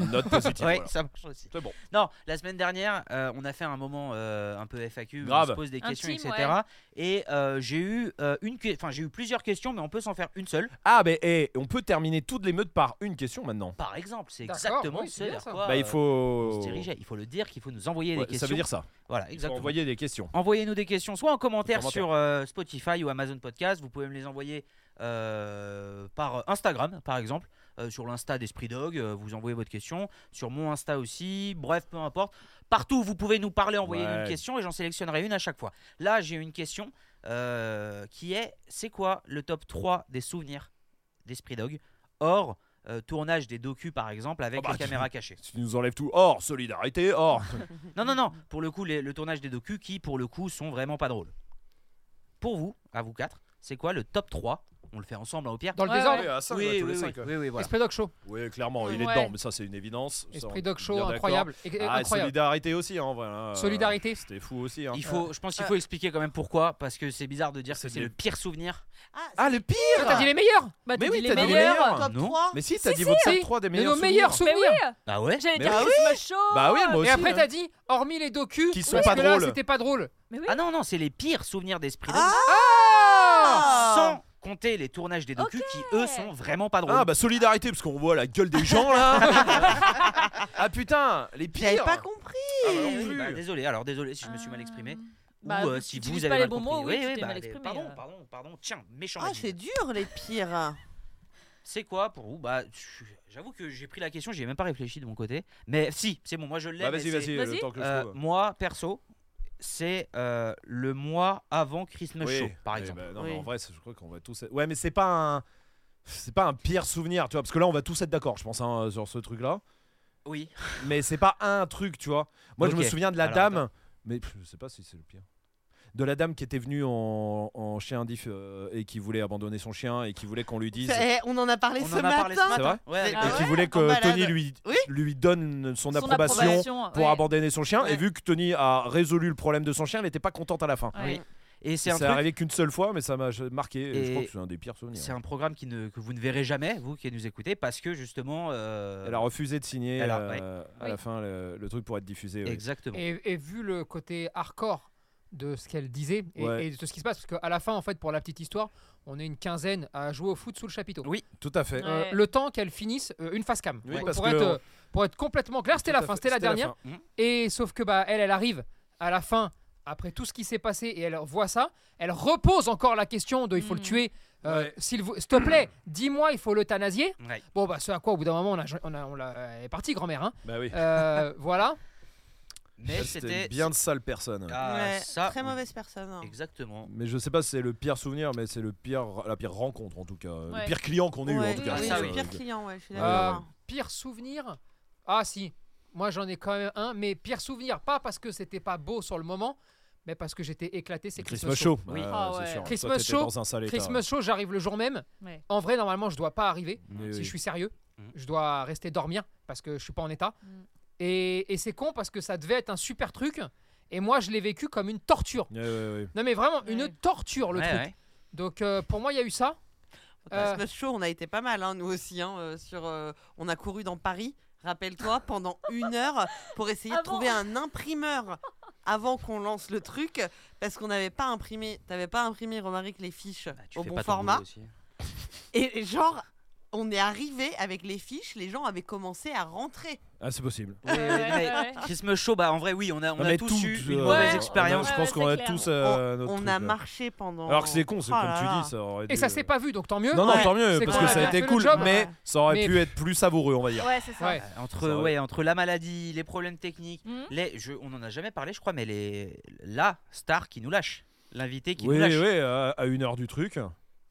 Speaker 1: Une note positive.
Speaker 2: Ouais,
Speaker 1: voilà.
Speaker 2: ça marche aussi.
Speaker 1: C'est bon.
Speaker 2: Non, la semaine dernière, euh, on a fait un moment euh, un peu FAQ, où
Speaker 1: Grave.
Speaker 2: on se pose des questions,
Speaker 4: Intime,
Speaker 2: etc. Et euh, j'ai eu euh, une, que- enfin j'ai eu plusieurs questions, mais on peut s'en faire une seule.
Speaker 1: Ah, mais eh, on peut terminer toute l'émeute par une question maintenant.
Speaker 2: Par exemple, c'est
Speaker 5: D'accord,
Speaker 2: exactement
Speaker 5: oui,
Speaker 2: ce
Speaker 5: c'est bien
Speaker 2: vers
Speaker 5: ça.
Speaker 2: quoi,
Speaker 1: bah, il
Speaker 2: euh,
Speaker 1: faut.
Speaker 2: on se dirigeait. Il faut le dire, qu'il faut nous envoyer
Speaker 1: Ouais,
Speaker 2: des questions.
Speaker 1: ça veut dire ça.
Speaker 2: Voilà,
Speaker 1: Il faut
Speaker 2: exactement.
Speaker 1: envoyer des questions.
Speaker 2: Envoyez-nous des questions, soit en commentaire,
Speaker 1: commentaire.
Speaker 2: sur euh, Spotify ou Amazon Podcast. Vous pouvez me les envoyer euh, par Instagram, par exemple, euh, sur l'Insta d'Esprit Dog. euh, vous envoyez votre question sur mon Insta aussi. Bref, peu importe. Partout où vous pouvez nous parler, envoyez
Speaker 1: Ouais.
Speaker 2: une question et j'en sélectionnerai une à chaque fois. Là, j'ai une question euh, qui est c'est quoi le top 3 des souvenirs d'Esprit Dog hors euh, tournage des docus, par exemple, avec
Speaker 1: Oh bah,
Speaker 2: les caméras cachées
Speaker 1: Si tu nous enlèves tout, or solidarité, or.
Speaker 2: non, non, non. Pour le coup, les- le tournage des docus qui, pour le coup, sont vraiment pas drôles. Pour vous, à vous quatre, c'est quoi le top 3 On le fait ensemble, hein, au pire.
Speaker 5: Dans le
Speaker 4: Ouais,
Speaker 5: désordre.
Speaker 4: ouais.
Speaker 1: à
Speaker 2: oui, oui, oui, oui, oui, voilà.
Speaker 5: Esprit Doc Show.
Speaker 1: Oui, clairement, il est
Speaker 4: Ouais.
Speaker 1: dedans, mais ça c'est une évidence. Ça, on
Speaker 5: Esprit
Speaker 1: est
Speaker 5: Doc Show
Speaker 1: bien
Speaker 5: incroyable. Et-
Speaker 1: d'accord. Ah, et
Speaker 5: incroyable.
Speaker 1: solidarité aussi, hein, voilà. euh,
Speaker 5: Solidarité.
Speaker 1: C'était fou aussi. Hein.
Speaker 2: Il faut, je
Speaker 4: Euh.
Speaker 2: pense qu'il faut expliquer quand même pourquoi, parce que c'est bizarre de dire que
Speaker 1: C'est
Speaker 2: c'est
Speaker 1: des-
Speaker 2: le pire souvenir.
Speaker 3: Ah,
Speaker 1: Ah, le pire
Speaker 5: Ah, T'as dit les meilleurs
Speaker 8: Bah,
Speaker 1: Mais
Speaker 8: t'as
Speaker 1: oui,
Speaker 8: dit
Speaker 1: t'as
Speaker 8: les
Speaker 1: dit les
Speaker 8: meilleurs.
Speaker 1: meilleurs.
Speaker 3: top
Speaker 2: Non.
Speaker 3: 3
Speaker 1: Mais si, t'as dit votre top
Speaker 5: si.
Speaker 1: 3 des
Speaker 5: Mais
Speaker 1: meilleurs
Speaker 5: nos meilleurs
Speaker 1: souvenirs.
Speaker 4: Mais
Speaker 5: souvenirs.
Speaker 4: oui
Speaker 2: Bah ouais.
Speaker 4: J'allais
Speaker 1: Mais
Speaker 4: dire
Speaker 1: oui.
Speaker 4: Christmas Show
Speaker 1: Bah oui, moi
Speaker 5: Et
Speaker 1: aussi.
Speaker 5: après t'as dit, hormis les docus,
Speaker 1: Qui sont
Speaker 5: parce
Speaker 1: pas
Speaker 5: que là,
Speaker 1: drôles.
Speaker 5: C'était pas drôle.
Speaker 4: Mais oui
Speaker 2: Ah non, non, c'est les pires souvenirs d'esprit.
Speaker 3: Ah
Speaker 4: Ah
Speaker 2: Sans compter les tournages des docus qui, eux, sont vraiment pas drôles.
Speaker 1: Ah bah solidarité parce qu'on voit la gueule des gens là. ah putain, les
Speaker 3: J'avais
Speaker 1: pires.
Speaker 3: pas compris
Speaker 1: Ah, bah, non
Speaker 2: Oui,
Speaker 1: plus.
Speaker 2: bah, désolé, alors désolé si je me suis mal exprimé.
Speaker 4: bah,
Speaker 2: ou euh,
Speaker 4: tu
Speaker 2: si
Speaker 4: utilises
Speaker 2: vous avez
Speaker 4: pas les
Speaker 2: mal
Speaker 4: bons
Speaker 2: compris.
Speaker 4: mots, oui, tu t'es
Speaker 2: bah,
Speaker 4: mal
Speaker 2: des-
Speaker 4: exprimé,
Speaker 2: Pardon,
Speaker 4: euh.
Speaker 2: pardon, pardon. Tiens, méchant.
Speaker 3: Ah,
Speaker 2: Rémi.
Speaker 3: c'est dur les pires
Speaker 2: C'est quoi pour vous Bah, je- j'avoue que j'ai pris la question, j'ai même pas réfléchi de mon côté. Mais si, c'est bon, moi je l'ai.
Speaker 1: Bah
Speaker 2: mais
Speaker 1: vas-y,
Speaker 2: c'est-
Speaker 1: vas-y,
Speaker 4: Vas-y.
Speaker 1: le temps que je
Speaker 2: Euh,
Speaker 1: trouve.
Speaker 2: moi, perso, c'est euh, le mois avant Christmas
Speaker 1: Oui,
Speaker 2: Show, par
Speaker 1: oui,
Speaker 2: exemple.
Speaker 1: bah, non, mais
Speaker 3: Oui.
Speaker 1: en vrai, c'est- je crois qu'on va tous. être- Ouais, mais c'est pas un. C'est pas un pire souvenir, tu vois, parce que là on va tous être d'accord, je pense, hein, sur ce truc-là. ben.
Speaker 2: Oui.
Speaker 1: Mais c'est pas un truc, tu vois. Moi, je me
Speaker 2: Ok.
Speaker 1: souviens de la
Speaker 2: Alors,
Speaker 1: dame,
Speaker 2: attends.
Speaker 1: mais pff, je sais pas si c'est le pire. De la dame qui était venue en, en chien indif euh, et qui voulait abandonner son chien et qui voulait qu'on lui dise. Et
Speaker 3: Eh, On en a parlé
Speaker 2: On
Speaker 3: ce
Speaker 2: en a parlé ce
Speaker 3: matin
Speaker 1: C'est vrai
Speaker 2: matin. Ouais, avec-
Speaker 3: Ah
Speaker 1: qui
Speaker 3: ouais,
Speaker 1: voulait
Speaker 3: en
Speaker 1: que
Speaker 3: balade.
Speaker 1: Tony lui,
Speaker 3: Oui.
Speaker 1: lui donne son,
Speaker 4: Son
Speaker 1: approbation,
Speaker 4: approbation,
Speaker 1: pour
Speaker 4: ouais.
Speaker 1: abandonner son chien. Et
Speaker 3: Ouais.
Speaker 1: vu que Tony a résolu le problème de son chien, elle n'était pas contente à la fin.
Speaker 4: Ouais.
Speaker 2: Et c'est
Speaker 1: Ça
Speaker 2: un,
Speaker 1: n'est
Speaker 2: truc-
Speaker 1: arrivé qu'une seule fois, mais ça m'a marqué. Et... Je
Speaker 2: Et-
Speaker 1: crois que c'est un des pires souvenirs.
Speaker 2: c'est un programme qui ne, que vous ne verrez jamais, vous qui nous écoutez, parce que justement. euh,
Speaker 1: Elle a refusé de signer
Speaker 2: Elle a-
Speaker 1: euh, à
Speaker 8: Oui.
Speaker 1: la fin le, le truc pour être diffusé. oui.
Speaker 2: Exactement.
Speaker 5: Et, et vu le côté hardcore de ce qu'elle disait et,
Speaker 1: Ouais.
Speaker 5: et de ce qui se passe, parce qu'à la fin, en fait, pour la petite histoire, on est une quinzaine à jouer au foot sous le chapiteau.
Speaker 2: Oui.
Speaker 1: Tout à fait.
Speaker 4: Ouais.
Speaker 5: Euh, le temps qu'elle finisse euh, une face cam.
Speaker 1: Oui,
Speaker 5: Pour-
Speaker 1: parce
Speaker 5: pour,
Speaker 1: que
Speaker 5: être,
Speaker 1: on-
Speaker 5: euh, pour être complètement clair, c'était la
Speaker 1: Tout à
Speaker 5: fin,
Speaker 1: fait.
Speaker 5: c'était la dernière.
Speaker 2: Mmh.
Speaker 1: fin.
Speaker 5: Et sauf que bah elle, elle arrive à la fin après tout ce qui s'est passé et elle voit ça. Elle repose encore la question de il faut le
Speaker 4: Mhm.
Speaker 5: tuer. euh, S'il vous- s'il te plaît, dis-moi, il faut l'euthanasier.
Speaker 2: Ouais.
Speaker 5: Bon bah ce à quoi au bout d'un moment on, a, on, a- on l'a- elle est partie grand-mère. hein.
Speaker 1: Bah oui.
Speaker 5: Euh, voilà.
Speaker 2: Mais
Speaker 1: Ça,
Speaker 2: c'était.
Speaker 1: C'était bien hein. de sale personne.
Speaker 2: Ah,
Speaker 3: Ouais,
Speaker 2: ça,
Speaker 3: Très
Speaker 2: oui.
Speaker 3: mauvaise personne hein.
Speaker 2: Exactement.
Speaker 1: Mais je sais pas si c'est le pire souvenir, mais c'est le pire, la pire rencontre en tout cas, le
Speaker 4: Ouais.
Speaker 1: pire client qu'on ait eu en
Speaker 3: Ouais,
Speaker 1: tout cas.
Speaker 2: oui,
Speaker 1: je
Speaker 2: ça,
Speaker 1: pense,
Speaker 2: oui.
Speaker 3: le
Speaker 1: euh,
Speaker 3: pire
Speaker 1: que-
Speaker 3: client ouais je suis
Speaker 1: Ouais,
Speaker 5: Euh,
Speaker 3: d'accord
Speaker 5: pire souvenir Ah si, moi j'en ai quand même un, mais pire souvenir, pas parce que c'était pas beau sur le moment, mais parce que j'étais éclaté, c'est Christmas,
Speaker 1: Christmas Show.
Speaker 2: Oui.
Speaker 1: Ouais,
Speaker 8: Ah
Speaker 1: Euh, c'est
Speaker 8: ouais.
Speaker 1: sûr. Toi,
Speaker 5: Christmas
Speaker 1: t'étais
Speaker 5: Show,
Speaker 1: Dans un sale état.
Speaker 5: Christmas Show, j'arrive le jour même.
Speaker 4: Ouais.
Speaker 5: En vrai, normalement, je dois pas arriver.
Speaker 1: Oui,
Speaker 5: Si
Speaker 1: oui.
Speaker 5: je suis sérieux,
Speaker 2: Mhm.
Speaker 5: je dois rester dormir parce que je suis pas en état.
Speaker 4: Mm.
Speaker 5: Et, et c'est con parce que ça devait être un super truc. Et moi, je l'ai vécu comme une torture.
Speaker 1: Ouais, ouais, ouais.
Speaker 5: Non, mais vraiment, une
Speaker 4: Ouais.
Speaker 5: torture, le
Speaker 2: Ouais,
Speaker 5: truc.
Speaker 2: ouais.
Speaker 5: Donc, euh, pour moi, il y a eu ça. Euh,
Speaker 3: Christmas show on a été pas mal hein, nous aussi hein, euh, sur euh, on a couru dans Paris rappelle-toi pendant une heure pour essayer
Speaker 4: Ah
Speaker 3: de
Speaker 4: bon
Speaker 3: trouver un imprimeur avant qu'on lance le truc parce qu'on n'avait pas imprimé t'avais pas imprimé Romaric les fiches
Speaker 2: Bah, tu
Speaker 3: au
Speaker 2: fais
Speaker 3: bon
Speaker 2: pas ton
Speaker 3: format
Speaker 2: boulot aussi.
Speaker 3: et genre on est arrivé avec les fiches les gens avaient commencé à rentrer
Speaker 1: Ah, c'est possible.
Speaker 2: Oui, oui, mais
Speaker 4: ouais.
Speaker 2: Christmas Show, bah en vrai, oui, on a, on
Speaker 1: Non,
Speaker 2: a
Speaker 1: mais
Speaker 2: tous
Speaker 1: tout,
Speaker 2: eu
Speaker 1: euh,
Speaker 2: une
Speaker 1: on a-
Speaker 2: mauvaise
Speaker 4: ouais.
Speaker 2: expérience.
Speaker 1: Je
Speaker 4: Ouais,
Speaker 1: pense
Speaker 4: ouais,
Speaker 1: qu'on a
Speaker 4: c'est
Speaker 1: tous
Speaker 4: clair.
Speaker 1: euh, notre
Speaker 3: on
Speaker 1: truc,
Speaker 3: a
Speaker 1: ouais.
Speaker 3: marché pendant
Speaker 1: Alors que c'est con, c'est
Speaker 3: Oh
Speaker 1: comme
Speaker 3: là
Speaker 1: tu
Speaker 3: là.
Speaker 1: dis, ça aurait
Speaker 5: et
Speaker 1: dû- euh,
Speaker 5: ça s'est pas vu, donc tant mieux.
Speaker 1: Non, non,
Speaker 3: Ouais.
Speaker 1: tant mieux,
Speaker 3: C'est
Speaker 1: parce
Speaker 3: qu'on
Speaker 1: que
Speaker 3: a
Speaker 1: ça a
Speaker 3: bien
Speaker 1: été
Speaker 5: fait le
Speaker 1: cool,
Speaker 5: job.
Speaker 1: mais
Speaker 3: Ouais.
Speaker 1: ça aurait
Speaker 5: Mais-
Speaker 1: pu être plus savoureux, on va dire.
Speaker 4: Ouais, c'est ça.
Speaker 5: Ouais.
Speaker 2: Euh, Entre,
Speaker 1: Ça aurait-
Speaker 2: ouais, entre la maladie, les problèmes techniques,
Speaker 4: Mhm.
Speaker 2: les, je- on en a jamais parlé, je crois, mais les, la star qui nous lâche, l'invité qui
Speaker 1: Oui,
Speaker 2: nous lâche.
Speaker 1: oui, à à une heure du truc.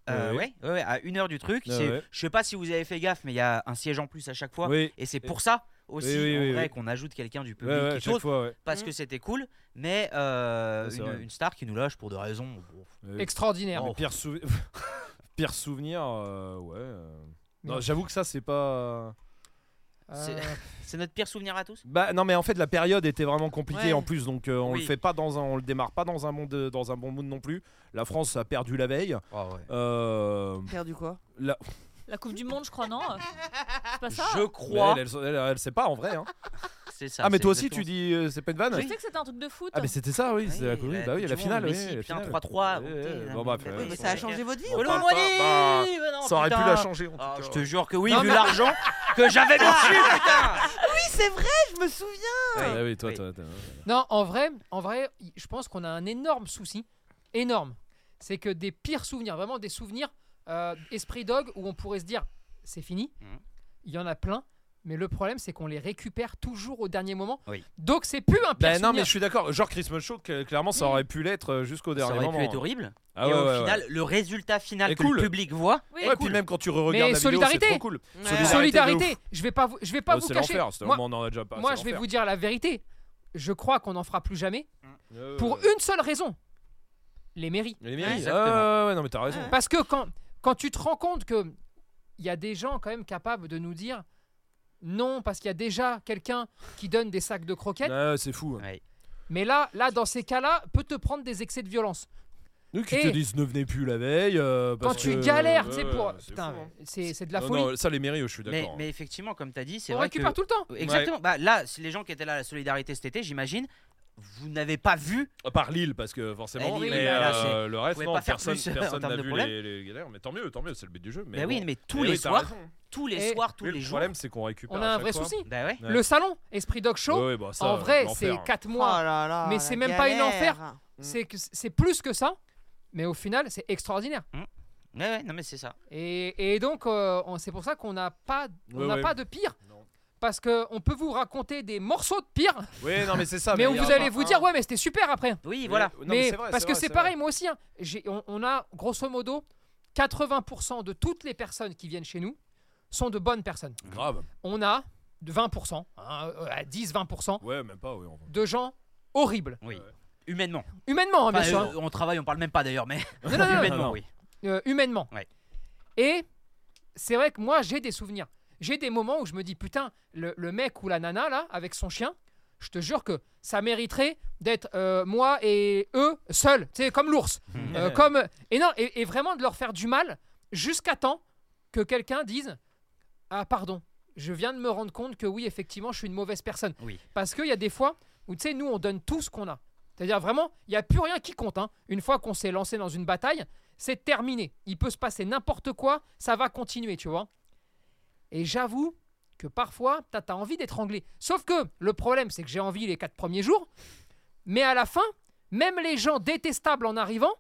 Speaker 2: Euh,
Speaker 1: oui.
Speaker 2: ouais, ouais, ouais, à une heure du truc.
Speaker 1: Ouais,
Speaker 2: c'est-
Speaker 1: ouais.
Speaker 2: Je sais pas si vous avez fait gaffe, mais il y a un siège en plus à chaque fois.
Speaker 1: Oui, Euh,
Speaker 2: Et c'est pour ça aussi,
Speaker 1: Oui, oui,
Speaker 2: en
Speaker 1: oui,
Speaker 2: vrai,
Speaker 1: oui.
Speaker 2: qu'on ajoute quelqu'un du
Speaker 1: ouais,
Speaker 2: public
Speaker 1: ouais, à
Speaker 2: qui
Speaker 1: chaque
Speaker 2: saute,
Speaker 1: fois, ouais.
Speaker 2: parce que c'était cool, mais euh,
Speaker 1: Ouais, c'est
Speaker 2: une,
Speaker 1: vrai.
Speaker 2: une star qui nous lâche pour des raisons.
Speaker 1: Ouais.
Speaker 5: Extraordinaire.
Speaker 1: Non, mais
Speaker 2: Oh.
Speaker 1: pire, souvi- pire souvenir, euh, ouais. euh. Non,
Speaker 5: Non.
Speaker 1: j'avoue que ça, c'est pas. euh,
Speaker 2: C'est-
Speaker 5: Euh,
Speaker 2: C'est notre pire souvenir à tous
Speaker 1: Bah, non, mais en fait, la période était vraiment compliquée
Speaker 3: Ouais.
Speaker 1: en plus, donc euh, on
Speaker 2: Oui.
Speaker 1: le fait pas dans un, on le démarre pas dans un monde, euh, dans un bon mood non plus. La France a perdu la veille.
Speaker 2: Ah ouais.
Speaker 1: Euh,
Speaker 3: perdu quoi
Speaker 1: la-
Speaker 4: La Coupe du Monde, je crois, non C'est pas ça
Speaker 2: Je
Speaker 1: Mais
Speaker 2: crois.
Speaker 1: elle, elle, elle- elle sait pas en vrai. hein.
Speaker 2: C'est ça.
Speaker 1: Ah, mais
Speaker 2: c'est
Speaker 1: toi aussi,
Speaker 2: exactement
Speaker 1: tu dis euh, c'est pas une vanne
Speaker 4: Je sais que c'était un truc de foot.
Speaker 1: Ah, mais c'était ça, oui. c'est la Coupe du Monde. Bah oui, la
Speaker 2: Coupe du
Speaker 1: finale.
Speaker 2: Monde,
Speaker 1: oui,
Speaker 2: Messi,
Speaker 1: la
Speaker 2: putain,
Speaker 1: finale.
Speaker 2: 3-3.
Speaker 1: Ouais,
Speaker 2: ok,
Speaker 1: ouais,
Speaker 2: là,
Speaker 1: bon, bref,
Speaker 2: là,
Speaker 1: ouais.
Speaker 3: Oui, mais ça a changé votre vie.
Speaker 1: Oh,
Speaker 2: Colombo,
Speaker 1: bah, bah,
Speaker 2: allez,
Speaker 1: bah,
Speaker 2: bah non,
Speaker 1: Ça aurait pu
Speaker 2: putain.
Speaker 1: la changer. en tout
Speaker 2: Ah,
Speaker 1: cas.
Speaker 2: je te jure que oui,
Speaker 5: Non,
Speaker 2: vu
Speaker 5: mais-
Speaker 2: l'argent que j'avais reçu, putain.
Speaker 3: Oui, c'est vrai, je me souviens.
Speaker 1: Ah, oui, toi,
Speaker 2: Oui.
Speaker 1: toi, toi.
Speaker 5: Non, en vrai, en vrai, y- je pense qu'on a un énorme souci, énorme. C'est que des pires souvenirs, vraiment des souvenirs euh, esprit dog où on pourrait se dire c'est fini.
Speaker 2: Mhm.
Speaker 5: Il y en a plein, mais le problème c'est qu'on les récupère toujours au dernier moment.
Speaker 2: Oui.
Speaker 5: Donc c'est plus un pire
Speaker 1: Bah, non,
Speaker 5: souvenir.
Speaker 1: mais je suis d'accord. Genre Christmas Show, que- clairement, ça aurait pu l'être euh, jusqu'au
Speaker 2: Ça
Speaker 1: dernier
Speaker 2: aurait
Speaker 1: moment.
Speaker 2: pu être horrible.
Speaker 1: Ah,
Speaker 2: et
Speaker 1: ouais,
Speaker 2: au
Speaker 1: ouais,
Speaker 2: final, le résultat final
Speaker 1: Et
Speaker 2: que
Speaker 1: cool.
Speaker 2: le public voit.
Speaker 4: Oui.
Speaker 1: Ouais,
Speaker 2: est
Speaker 1: puis
Speaker 2: cool.
Speaker 1: même quand tu re-regardes
Speaker 5: Mais
Speaker 1: la vidéo, c'est
Speaker 5: solidarité.
Speaker 1: trop cool.
Speaker 3: Ouais.
Speaker 1: de
Speaker 5: solidarité. Je vais pas vous, je vais pas
Speaker 1: Oh,
Speaker 5: vous
Speaker 1: c'est
Speaker 5: cacher.
Speaker 1: l'enfer, c'est-
Speaker 5: Moi,
Speaker 1: on en a déjà pas.
Speaker 5: moi
Speaker 1: c'est
Speaker 5: je vais
Speaker 1: l'enfer.
Speaker 5: vous dire la vérité. Je crois qu'on n'en fera plus jamais
Speaker 1: Euh,
Speaker 5: pour une seule raison les mairies.
Speaker 1: Les mairies.
Speaker 2: Exactement.
Speaker 1: Ah, ouais, non, mais t'as raison.
Speaker 5: Parce que quand, quand tu te rends compte que il y a des gens quand même capables de nous dire non parce qu'il y a déjà quelqu'un qui donne des sacs de croquettes,
Speaker 1: Ah, c'est fou.
Speaker 2: Ouais.
Speaker 5: mais là, là dans ces cas-là, peut te prendre des excès de violence.
Speaker 1: Nous qui
Speaker 5: Et-
Speaker 1: te disent ne venez plus la veille. euh, parce
Speaker 5: Quand tu
Speaker 1: que-
Speaker 5: galères,
Speaker 1: Ouais,
Speaker 5: tu sais,
Speaker 1: ouais,
Speaker 5: pour
Speaker 1: c'est
Speaker 5: putain,
Speaker 1: fou, hein.
Speaker 5: c'est c'est de la
Speaker 1: Non,
Speaker 5: folie.
Speaker 1: non, ça, les mairies, je suis
Speaker 2: Mais,
Speaker 1: d'accord.
Speaker 2: mais effectivement, comme tu as dit, c'est
Speaker 5: On
Speaker 2: vrai que.
Speaker 5: récupère tout le temps.
Speaker 2: Exactement. Bah, là, si les gens qui étaient là à la solidarité cet été, j'imagine, vous n'avez pas vu.
Speaker 1: À part Lille, parce que forcément,
Speaker 2: Eh, Lille,
Speaker 1: mais,
Speaker 2: là, là,
Speaker 1: euh, le reste,
Speaker 2: pouvez
Speaker 1: non,
Speaker 2: pas faire
Speaker 1: personne
Speaker 2: plus, en
Speaker 1: personne
Speaker 2: termes
Speaker 1: n'a
Speaker 2: de
Speaker 1: vu
Speaker 2: problème.
Speaker 1: les, les galères. Mais tant mieux, tant mieux, c'est le but du jeu. Mais
Speaker 2: bah oui,
Speaker 1: bon.
Speaker 2: mais tous
Speaker 1: Mais
Speaker 2: les
Speaker 1: oui, t'as
Speaker 2: soirs,
Speaker 1: raison.
Speaker 2: tous les
Speaker 5: Et-
Speaker 2: soirs, tous
Speaker 1: Mais
Speaker 2: les
Speaker 1: le
Speaker 2: jours.
Speaker 1: problème, c'est qu'on récupère.
Speaker 5: On
Speaker 1: à
Speaker 5: a un
Speaker 1: chaque
Speaker 5: vrai
Speaker 1: fois.
Speaker 5: souci.
Speaker 2: Bah ouais.
Speaker 1: Ouais.
Speaker 5: Le salon Esprit Dog Show,
Speaker 1: Ouais, ouais, bah, ça,
Speaker 5: en vrai, c'est
Speaker 1: l'enfer.
Speaker 5: 4
Speaker 3: Oh
Speaker 5: mois.
Speaker 3: là là,
Speaker 5: Mais
Speaker 3: la
Speaker 5: c'est même pas une
Speaker 3: galère.
Speaker 5: enfer. C'est que- c'est plus que ça, mais au final, c'est extraordinaire.
Speaker 2: Ouais, ouais, non, mais c'est ça.
Speaker 5: Et, et donc, euh, on- c'est pour ça qu'on n'a pas, on
Speaker 1: Ouais,
Speaker 5: n'a
Speaker 1: ouais.
Speaker 5: pas de pire.
Speaker 1: Non.
Speaker 5: Parce qu'on peut vous raconter des morceaux de pire,
Speaker 1: Oui, non, Ah, mais c'est ça.
Speaker 5: mais
Speaker 1: il y
Speaker 5: vous
Speaker 1: a
Speaker 5: allez
Speaker 1: pas
Speaker 5: vous
Speaker 1: un-
Speaker 5: dire, ouais, mais c'était super après.
Speaker 2: Oui, voilà.
Speaker 1: Non,
Speaker 5: mais
Speaker 1: c'est vrai,
Speaker 5: parce
Speaker 1: c'est
Speaker 5: que
Speaker 1: vrai,
Speaker 5: c'est
Speaker 1: vrai.
Speaker 5: pareil, moi aussi. hein. J'ai- on, on a, grosso modo, 80% de toutes les personnes qui viennent chez nous sont de bonnes personnes.
Speaker 1: Grave.
Speaker 5: On a de 20%, hein, euh, à 10-20%
Speaker 1: Ouais, même pas, oui. en vrai.
Speaker 5: de gens horribles.
Speaker 2: Oui. Humainement.
Speaker 5: Humainement, hein, bien
Speaker 2: Enfin,
Speaker 5: sûr.
Speaker 2: euh, on travaille, on parle même pas d'ailleurs, mais
Speaker 5: Non, non, non, non.
Speaker 2: humainement,
Speaker 1: non.
Speaker 2: oui.
Speaker 5: Euh, humainement.
Speaker 2: Ouais.
Speaker 5: Et c'est vrai que moi, j'ai des souvenirs. J'ai des moments où je me dis, putain, le, le mec ou la nana, là, avec son chien, je te jure que ça mériterait d'être euh, moi et eux seuls, tu sais, comme l'ours. Euh, comme... Et non, et, et vraiment de leur faire du mal jusqu'à temps que quelqu'un dise, ah, pardon, je viens de me rendre compte que oui, effectivement, je suis une mauvaise personne.
Speaker 2: Oui.
Speaker 5: Parce qu'il y a des fois où, tu sais, nous, on donne tout ce qu'on a. C'est-à-dire vraiment, il n'y a plus rien qui compte. hein. Une fois qu'on s'est lancé dans une bataille, c'est terminé. Il peut se passer n'importe quoi, ça va continuer, tu vois. Et j'avoue que parfois, t'as as envie d'étrangler. Sauf que le problème, c'est que j'ai envie les quatre premiers jours, mais à la fin, même les gens détestables en arrivant,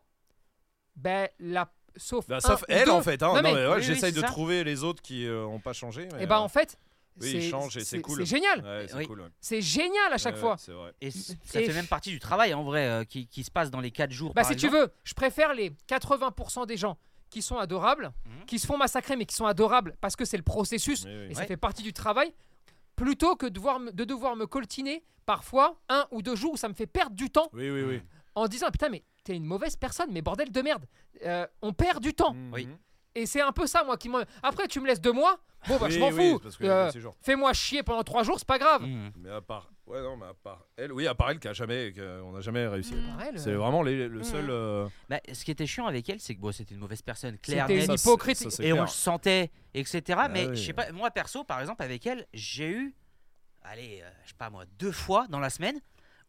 Speaker 5: ben, la... sauf,
Speaker 1: Bah,
Speaker 5: un
Speaker 1: sauf
Speaker 5: ou
Speaker 1: elle,
Speaker 5: deux,
Speaker 1: en fait. hein.
Speaker 5: Euh, Non,
Speaker 1: Non,
Speaker 5: mais-
Speaker 1: mais ouais,
Speaker 2: oui, oui,
Speaker 1: j'essaye
Speaker 2: c'est
Speaker 1: de
Speaker 2: ça.
Speaker 1: trouver les autres qui euh, ont pas changé. mais,
Speaker 5: et ben
Speaker 1: euh,
Speaker 5: en fait,
Speaker 1: Oui, ils
Speaker 5: c'est-
Speaker 1: changent et c'est cool. Euh,
Speaker 5: C'est génial,
Speaker 1: ouais, c'est
Speaker 2: oui.
Speaker 1: cool. ouais.
Speaker 5: c'est génial à chaque
Speaker 1: Ouais,
Speaker 5: fois.
Speaker 1: ouais, C'est vrai.
Speaker 2: Et c- ça
Speaker 5: Et-
Speaker 2: fait même partie du travail en vrai euh, qui, qui se passe dans les 4 jours.
Speaker 5: Bah
Speaker 2: par
Speaker 5: si
Speaker 2: exemple.
Speaker 5: tu veux, je préfère les 80% des gens qui sont adorables,
Speaker 2: Mhm.
Speaker 5: qui se font massacrer mais qui sont adorables parce que c'est le processus
Speaker 1: Oui, oui.
Speaker 5: et ça
Speaker 2: Ouais.
Speaker 5: fait partie du travail, plutôt que de devoir, me- de devoir me coltiner parfois un ou deux jours où ça me fait perdre du temps
Speaker 1: Oui, oui, oui.
Speaker 5: en disant ah, putain mais t'es une mauvaise personne mais bordel de merde, Euh, on perd du temps
Speaker 1: Mhm.
Speaker 2: Oui.
Speaker 5: et c'est un peu ça moi qui m'en... Après tu me laisses deux mois, bon bah je
Speaker 1: Oui,
Speaker 5: m'en
Speaker 1: oui,
Speaker 5: fous,
Speaker 1: parce que,
Speaker 5: Euh,
Speaker 1: c'est genre-
Speaker 5: fais-moi chier pendant trois jours c'est pas grave.
Speaker 2: Mhm.
Speaker 1: Mais à part. Ouais, non, mais à part elle. Oui, à part elle qui a jamais. qu'on n'a jamais réussi.
Speaker 4: Mm.
Speaker 5: Pareil, le-
Speaker 1: C'est vraiment les- le
Speaker 5: Mmh.
Speaker 3: Mm.
Speaker 1: seul. euh,
Speaker 2: Bah, ce qui était chiant avec elle, c'est que bon, c'était une mauvaise personne, claire,
Speaker 5: C'était
Speaker 2: nette,
Speaker 1: ça,
Speaker 5: une
Speaker 1: c'est-
Speaker 5: hypocrite.
Speaker 1: ça, c'est
Speaker 2: et on
Speaker 1: clair. Ah
Speaker 2: le sentait, etc. mais
Speaker 1: oui.
Speaker 2: je sais pas, moi perso, par exemple, avec elle, j'ai eu, allez, euh, je sais pas moi, deux fois dans la semaine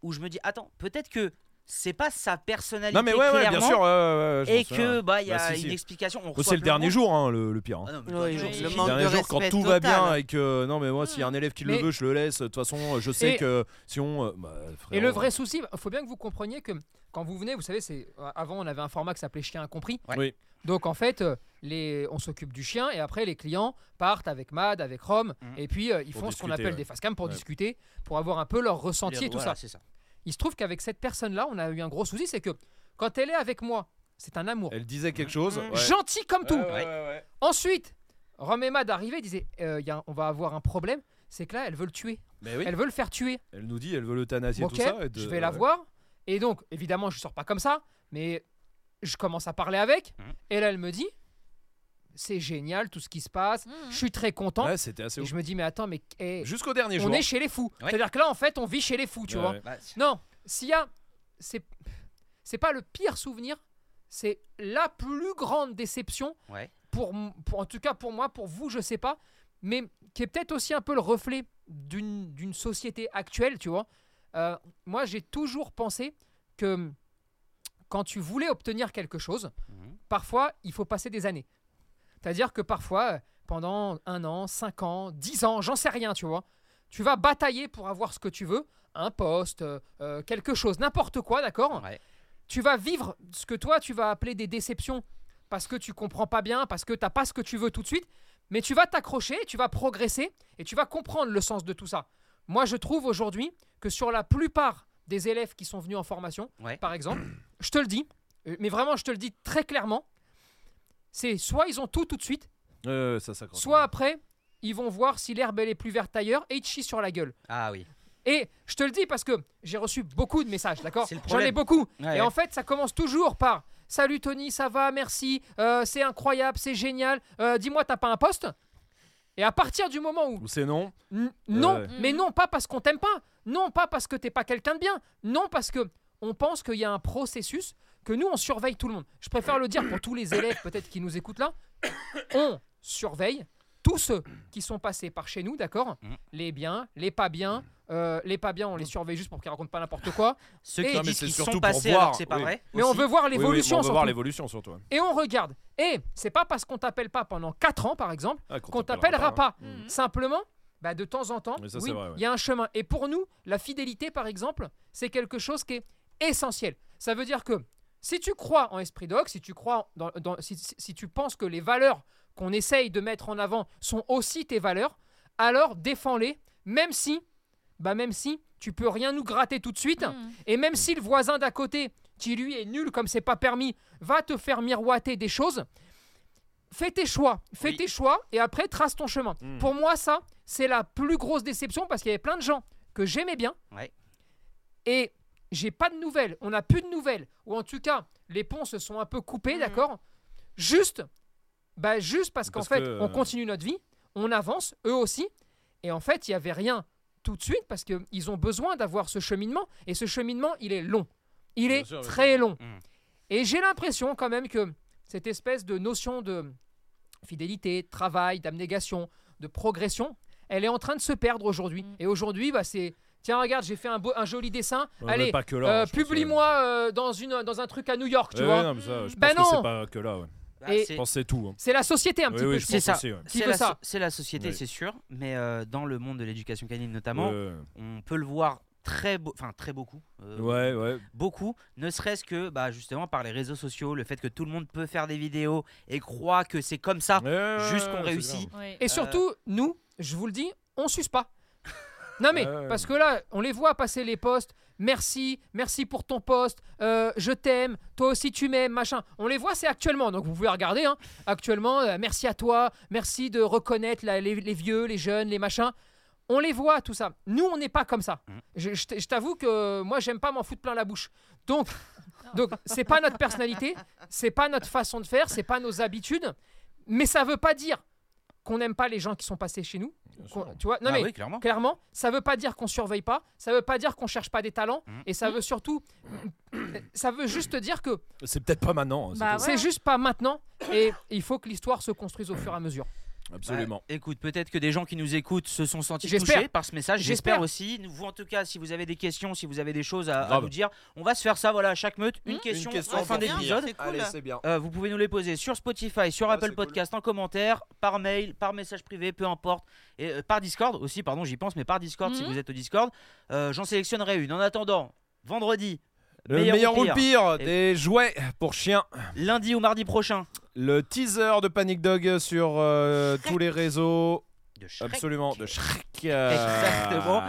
Speaker 2: où je me dis, attends, peut-être que c'est pas sa personnalité
Speaker 1: Non, mais ouais, ouais, bien
Speaker 2: clairement,
Speaker 1: sûr. ouais, ouais, ouais, je
Speaker 2: et
Speaker 1: m'en souviens.
Speaker 2: que bah il y a
Speaker 1: Bah, si,
Speaker 2: une
Speaker 1: si.
Speaker 2: explication. on
Speaker 1: Oh,
Speaker 2: reçoit
Speaker 1: C'est le
Speaker 2: plein de
Speaker 1: dernier
Speaker 2: monde.
Speaker 1: jour, hein, le le pire. hein.
Speaker 2: Ah non, mais le
Speaker 3: Oui,
Speaker 2: dernier jour,
Speaker 3: oui.
Speaker 2: c'est
Speaker 3: Le
Speaker 2: fini.
Speaker 3: manque-
Speaker 1: dernier
Speaker 3: de
Speaker 1: jour, quand
Speaker 3: respect
Speaker 1: tout va
Speaker 3: total.
Speaker 1: bien et que non mais moi s'il y a un élève qui
Speaker 5: Mais-
Speaker 1: le veut je le laisse de toute façon je sais
Speaker 5: Et-
Speaker 1: que si on euh, bah,
Speaker 5: Et
Speaker 1: frérot,
Speaker 5: le vrai souci, il faut bien que vous compreniez que quand vous venez, vous savez, c'est euh, avant on avait un format qui s'appelait Chien incompris.
Speaker 2: Ouais.
Speaker 1: Oui.
Speaker 5: Donc en fait, euh, les, on s'occupe du chien et après les clients partent avec Mad, avec Rome
Speaker 2: Mhm.
Speaker 5: et puis euh, ils
Speaker 1: Pour
Speaker 5: font ce qu'on
Speaker 1: discuter,
Speaker 5: appelle
Speaker 1: ouais.
Speaker 5: des facecams pour
Speaker 1: Ouais.
Speaker 5: discuter, pour avoir un peu leur ressenti et tout
Speaker 2: Voilà,
Speaker 5: ça.
Speaker 2: c'est ça.
Speaker 5: Il se trouve qu'avec cette personne-là, on a eu un gros souci, c'est que quand elle est avec moi, c'est un amour,
Speaker 1: euh, elle disait quelque chose
Speaker 5: Mmh.
Speaker 2: Mhm.
Speaker 1: ouais.
Speaker 5: gentil comme tout.
Speaker 1: Ouais, ouais, ouais, ouais.
Speaker 5: Ensuite, Rome et Mad arrivaient, ils disaient, euh, y a un- on va avoir un problème, c'est que là, elle veut le tuer,
Speaker 1: mais oui
Speaker 5: elle veut le faire tuer.
Speaker 1: elle nous dit elle veut l'euthanasier
Speaker 5: Ok,
Speaker 1: tout ça et de-
Speaker 5: je vais la
Speaker 1: ouais.
Speaker 5: voir. Et donc, évidemment, je sors pas comme ça, mais je commence à parler avec.
Speaker 1: Mmh.
Speaker 2: Mhm.
Speaker 5: Et là, elle me dit C'est génial tout ce qui se passe,
Speaker 4: Mhm.
Speaker 5: je suis très content.
Speaker 1: ouais c'était assez
Speaker 5: et
Speaker 1: ouf
Speaker 5: je me dis Mais attends, mais eh,
Speaker 1: jusqu'au dernier
Speaker 5: on
Speaker 1: jour
Speaker 5: est chez les fous.
Speaker 2: Ouais.
Speaker 5: C'est-à-dire que là, en fait, on vit chez les fous, tu
Speaker 1: Ouais,
Speaker 5: vois.
Speaker 1: ouais.
Speaker 2: Bah, c'est-
Speaker 5: Non, s'il y a. C'est c'est pas le pire souvenir, c'est la plus grande déception
Speaker 2: Ouais.
Speaker 5: pour, m- pour- en tout cas pour moi, pour vous, je sais pas, mais qui est peut-être aussi un peu le reflet d'une d'une société actuelle, tu vois. Euh, moi, j'ai toujours pensé que quand tu voulais obtenir quelque chose,
Speaker 2: Mhm.
Speaker 5: parfois, il faut passer des années. C'est-à-dire que parfois, euh, pendant un an, cinq ans, dix ans, j'en sais rien, tu vois, tu vas batailler pour avoir ce que tu veux, un poste, euh, euh, quelque chose, n'importe quoi, d'accord
Speaker 2: Ouais.
Speaker 5: tu vas vivre ce que toi tu vas appeler des déceptions parce que tu comprends pas bien, parce que t'as pas ce que tu veux tout de suite, mais tu vas t'accrocher, tu vas progresser et tu vas comprendre le sens de tout ça. Moi, je trouve aujourd'hui que sur la plupart des élèves qui sont venus en formation,
Speaker 2: Ouais.
Speaker 5: par exemple, je te le dis, euh, mais vraiment je te le dis très clairement, c'est soit ils ont tout tout de suite,
Speaker 1: Euh, ça, ça
Speaker 5: soit après ils vont voir si l'herbe elle est plus verte ailleurs et ils te chient sur la gueule.
Speaker 2: Ah oui.
Speaker 5: Et je te le dis parce que j'ai reçu beaucoup de messages, d'accord
Speaker 2: C'est le
Speaker 5: J'en ai
Speaker 2: problème.
Speaker 5: beaucoup.
Speaker 2: Ouais,
Speaker 5: Et
Speaker 2: ouais.
Speaker 5: en fait, ça commence toujours par Salut Tony, ça va, merci, euh, c'est incroyable, c'est génial, euh, dis-moi, t'as pas un poste Et à partir du moment où
Speaker 1: Ou c'est non
Speaker 5: N- non,
Speaker 1: ouais.
Speaker 5: mais non pas parce qu'on t'aime pas, non pas parce que t'es pas quelqu'un de bien, non parce que on pense qu'il y a un processus que nous on surveille tout le monde. Je préfère le dire pour tous les élèves peut-être qui nous écoutent là, on surveille tous ceux qui sont passés par chez nous, d'accord
Speaker 1: Mm.
Speaker 2: Mhm.
Speaker 5: Les biens, les pas bien, euh, les pas bien on les surveille juste pour qu'ils racontent pas n'importe quoi,
Speaker 2: Ceux
Speaker 5: Et-
Speaker 2: qui
Speaker 5: Non,
Speaker 1: mais
Speaker 2: disent
Speaker 1: c'est
Speaker 2: qu'ils
Speaker 1: surtout
Speaker 2: sont
Speaker 1: pour
Speaker 2: passés
Speaker 1: voir,
Speaker 2: alors que c'est pas
Speaker 1: oui.
Speaker 2: vrai.
Speaker 5: mais on
Speaker 2: aussi.
Speaker 5: veut voir
Speaker 1: Oui, oui, mais
Speaker 5: l'évolution
Speaker 1: on veut voir
Speaker 5: surtout.
Speaker 1: l'évolution surtout. ouais.
Speaker 5: et on regarde. Et c'est pas parce qu'on t'appelle pas pendant 4 ans par exemple
Speaker 1: Ah,
Speaker 5: qu'on t'appellera
Speaker 1: hein.
Speaker 5: pas.
Speaker 4: Mhm.
Speaker 5: Simplement, bah, de temps en temps,
Speaker 1: Mais
Speaker 5: oui,
Speaker 1: ça,
Speaker 5: il
Speaker 1: c'est vrai, ouais.
Speaker 5: y a un chemin. Et pour nous, la fidélité, par exemple, c'est quelque chose qui est essentiel. Ça veut dire que si tu crois en esprit doc, si tu crois, dans, dans- si, si- si tu penses que les valeurs qu'on essaye de mettre en avant sont aussi tes valeurs, alors défends-les, même si, bah même si tu peux rien nous gratter tout de suite.
Speaker 4: Mm.
Speaker 5: Et même si le voisin d'à côté, qui lui est nul comme c'est pas permis, va te faire miroiter des choses, fais tes choix, fais
Speaker 2: Oui.
Speaker 5: tes choix et après trace ton chemin.
Speaker 1: Mm.
Speaker 5: Pour moi, ça, c'est la plus grosse déception parce qu'il y avait plein de gens que j'aimais bien.
Speaker 2: Ouais.
Speaker 5: Et j'ai pas de nouvelles, on n'a plus de nouvelles, ou en tout cas, les ponts se sont un peu coupés,
Speaker 3: Mm.
Speaker 5: d'accord Juste, bah juste parce qu'en
Speaker 1: Parce
Speaker 5: fait,
Speaker 1: que,
Speaker 5: on
Speaker 1: euh,
Speaker 5: continue notre vie, on avance, eux aussi, et en fait, il y avait rien tout de suite parce qu'ils ont besoin d'avoir ce cheminement. Et ce cheminement, il est long. Il
Speaker 1: Bien
Speaker 5: est
Speaker 1: sûr, bien
Speaker 5: très long.
Speaker 2: Mm.
Speaker 5: Et j'ai l'impression quand même que cette espèce de notion de fidélité, de travail, d'abnégation, de progression, elle est en train de se perdre aujourd'hui.
Speaker 4: Mm.
Speaker 5: Et aujourd'hui, bah, c'est... Tiens, regarde, j'ai fait un, beau, un joli dessin.
Speaker 1: Ouais, mais
Speaker 5: Allez,
Speaker 1: pas que là,
Speaker 5: euh,
Speaker 1: hein, je pense,
Speaker 5: publie-moi euh, dans, une, dans un truc à New York,
Speaker 1: ouais.
Speaker 5: tu
Speaker 1: Ouais,
Speaker 5: vois.
Speaker 1: non, mais ça, je
Speaker 5: Bah
Speaker 1: pense que
Speaker 5: non.
Speaker 1: c'est pas que là. ouais.
Speaker 2: Bah,
Speaker 5: et-
Speaker 1: Je
Speaker 2: c'est-
Speaker 1: pense que c'est tout. hein.
Speaker 5: C'est la société un
Speaker 1: Oui,
Speaker 5: petit peu.
Speaker 1: oui, je
Speaker 5: qui-
Speaker 2: c'est
Speaker 1: pense
Speaker 2: ça.
Speaker 1: aussi. ouais.
Speaker 5: qui
Speaker 2: C'est
Speaker 5: veut
Speaker 2: la, so-
Speaker 5: ça
Speaker 2: c'est la société,
Speaker 1: Oui. Euh,
Speaker 2: c'est sûr, mais euh, dans le monde de l'éducation canine notamment,
Speaker 1: Ouais,
Speaker 2: on peut le voir très, beau- enfin très beaucoup, euh,
Speaker 1: ouais, ouais.
Speaker 2: beaucoup, ne serait-ce que bah, justement par les réseaux sociaux, le fait que tout le monde peut faire des vidéos et croit que c'est comme
Speaker 5: Ah.
Speaker 2: ça.
Speaker 1: Ouais,
Speaker 2: juste
Speaker 1: ouais,
Speaker 2: qu'on
Speaker 1: c'est
Speaker 2: réussit.
Speaker 4: Oui.
Speaker 5: Et surtout, nous, je vous le dis, on suce pas. Non mais,
Speaker 1: Ouais.
Speaker 5: parce que là, on les voit passer les postes. Merci, merci pour ton poste. euh, je t'aime, toi aussi tu m'aimes, machin. On les voit, c'est actuellement. Donc vous pouvez regarder, hein. actuellement, euh, merci à toi, merci de reconnaître la- les, les vieux, les jeunes, les machins. On les voit, tout ça. Nous, on n'est pas comme
Speaker 1: Mm.
Speaker 5: ça.
Speaker 2: Mhm.
Speaker 5: Je, je t- je t'avoue que euh, moi, j'aime pas m'en foutre plein la bouche. Donc, donc c'est pas notre personnalité, c'est pas notre façon de faire, c'est pas nos habitudes. Mais ça veut pas dire qu'on n'aime pas les gens qui sont passés chez nous.
Speaker 1: Bien
Speaker 5: qu'on-
Speaker 1: sûr.
Speaker 5: Tu vois, non
Speaker 2: Ah
Speaker 5: mais
Speaker 2: oui, clairement.
Speaker 5: clairement, ça veut pas dire qu'on surveille pas, ça veut pas dire qu'on cherche pas des talents,
Speaker 2: Mhm.
Speaker 5: et ça veut surtout, ça veut juste dire que
Speaker 1: C'est peut-être pas maintenant. hein, c'est
Speaker 4: Bah
Speaker 1: tout.
Speaker 4: ouais.
Speaker 5: c'est juste pas maintenant, et il faut que l'histoire se construise au fur et à mesure.
Speaker 1: Absolument.
Speaker 2: Bah, écoute, peut-être que des gens qui nous écoutent se sont sentis
Speaker 5: J'espère.
Speaker 2: touchés par ce message.
Speaker 5: J'espère.
Speaker 2: J'espère aussi. Nous, Vous, en tout cas, si vous avez des questions, si vous avez des choses à, à
Speaker 1: Grave.
Speaker 2: nous dire, on va se faire ça. Voilà, à chaque meute, une
Speaker 4: Mmh.
Speaker 2: question,
Speaker 1: Une question
Speaker 2: en fin
Speaker 1: pour finir.
Speaker 2: d'épisode.
Speaker 3: C'est cool. Allez, c'est
Speaker 1: bien.
Speaker 2: Euh, vous pouvez nous les poser sur Spotify, sur
Speaker 1: Ouais,
Speaker 2: Apple
Speaker 1: c'est cool.
Speaker 2: Podcast, en commentaire, par mail, par message privé, peu importe, et euh, par Discord aussi, pardon, j'y pense, mais par Discord si
Speaker 4: Mhm.
Speaker 2: vous êtes au Discord. Euh, J'en sélectionnerai une. En attendant, vendredi,
Speaker 1: Le
Speaker 2: Meilleur
Speaker 1: meilleur,
Speaker 2: ou
Speaker 1: ou
Speaker 2: pire.
Speaker 1: le pire des jouets pour chiens.
Speaker 2: lundi ou mardi prochain.
Speaker 1: Le teaser de Panic Dog sur euh, tous les réseaux.
Speaker 2: De Shrek.
Speaker 1: Absolument. De Shrek. Euh,
Speaker 2: Exactement.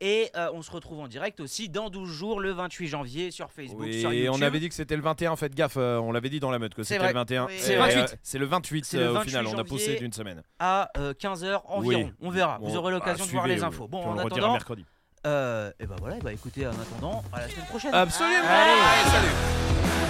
Speaker 2: Et euh, on se retrouve en direct aussi dans 12 jours, le 28 janvier, sur Facebook,
Speaker 1: Oui,
Speaker 2: sur
Speaker 1: et
Speaker 2: YouTube.
Speaker 1: on avait dit que c'était le 21, faites gaffe, euh, on l'avait dit dans la meute que
Speaker 2: C'est
Speaker 1: c'était
Speaker 2: vrai.
Speaker 1: le 21.
Speaker 3: Oui.
Speaker 1: Et,
Speaker 2: C'est
Speaker 1: euh,
Speaker 2: 28.
Speaker 1: C'est le 28
Speaker 2: C'est le
Speaker 1: euh, au
Speaker 2: 28
Speaker 1: final, on a poussé
Speaker 2: janvier.
Speaker 1: d'une semaine.
Speaker 2: À 15h environ.
Speaker 1: Oui.
Speaker 2: On verra, vous
Speaker 1: Bon,
Speaker 2: aurez l'occasion
Speaker 1: bah,
Speaker 2: de voir
Speaker 1: suivez,
Speaker 2: les
Speaker 1: oui.
Speaker 2: infos. Bon,
Speaker 1: Puis on
Speaker 2: en
Speaker 1: le redira
Speaker 2: attendant, bah
Speaker 1: mercredi.
Speaker 2: euh, et ben voilà, et ben écoutez, en attendant, à la semaine prochaine.
Speaker 1: Absolument.
Speaker 2: Allez.
Speaker 1: Allez, salut.